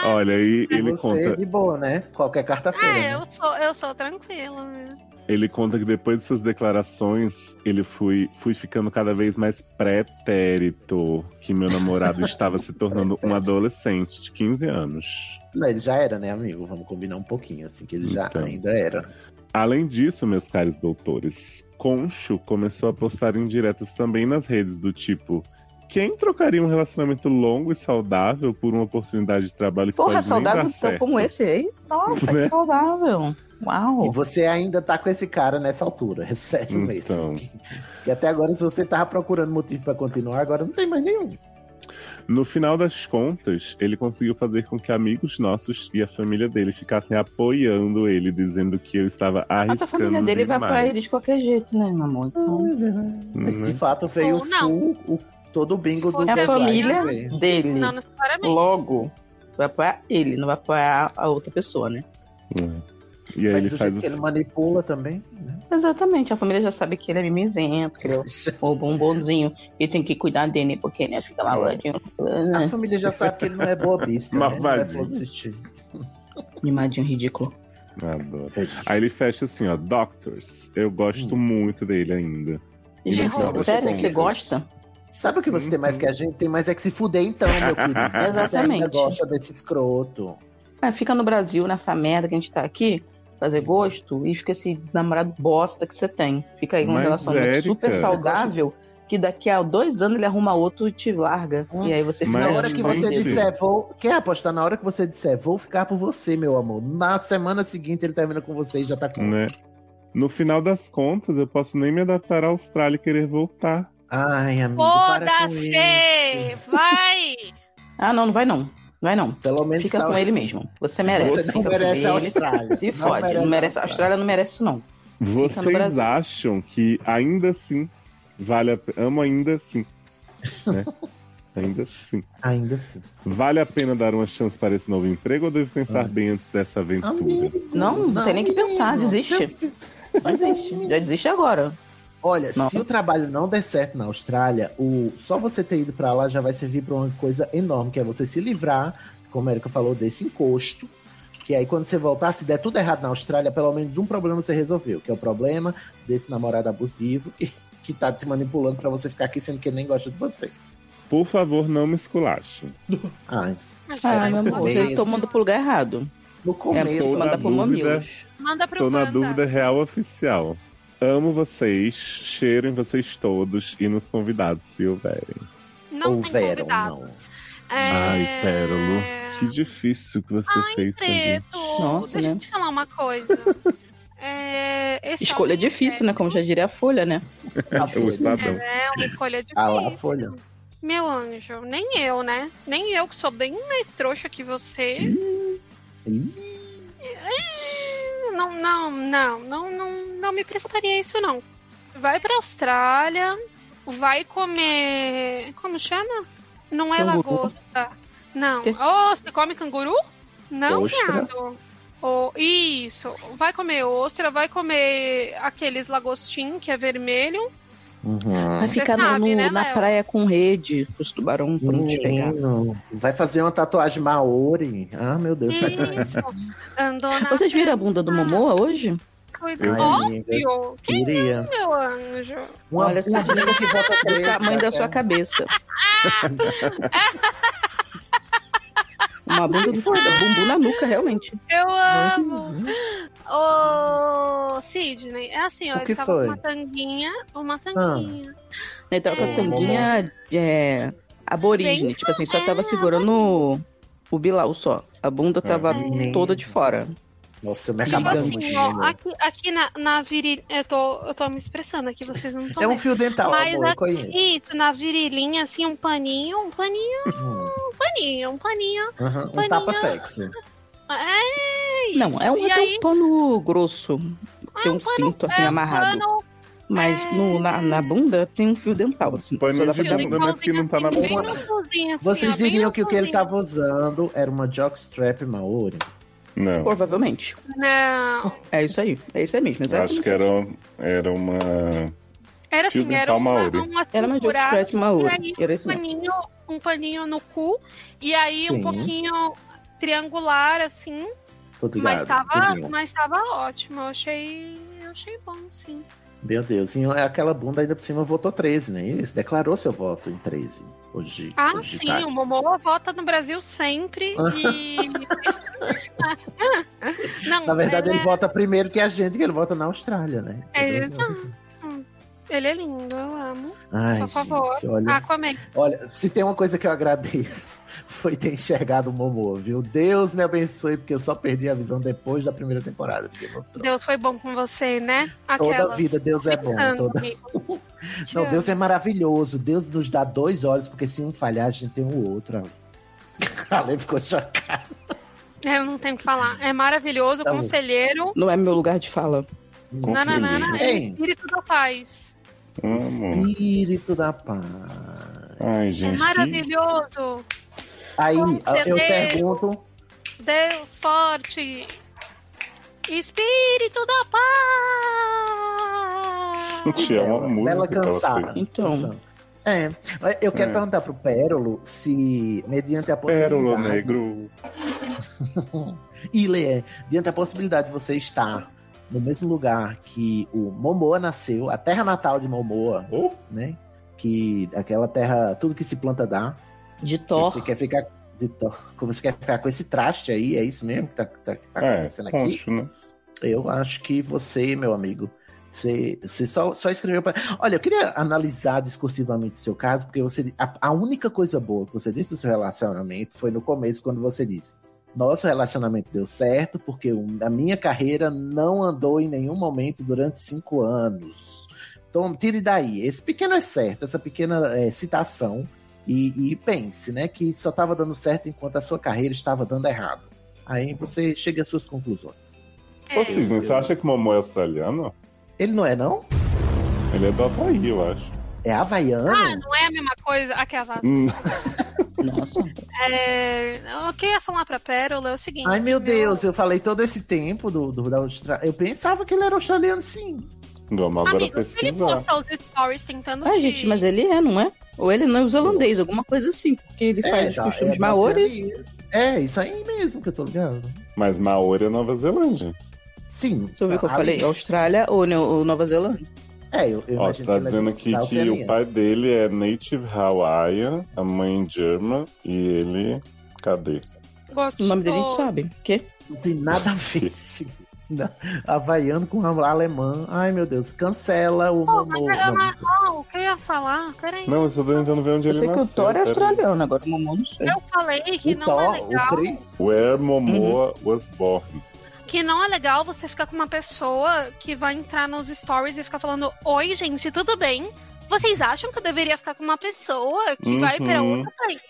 B: Olha, aí ele
D: você
B: conta.
D: de boa, né? Qualquer quarta-feira.
E: É,
D: né?
E: eu sou, eu sou tranquila. né?
B: Ele conta que depois dessas declarações, ele foi, fui ficando cada vez mais pretérito. Que meu namorado estava se tornando um adolescente de 15 anos.
D: Não, Ele já era, né, amigo? Vamos combinar um pouquinho, assim, que ele já
B: Então.
D: ainda era.
B: Além disso, meus caros doutores, Concho começou a postar indiretas também nas redes do tipo. Quem trocaria um relacionamento longo e saudável por uma oportunidade de trabalho que
C: Porra,
B: pode nem dar
C: saudável então,
B: certo?
C: como esse aí? Nossa,
B: Né?
C: que saudável. Uau.
D: E você ainda tá com esse cara nessa altura, é sério mesmo.
B: Então.
D: Que, que até agora, se você tava procurando motivo pra continuar, agora não tem mais nenhum.
B: No final das contas, ele conseguiu fazer com que amigos nossos e a família dele ficassem apoiando ele, dizendo que eu estava
C: Mas
B: arriscando.
C: a família dele vai pra
B: demais.
C: ele de qualquer jeito, né, meu amor? Então...
D: É Mas
B: Né?
C: tipo
D: de fato veio
C: Ou não.
D: full, o, todo o bingo
C: É
D: dos
C: a
D: designs,
C: família
D: né?
C: dele.
D: Não necessariamente.
C: Logo, vai apoiar ele, não vai apoiar a outra pessoa, né?
B: E aí
D: Mas
B: ele
D: do
B: faz
D: jeito
B: o
D: que ele manipula também. né?
C: Exatamente, a família já sabe que ele é mimizento, que ele é o bombonzinho e tem que cuidar dele, porque ele fica né? maladinho.
D: A família já sabe que ele não é boa bisca. né? Ele não é
B: Malvadinho.
D: flor do sítio. é
C: Mimadinho ridículo.
B: Adoro. Aí ele fecha assim, ó, Doctors. Eu gosto muito dele ainda. E
D: é
B: no final das contas-
D: Sabe o que você tem mais que a gente? Tem mais é que se fuder então, meu querido. Você ainda
C: Exatamente.
D: gosta desse escroto.
C: Ah, fica no Brasil, nessa merda que a gente tá aqui, fazer gosto, e fica esse namorado bosta que você tem. Fica aí com um
D: Mas,
C: relacionamento
D: Érica-
C: super saudável, que daqui a dois anos ele arruma outro e te larga.
D: Hum.
C: E aí você fica.
D: na hora que você
C: gente.
D: disser, vou. Quer apostar? Na hora que você disser, vou ficar por você, meu amor. Na semana seguinte ele termina com você e já tá com.
B: Né? No final das contas, eu posso nem me adaptar à Austrália e querer voltar.
D: Ai, amigo,
E: Foda-se! Vai!
C: Ah, não, não vai não. Vai não.
D: Pelo menos
C: Fica
D: sabe-
C: com ele mesmo. Você merece.
D: Você não
C: Fica com
D: merece a
C: ele.
D: Austrália.
C: Se
D: Não
C: fode.
D: merece
C: não
D: a
C: merece. A Austrália não merece isso, não. no
B: Vocês
C: Brasil.
B: acham que ainda assim vale a pena. Amo ainda assim. né? ainda assim.
D: Ainda assim.
B: Vale a pena dar uma chance para esse novo emprego ou devo
C: Ah.
B: pensar bem antes dessa aventura?
C: Não, não tem nem que pensar. Desiste.
D: Desiste.
C: Já desiste agora.
D: Olha,
C: Não.
D: se o trabalho não der certo na Austrália, o só você ter ido pra lá já vai servir pra uma coisa enorme, que é você se livrar, como a Erika falou, desse encosto. Que aí quando você voltar, se der tudo errado na Austrália, pelo menos um problema você resolveu, que é o problema desse namorado abusivo que, que tá te manipulando pra você ficar aqui sendo que ele nem gosta de você.
B: Por favor, não me esculache.
D: Ai.
C: Ah, meu amor, você
B: começo.
C: tomou pro lugar errado.
D: No
B: começo,
C: é, você manda
B: na
C: pro
B: dúvida,
C: mamilos.
E: Manda pro
B: Estou na
E: Wanda.
B: dúvida real oficial. Amo vocês, cheiro em vocês todos e nos convidados, se houverem.
E: Não tem
B: Houveram,
E: convidados.
B: Ai,
E: É,
B: Pérola, que difícil que você fez com
E: Preto,
C: Nossa,
E: deixa
C: né?
E: eu te falar uma coisa. É, esse
C: Escolha difícil, né? Como já diria a Folha, né?
B: O Estadão.
E: É uma escolha difícil.
C: Ah,
D: Tá
C: Folha.
E: Meu anjo, nem eu, né? Nem eu, que sou bem mais trouxa que você. É, Não, não, não, não, não, não me prestaria isso, não. Vai pra Austrália, vai comer. Como chama? Não é
A: Canguru.
E: lagosta. Não. Oh, você come canguru? Não,
A: Ostra.
E: viado. Oh, isso. Vai comer ostra, vai comer aqueles lagostim que é vermelho.
C: Uhum. Vai ficar
E: Você
C: no-
E: sabe,
C: no-
E: né,
C: na
E: Léo?
C: praia com rede, os tubarão pra não te pegar.
D: Menino, Vai fazer uma tatuagem Maori. Ah, meu Deus.
E: Isso. Andou na
C: Vocês viram a bunda do Momoa hoje?
E: Cuida-
D: Ai,
E: Óbvio!
D: amiga.
E: Quem
D: Queria.
E: não, meu anjo?
C: Olha, essa bunda que volta do tamanho
B: é.
C: da sua cabeça. Uma bunda do
B: é.
C: bumbum na nuca, realmente.
E: Eu amo! Ô, Sidney, é assim, ó,
C: O
E: ele
C: que
E: tava
C: foi?
E: com uma tanguinha,
D: Ah,
E: uma tanguinha.
C: Ele tava Né, então, com a
E: É.
C: tanguinha é, aborígene, tipo assim, só tava segurando o, o Bilal só. A bunda
B: É.
C: tava toda de fora.
D: Nossa, eu me
E: Tipo
D: acabava muito.
E: assim, ó, aqui, aqui na, na virilha. Eu tô, eu tô me expressando aqui, vocês não estão.
D: É um fio dental, amor, eu conheço.
E: Isso, na virilhinha, assim, um paninho, um paninho,
D: Hum.
E: um paninho, um paninho.
D: Aham, Um
E: paninho.
D: tapa-sexo.
E: É isso.
C: Não, é um,
E: e
C: é um
E: aí,
C: pano grosso. Tem um,
E: pano-
C: cinto assim
E: é um
C: amarrado.
E: pano- é.
C: Mas no, na, na bunda tem um fio dental. Assim,
B: Paninho
C: só dá
B: de
C: pra dar
B: bunda, mas que não tá na
E: Bem
B: bunda.
E: gostosinho, assim,
D: Vocês
E: ó, bem
D: diriam que o que ele
E: gostosinho.
D: tava usando era uma jockstrap Maori?
B: Não.
C: Provavelmente.
E: Não.
C: É isso aí. É isso aí mesmo.
B: Eu Acho
C: exatamente.
B: que era, era uma.
E: Era
B: Fio
E: assim,
B: dental
E: era uma,
B: maori.
E: uma
C: Era uma
E: cinturada,
C: jockstrap maori,
E: e aí
C: era
E: um
C: isso mesmo.
E: paninho, um paninho no cu, e aí um
D: Sim.
E: pouquinho triangular, assim,
D: Tô ligado.
E: mas tava,
D: entendeu?
E: mas tava ótimo, eu achei, eu achei bom, sim.
D: Meu Deus, e aquela bunda ainda por cima votou 13, né? Ele declarou seu voto em 13. Hoje.
E: Ah,
D: hoje
E: sim,
D: tarde.
E: o Momoa vota no Brasil sempre e... Não,
D: Na verdade,
E: ele
D: ele vota primeiro que a gente, que ele vota na Austrália, né?
E: é, é,
D: Entendeu?
E: exato. Ele é lindo, eu amo. Ah,
D: Ai,
E: Por favor,
D: gente, olha-
E: Aquaman.
D: Olha, se tem uma coisa que eu agradeço, foi ter enxergado o Momo, viu? Deus me abençoe, porque eu só perdi a visão depois da primeira temporada. de Game of Thrones.
E: Deus foi bom com você, né?
D: Toda vida Deus é bom.
E: Brincando,
D: toda-
E: amigo. Te
D: Não,
E: amo.
D: Deus é maravilhoso. Deus nos dá dois olhos, porque se um falhar, a gente tem o outro. Ale. Ale ficou chocada.
E: É, Eu não tenho o que falar. É maravilhoso,
D: Tá bom.
E: conselheiro.
C: Não é meu lugar de fala.
E: Nananana, é
D: Ei.
E: espírito da paz.
B: Amo.
D: Espírito da paz.
B: Ai, gente.
E: é maravilhoso.
D: Aí ah, eu
E: Conselheiro.
D: pergunto.
E: Deus forte. Espírito da paz.
B: Gente, é uma
D: Bela-
B: música
D: bela
B: que ela
D: cansada.
B: fez.
D: Então. É, eu
B: É.
D: quero perguntar pro Pérolo se, mediante a possibilidade.
B: Pérola Negro.
D: E Lê, diante da possibilidade de você estar no mesmo lugar que o Momoa nasceu, a terra natal de Momoa, né? Que aquela terra, tudo que se planta dá.
C: De Thor.
D: Você quer ficar de Thor. que Você quer ficar com esse traste aí, é isso mesmo que tá, tá- que tá
B: É,
D: acontecendo aqui?
B: acho, né?
D: Eu acho que você, meu amigo, você, você só, só escreveu pra. Olha, eu queria analisar discursivamente o seu caso, porque você a, a única coisa boa que você disse do seu relacionamento foi no começo, quando você disse: Nosso relacionamento deu certo, porque o- a minha carreira não andou em nenhum momento durante cinco anos. Então, tire daí. Esse pequeno excerto, essa pequena eh, citação, e, e pense, né, que só estava dando certo enquanto a sua carreira estava dando errado. Aí você chega às suas conclusões.
E: É,
B: Ô, Cisne, você acha que o Momo é australiano?
D: Ele não é, não?
B: Ele é do Havaí, eu acho. Hum,
D: É havaiano?
E: Ah, não é a mesma coisa? Aquela.
C: Nossa.
E: É... O que eu ia falar pra Pérola é o seguinte.
D: Ai, meu Deus, eu falei todo esse tempo do, do da Austrália. Eu pensava que ele era australiano, sim.
B: Vamos agora
E: Amigo, se ele
B: pesquisar.
E: posta os stories tentando
C: Ah,
E: te...
C: gente, mas ele é, não é? Ou ele é neozelandês, alguma coisa assim. Porque ele
D: É,
C: faz
D: tá,
C: costumes
D: é
C: maori.
D: brasileiro. É, isso aí mesmo que eu tô ligado.
B: Mas Maori é Nova Zelândia.
D: Sim.
C: Você ouviu o que eu
B: Ah,
C: falei?
B: ali-
C: Austrália ou, Neo- ou Nova Zelândia?
D: É, eu,
B: Ó, você tá dizendo aqui
C: da
B: que
C: Oceania.
B: o pai dele é native Hawaiian, a mãe German, e ele. Cadê?
C: O nome dele é a gente sabe. Quê?
D: Não tem nada a ver. sim. Na- Havaiano com alemão. Ai, meu Deus. Cancela o
E: Pô,
D: Momo.
E: mas, é mas, ó, Ah, o que eu ia falar? Peraí.
B: Não, eu tô tentando ver onde
C: Eu
B: ele
C: sei que o
B: nasceu.
C: Thor é
B: peraí.
C: australiano, agora o Momo não
B: é-
C: sei.
E: Eu falei que
B: Então,
E: não é legal.
B: Where Momoa
C: Uhum.
B: was born.
E: Que não é legal você ficar com uma pessoa que vai entrar nos stories e ficar falando: Oi, gente, tudo bem? Vocês acham que eu deveria ficar com uma pessoa que vai
D: Uhum.
E: pra outro país?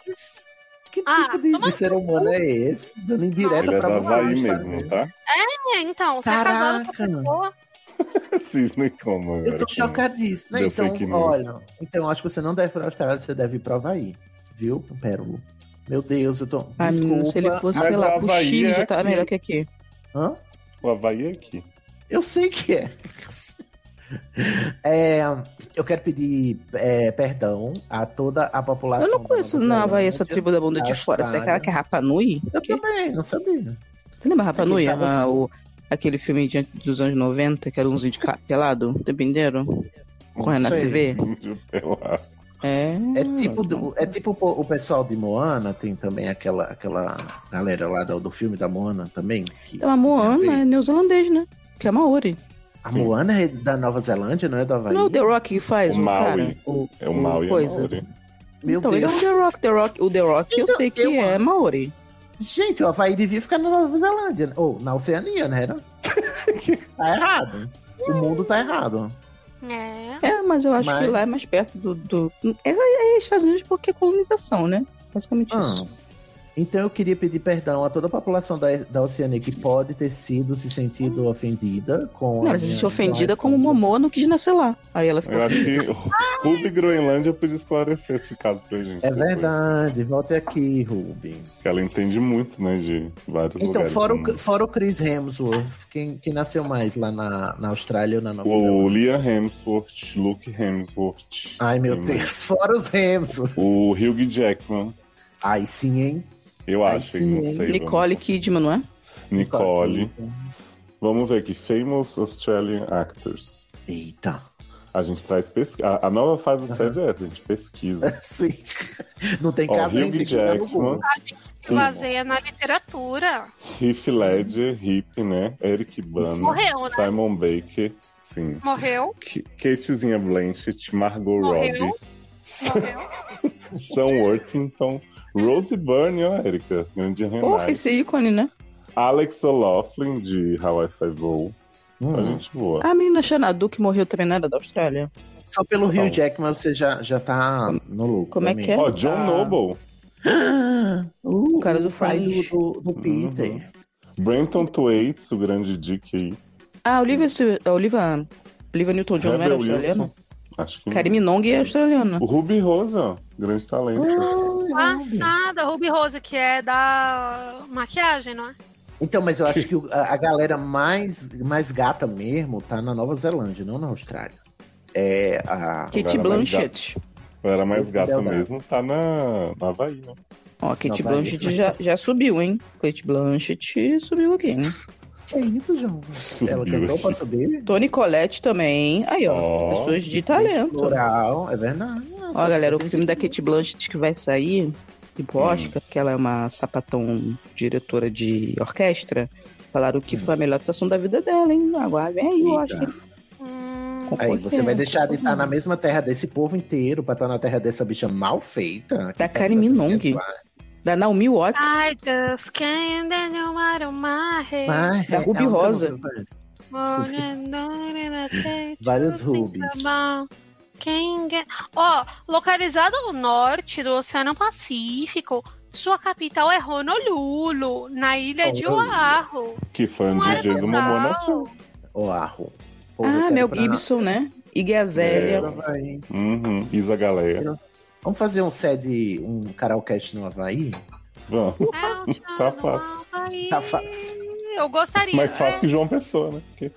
D: Que
E: ah,
D: tipo de, de ser humano é esse? Dando indireta
B: Ele é
D: pra
B: da
D: você.
B: Havaí
D: no Instagram.
B: mesmo, tá?
E: é, então, você é casado com a pessoa.
B: Cisne como.
D: Eu tô chocadíssimo. Né?
B: Deu
D: Então,
B: fake news.
D: olha, então acho que você não deve ir pra Austrália, você deve ir pra Havaí, viu, Pérola? Meu Deus, eu tô.
C: Ah, menino,
D: Desculpa.
C: se ele fosse, sei lá, pro Chile, já tava melhor que é aqui.
D: Hã?
B: O Havaí é aqui.
D: Eu sei que é. É, eu quero pedir é, perdão a toda a população.
C: Eu não
D: da
C: conheço
D: Nova
C: na Havaí
D: Zelândia,
C: essa tribo da bunda de fora. Você é aquela que é Rapa Nui?
D: Eu também, não sabia.
C: Você lembra Rapa
D: Aquele
C: Nui?
D: tava
C: Ah,
D: assim.
C: o- Aquele filme de- dos anos 90, que era uns índios ca- pelado, dependeram? Correndo na
D: Sei.
C: TV? É.
D: É tipo, do- é tipo o o pessoal de Moana, tem também aquela, aquela galera lá do, do filme da Moana também. que-
C: Então, a Moana é neozelandês, né? Que é Maori.
D: A Moana é da Nova Zelândia, não é do Havaí?
C: Não é o The Rock que faz,
D: O
C: o,
D: Maui.
C: cara. O,
D: É o Maui, é
C: coisa.
D: Maori. Meu
C: então,
D: Deus.
C: ele é o The Rock. The Rock o The Rock eu
D: Então,
C: sei que
D: eu
C: é Maori.
D: Gente, o Havaí devia ficar na Nova Zelândia, né? ou na Oceania, né? Era? tá errado. O mundo tá errado.
E: É.
C: É, mas eu acho que
D: Mas-
C: lá é
D: Ah,
C: mais perto do. do... É, é Estados Unidos porque é colonização, né? Basicamente isso.
D: Então eu queria pedir perdão a toda a população da, da Oceania que pode ter sido se sentido ofendida com.
C: Não,
D: a
C: ela se
D: minha
C: sentiu é ofendida
D: relação.
C: como o Momô não quis nascer lá. Aí ela ficou.
B: Eu acho que Ruby Groenlândia podia esclarecer esse caso pra gente.
D: É
B: depois.
D: verdade, volte aqui, Ruby.
B: Porque ela entende muito, né, de vários
D: Então,
B: lugares.
D: fora
B: do mundo.
D: o, fora o Chris Hemsworth, quem, quem nasceu mais lá na, na Austrália ou na Nova Zelândia?
B: O Liam Hemsworth, Luke Hemsworth.
D: Ai, meu Deus, fora os Hemsworth.
B: O Hugh Jackman.
D: Ai, sim, hein?
B: Eu acho, hein? Não sei. vamos-
C: Nicole Kidman, não é?
B: Nicole.
D: então.
B: Vamos ver aqui. Famous Australian Actors.
D: Eita.
B: A gente traz pesquisa. A, a nova fase do sede é essa, a gente pesquisa.
D: Sim. Não tem
B: Ó,
D: caso
B: Hugh
D: ainda que tá no Google.
B: Jackman,
E: Se baseia na literatura.
B: Heath Ledger, Hip, né? Eric Bana,
E: Morreu, né?
B: Simon Baker, sim.
E: Morreu.
B: K- Katezinha Blanchett, Margot
E: Morreu.
B: Robbie, Sam Worthington, Rose Byrne, ó, Erika, grande
C: Porra,
B: Renata.
C: esse é ícone, né?
B: Alex O'Loughlin, de How I Five O. Só
C: Uhum.
B: gente boa.
C: A menina Xanadu que morreu também não era da Austrália.
D: Só pelo Hugh Jackman você já, já tá no lucro.
C: Como é que é?
B: Ó, John Noble.
D: Ah, uh, o
C: cara do
D: pai
C: Fringe.
D: do, do Peter.
B: Brenton Thwaites, o grande Dick aí.
C: Ah, Olivia, Sil- a Olivia, Olivia Newton-John não era
B: Rebel
C: australiana?
B: Wilson. Acho que
C: Carmen Minong é australiana.
B: O Ruby Rosa, grande talento.
C: Ah,
D: Ah,
E: Passada, Ruby Rose, que é da maquiagem, não é?
D: Então, mas eu acho que o- a, a galera mais, mais gata mesmo tá na Nova Zelândia, não na Austrália. É a.
C: Kate Agora mais Blanchett.
B: Ela era mais
D: Esse
B: gata
D: Deodato.
B: mesmo, tá na, na Havaí, né?
C: Ó, a Kate
D: Nova
C: Blanchett
D: Iorque.
C: já, já subiu, hein? Kate Blanchett subiu aqui, hein? é
D: Que isso, João? Ela cantou pra subir?
C: Tony Colette também, hein? Aí, ó. pessoas de talento.
D: Plural, é verdade.
C: Tá Ó, galera, o filme da Kate Blanchett que vai sair, tipo
D: Hum.
C: Oscar, que ela é uma sapatão diretora de orquestra, falaram
D: Hum.
C: que foi a melhor atuação da vida dela, hein? Aguardem aí, o Oscar.
E: Hum.
C: Com
D: Aí você
C: certeza.
D: vai deixar de
C: é.
D: estar na mesma terra desse povo inteiro pra estar na terra dessa bicha mal feita?
C: Da Karen Minong. Da Naomi Watts.
E: I just can't let you out of my head.
D: é,
C: da
D: um
C: Ruby Rosa.
E: Morning, morning, I say
D: Vários
E: it's
D: Rubies.
E: about Quem get- Ó, localizado ao norte do Oceano Pacífico, sua capital é Honolulu, na ilha de
D: Honolulu.
E: Oahu.
B: Que foi um onde o Jesus Momô nasceu.
D: O Arro.
C: Ah, Mel Gibson, né? Iggy Azalea.
B: Uhum. Isa Galera.
D: Vamos fazer um sede, um karaokast no Havaí?
B: Vamos.
E: É,
B: Tá fácil.
D: Tá fácil.
E: Eu gostaria.
B: Mais fácil
E: é,
B: que João Pessoa, né? Porque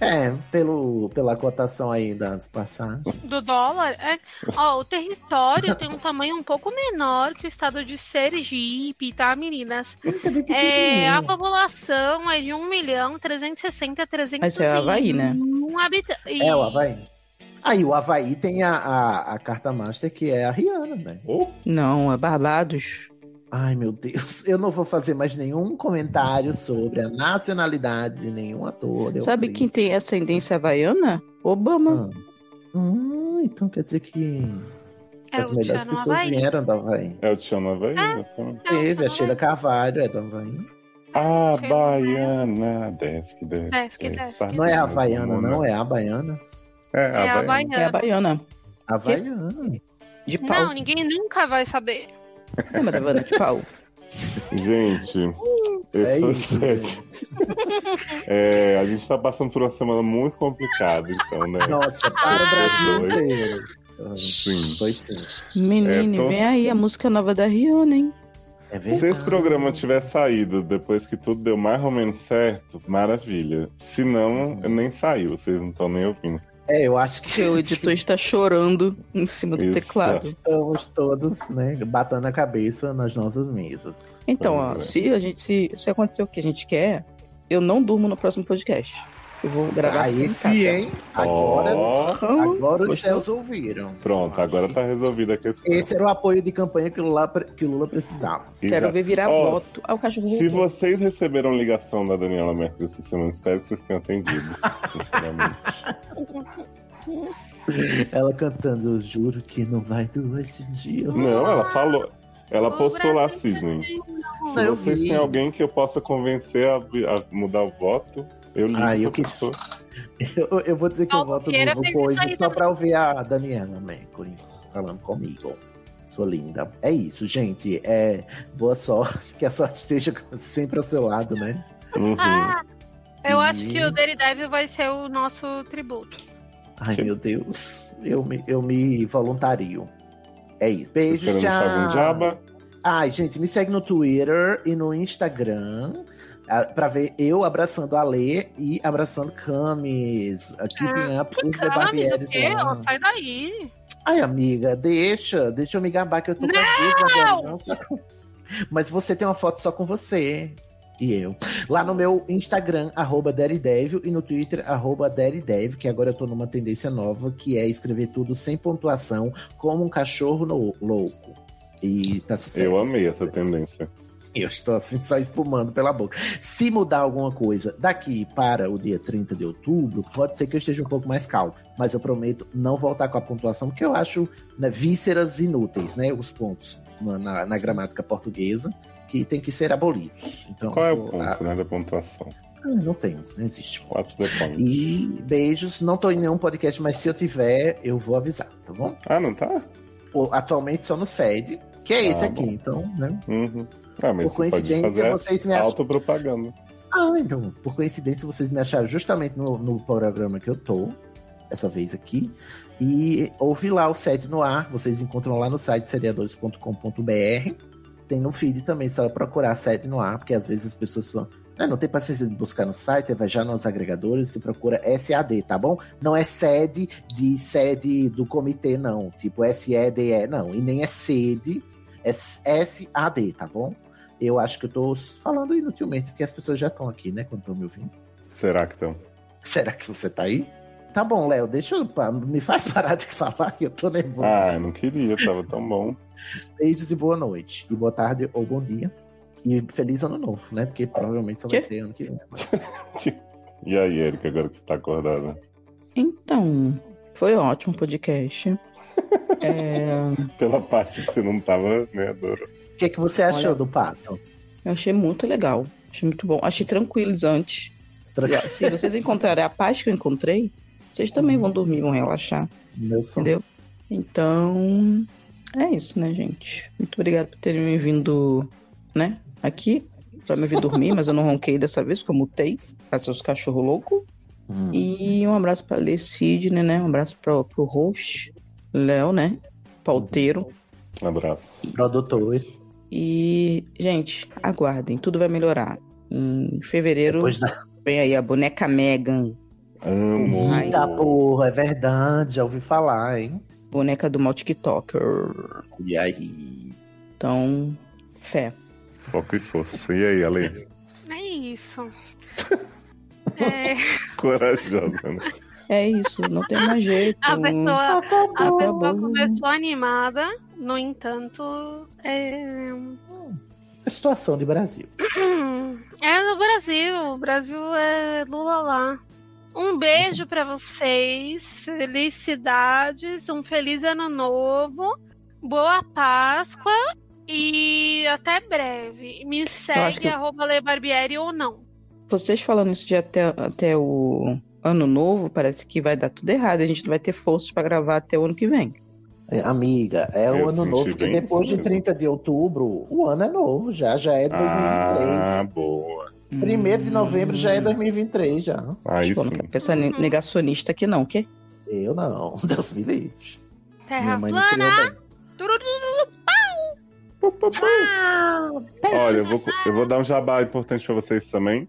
D: É, pelo, pela cotação aí das passagens.
E: Do dólar? é. Ó, o território tem um tamanho um pouco menor que o estado de Sergipe, tá, meninas? É, a população é de 1 milhão 360
C: Mas é o Havaí, né?
E: um habitantes.
D: É o Havaí. Aí o Havaí tem a, a, a carta master que é a Rihanna, né?
C: Não, é Barbados.
D: Ai, meu Deus. Eu não vou fazer mais nenhum comentário sobre a nacionalidade de nenhum ator. Eu
C: Sabe quem tem ascendência havaiana? Obama.
D: Hum, então quer dizer que
E: É
D: as
E: o
D: melhores
E: Tchan
D: pessoas
E: Havaí.
D: vieram do Havaí.
B: é o Tiano Havaí,
E: Ah,
B: né? Então-
D: Teve, a Sheila Carvalho é do Havaí.
B: Ah, Baiana. Desce, que desce.
E: Desce que desce.
B: sabe?
D: Não é a Havaiana, não, é a Baiana.
B: É,
E: É a
D: Ah.
E: Havaiana.
C: É a baiana.
D: Havaiana.
C: De pau.
E: Não, ninguém nunca vai saber.
C: É uma Havaiana de pau.
B: Gente,
E: Uh.
B: esse
D: É
B: foi o
D: isso,
B: set. É, a gente tá passando por uma semana muito complicada, então, né?
D: Nossa, para o Brasil
B: Dois.
D: inteiro.
B: Sim.
D: Pois sim.
C: Menino,
B: É, tô-
C: vem aí a música nova da Rihanna, hein?
D: É
B: Se esse programa tiver saído depois que tudo deu mais ou menos certo, maravilha. Se não, nem saiu, vocês não estão nem ouvindo.
D: É, eu acho que.
C: Seu editor está tá chorando em cima do
B: Isso. é.
C: teclado.
D: Estamos todos, né, batendo a cabeça nas nossas mesas.
C: Então, ó,
D: Pois é.
C: se a gente se, se acontecer o que a gente quer, eu não durmo no próximo podcast. Eu vou gravar
D: Ah,
C: sem
D: esse,
C: capa.
D: hein? Agora,
B: Ó.
D: agora os
C: Gostou?
D: céus ouviram.
B: Pronto, agora tá resolvida a questão.
D: Esse era o apoio de campanha que o Lula, que o Lula precisava.
B: Exato. Ó,
D: voto.
C: Ah, o cachorro
B: Se
C: voltou.
B: vocês receberam ligação da Daniela Mercury essa semana, espero que vocês tenham atendido. sinceramente.
D: Ela cantando, eu juro que não vai doer esse dia.
B: não, ela falou. Ela postou lá, Sidney. Se
D: eu
B: vocês
D: vi.
B: têm alguém que eu possa convencer a, a mudar o voto, eu ligo.
D: Ah, eu
B: pra
D: que-
B: pessoa.
D: Eu, eu vou dizer que eu voto
E: Queira
D: no
E: fez
D: Google
E: isso
D: hoje
E: aí
D: né, só pra ouvir a Daniela Mercury falando comigo. Sou linda. É isso, gente. É boa sorte. Que a sorte esteja sempre ao seu lado, né?
B: Uhum.
E: Ah, eu acho
D: E-
E: que o Daredevil vai ser o nosso tributo.
D: Ai, meu Deus. Eu me, eu me voluntario. É isso. Beijo,
B: Esperando
D: tchau.
B: Chavão Jaba.
D: Ai, gente, me segue no Twitter e no Instagram ah, pra ver eu abraçando a Lê e abraçando Camis. Ah, Keeping up
E: que
D: with the
E: camis, o
D: Barbieres
E: quê?
C: né?
D: lá.
E: Ó, sai daí.
D: Ai, amiga, deixa. Deixa eu me gabar que eu tô com as duas Barbieres, não só com- Mas você tem uma foto só com você. E eu. Lá no meu Instagram, arroba Daredevil, e no Twitter, arroba Daredevil, que agora eu tô numa tendência nova, que é escrever tudo sem pontuação, como um cachorro no- louco. E tá sucesso.
B: Eu amei essa tendência.
D: Eu estou assim, só espumando pela boca. Se mudar alguma coisa daqui para o dia 30 de outubro, pode ser que eu esteja um pouco mais calmo. Mas eu prometo não voltar com a pontuação, porque eu acho né, vísceras inúteis, né? Os pontos na, na- na gramática portuguesa, que tem que ser abolidos. Então,
B: Qual é
D: eu-
B: o ponto, né, da pontuação?
D: Ah, Não tem, não existe.
B: What's the point?
D: E beijos. Não tô em nenhum podcast, mas se eu tiver, eu vou avisar, tá bom?
B: Ah, não tá?
D: Atualmente só no SED, que é
B: Ah,
D: esse
B: bom.
D: aqui, então, né?
B: Uhum. Ah, mas
D: Por
B: você pode
D: coincidência,
B: fazer
D: vocês me acham-
B: autopropaganda.
D: Ah, então, por coincidência, vocês me acharam justamente no, no programa que eu tô, essa vez aqui. E ouvi lá o set no ar, vocês encontram lá no site seriadores.com.br. Tem no feed também, só procurar set no ar, porque às vezes as pessoas só. Ah, não tem paciência de buscar no site, vai já nos agregadores, você procura SAD, tá bom? Não é sede de sede do comitê, não. Tipo SEDE, não. E nem é sede, é SAD, tá bom? Eu acho que eu tô falando inutilmente, porque as pessoas já estão aqui, né? Quando estão me ouvindo.
B: Será que estão?
D: Será que você tá aí? Tá bom, Léo, deixa eu. pa- Me faz parar de falar que eu tô nervoso.
B: Ah, eu não queria, tava tão bom.
D: Beijos e boa noite. E boa tarde ou bom dia. E feliz ano novo, né? Porque provavelmente só vai ter ano que vem.
B: E aí, Erika, agora que você tá acordada?
C: Então, foi ótimo o podcast. É,
B: Pela parte que você não tava, né, Doro?
D: O que, que você achou
C: Olha-
D: do pato?
C: eu achei muito legal. Achei muito bom. Achei tranquilizante.
D: Tranquilo.
C: Se vocês encontrarem a paz que eu encontrei, vocês também vão dormir, vão relaxar.
D: Meu sonho.
C: Entendeu? Então, é isso, né, gente? Muito obrigado por terem me vindo, né, aqui. Pra me vir dormir, mas eu não ronquei dessa vez, porque eu mutei. Pra seus cachorros loucos.
D: Hum.
C: E um abraço pra Lê Sidney, né? Um abraço pro, pro host, Léo, né? Pauteiro.
B: Um abraço.
D: Produtor.
C: E, gente, aguardem, tudo vai melhorar. Em fevereiro
D: Depois da-
C: vem aí a boneca Megan.
B: Amo.
D: Eita porra, é verdade, já ouvi falar, hein?
C: Boneca do mal TikToker.
D: E aí?
C: Então, fé.
B: Foco e força. E aí, Ale?
E: É isso. É,
B: Corajosa, né?
C: É isso, não tem mais jeito. Tá
E: a pessoa, a pessoa
C: Acabou.
E: começou animada, no entanto, é,
D: A situação de Brasil.
E: É no Brasil. O Brasil é Lula lá. Um beijo pra vocês. Felicidades. Um feliz ano novo. Boa Páscoa. E até breve. Me
C: acho
E: segue,
C: que-
E: arroba Le Barbieri ou não.
C: Vocês falando isso de até, até o ano novo, parece que vai dar tudo errado. A gente não vai ter forças pra gravar até o ano que vem.
D: É, Amiga, é o
C: Eu
D: ano
C: senti
D: novo, que
C: bem
D: depois de
C: isso.
D: 30 de outubro, o ano é novo já, já é 2023.
B: Ah, hum. boa.
D: Primeiro de novembro já é 2023, já.
B: Aí
C: Tipo, eu não quero pensar
E: Uhum.
C: ne- negacionista aqui não, o quê?
D: Eu não, Deus me livre.
E: Terra
D: mãe me criou
E: plana. Turururu, pau!
D: Ah,
E: Pau!
B: Olha, eu vou, eu vou dar um jabá importante pra vocês também.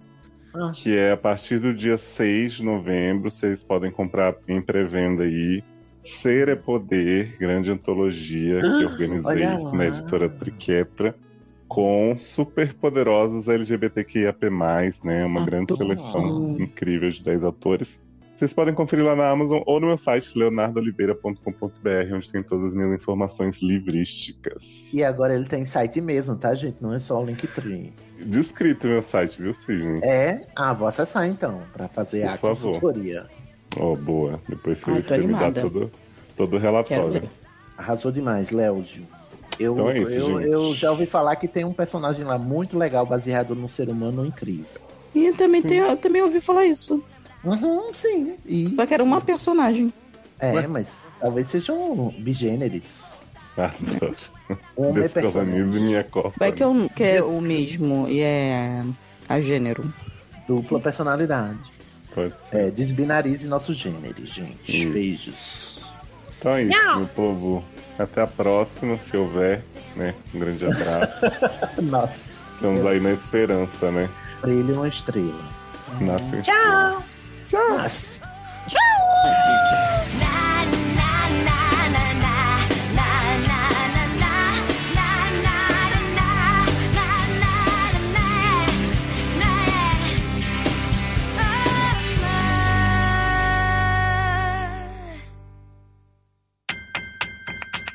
D: Ah.
B: Que é a partir do dia 6 de novembro, vocês podem comprar em pré-venda aí. Ser é Poder, grande antologia que eu
D: Ah,
B: organizei
D: olha lá.
B: na editora Triquetra, com superpoderosos LGBTQIAP+, né? Uma grande seleção incrível de 10 autores. Vocês podem conferir lá na Amazon ou no meu site, leonardoliveira.com.br, onde tem todas as minhas informações livrísticas.
D: E agora ele tem site mesmo, tá, gente? Não é só o Linktree.
B: Descrito meu site, viu, Sidney?
D: É? Ah, vou acessar então, pra fazer
B: Por
D: a
B: favor.
D: consultoria.
B: Oh, boa. Depois você,
D: Ai, tô
B: você me dá
D: animada.
B: todo, todo o
D: Quero
B: relatório.
D: ver. Arrasou demais, Léodio. Eu,
B: Então é isso,
D: eu,
B: gente.
D: eu já ouvi falar que tem um personagem lá muito legal, baseado num ser humano incrível.
C: E eu também, tenho, eu também ouvi falar isso.
D: Uhum, sim. E...
C: Só que era uma personagem.
D: É, mas talvez sejam bigêneres. Um
B: Adoro.
C: Homem é
B: Descolonize minha copa.
C: Vai que é, um, que é o mesmo e é a gênero.
D: Dupla personalidade.
B: Pode
D: É, desbinarize nosso gênero, gente.
B: Isso.
D: Beijos.
B: Então é isso,
D: Não.
B: meu povo. Até a próxima, se houver, né? Um grande abraço.
D: Nossa.
B: Estamos aí na esperança, né?
D: Brilha uma estrela.
B: Nasce um
A: Tchau.
D: Tchau.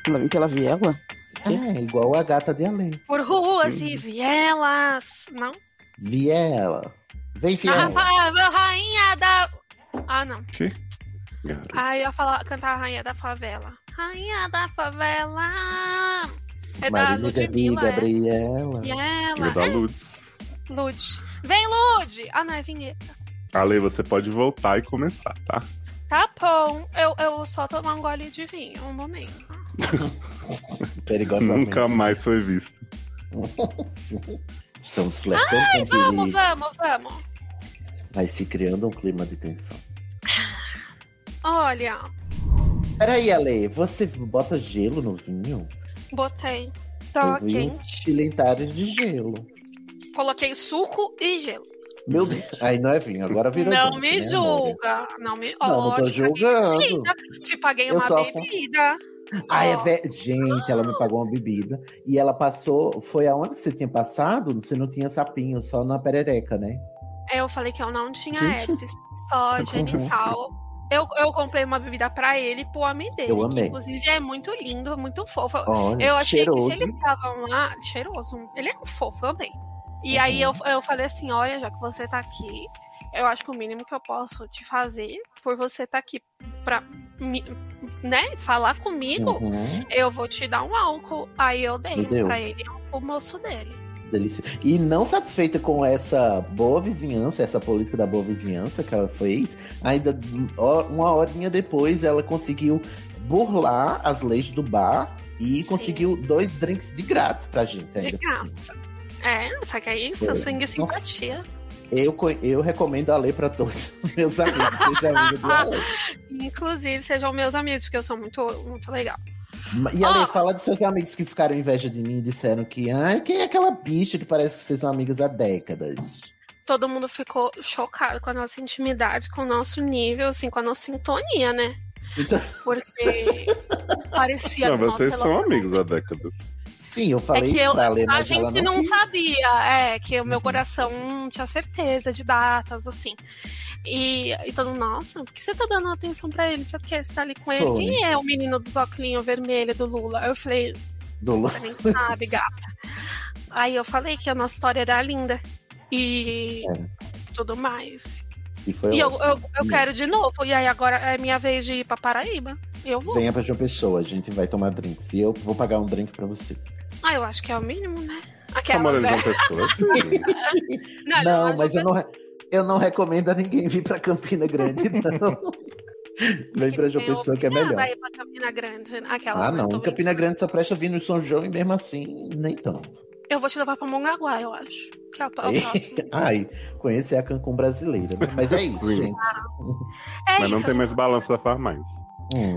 C: Ela vem pela viela?
D: É, igual a gata de além.
E: Por ruas
C: Uhum.
E: e vielas. Não?
D: Viela. Vem,
E: Ah,
D: Fiel.
E: fa- meu rainha da. Ah, não.
B: Que?
E: Ah, eu ia falar, cantar a Rainha da Favela. Rainha da Favela. É da
D: Marina Gabi,
E: Ludmilla, é.
D: Gabriela.
E: E ela.
B: da
E: é
B: Lutz.
E: Lud. Vem, Lud! Ah, não, é vinheta.
B: Ale, você pode voltar e começar, tá?
E: Tá bom. Eu, eu só tomar um gole de vinho. Um momento.
D: Perigosamente.
B: Nunca mais foi visto.
D: Estamos
E: Ai,
D: flertando com o
E: vamos,
D: perigo.
E: vamos, vamos.
D: Vai se criando um clima de tensão.
E: Olha,
D: Peraí, Ale, você bota gelo no vinho?
E: botei. Tá
D: Eu vi
E: quente.
D: uns tilintares de gelo.
E: Coloquei suco e gelo.
D: Meu Deus. Aí não é vinho, agora virou
E: não
D: drink,
E: me tá
D: né, amor?
E: julga. Não me.
D: Não, não tô
E: Ó, te paguei
D: julgando.
E: bebida. Te paguei
D: Eu
E: uma
D: só fa-
E: bebida.
D: Ah, é
E: Ó.
D: ve... Gente, ela me pagou uma bebida. E ela passou. Foi aonde que você tinha passado? Você não tinha sapinho, só na perereca, né?
E: Eu falei que eu não tinha
D: Gente,
E: herpes, só
D: que
E: genital. Eu, eu comprei uma bebida pra ele e pro homem dele.
D: Eu
E: que,
D: amei.
E: inclusive é muito lindo, é muito fofo.
D: Olha,
E: eu achei
D: cheiroso.
E: que se eles estavam lá, cheiroso. Ele é um fofo, eu amei. E aí eu, eu falei assim: olha, já que você tá aqui, eu acho que o mínimo que eu posso te fazer por você tá aqui pra me- né, falar comigo,
D: Uhum.
E: eu vou te dar um álcool. Aí eu dei
D: Me deu.
E: pra ele o moço dele.
D: Delícia. E não satisfeita com essa boa vizinhança, essa política da boa vizinhança que ela fez, ainda ó, uma horinha depois ela conseguiu burlar as leis do bar e conseguiu dois drinks de grátis pra gente
E: De
D: ainda.
E: graça. É, só que é isso,
D: É.
E: sangue e
D: Nossa.
E: simpatia.
D: Eu, co- eu recomendo a lei pra todos os meus amigos. Seja amigo do Ale.
E: Inclusive, sejam meus amigos, porque eu sou muito, muito legal.
D: E Ale,
E: Ó.
D: fala dos seus amigos que ficaram inveja de mim e disseram que ah, quem é aquela bicha que parece que vocês são amigos há décadas.
E: Todo mundo ficou chocado com a nossa intimidade, com o nosso nível, assim, com a nossa sintonia, né?
D: Então-
E: Porque parecia
B: Não,
E: nossa,
B: vocês
E: ela-
B: são amigos né? há décadas.
D: Sim, eu
E: É que eu,
B: ler,
E: a gente não, sabia, é, que o meu coração não tinha certeza de datas, assim. E, e todo mundo, nossa, por que você tá dando atenção pra ele? Sabe o que? Você tá ali com ele?
D: Foi.
E: Quem é o menino dos óculos vermelho do Lula? Eu falei,
D: Do Lu-
E: Você nem sabe, gata. Aí eu falei que a nossa história era linda. E tudo mais.
D: E foi
E: e eu,
D: ótimo.
E: eu, eu quero de novo. E aí agora é minha vez de ir pra Paraíba. Eu vou.
D: Venha pra João Pessoa, a gente vai tomar drinks. E eu vou pagar um drink pra você.
E: Ah, eu acho que é o mínimo, né?
D: Tá
E: Aquela.
D: morando em
E: Né?
D: João Pessoa,
E: não,
D: não,
E: não,
D: mas eu não, re- eu não recomendo a ninguém vir pra Campina Grande, não. Vem pra João
E: assim, tem um
D: Pessoa que é
E: opção
D: melhor.
E: daí pra Campina Grande. né? Aquela.
D: Ah, não.
E: Eu, tô-
D: Campina Grande só presta vir no São João e mesmo assim, nem tanto.
E: eu vou te levar pra Mongaguá, eu acho. Que é a próxima.
D: Ai, conhecer a Cancún brasileira. né? Mas é isso,
B: Sim.
D: gente.
E: É
B: Mas
E: isso.
B: não tem mais balanço da farmácia.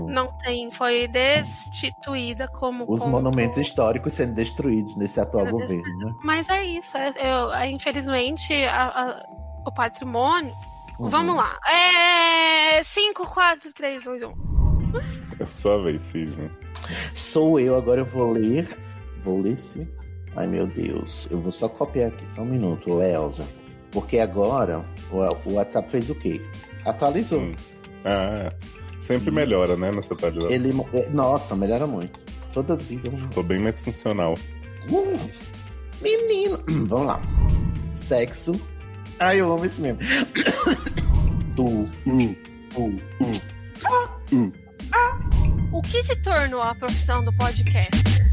E: Não tem. Foi destituída como.
D: Hum, Os
E: ponto-
D: monumentos históricos sendo destruídos nesse atual
E: Era
D: governo, né?
E: Mas é isso. é- eu- é, infelizmente, a- a- o patrimônio.
D: Uhum.
E: Vamos lá. É. 5, 4, 3, 2, 1.
B: É sua vez, Cisne.
D: Sou eu, agora eu vou ler. Vou ler sim. Ai meu Deus, eu vou só copiar aqui, só um minuto, Leosa. Porque agora o, o WhatsApp fez o quê? Atualizou.
B: Ah, sempre melhora, né, nessa atualização.
D: Ele, mo- é, nossa, melhora muito. Toda vida.
B: Ficou bem mais funcional.
D: Uh, menino! Vamos lá. Sexo. Ai, eu amo isso mesmo. tu, tu, tu, tu.
E: O que se tornou a profissão do podcaster?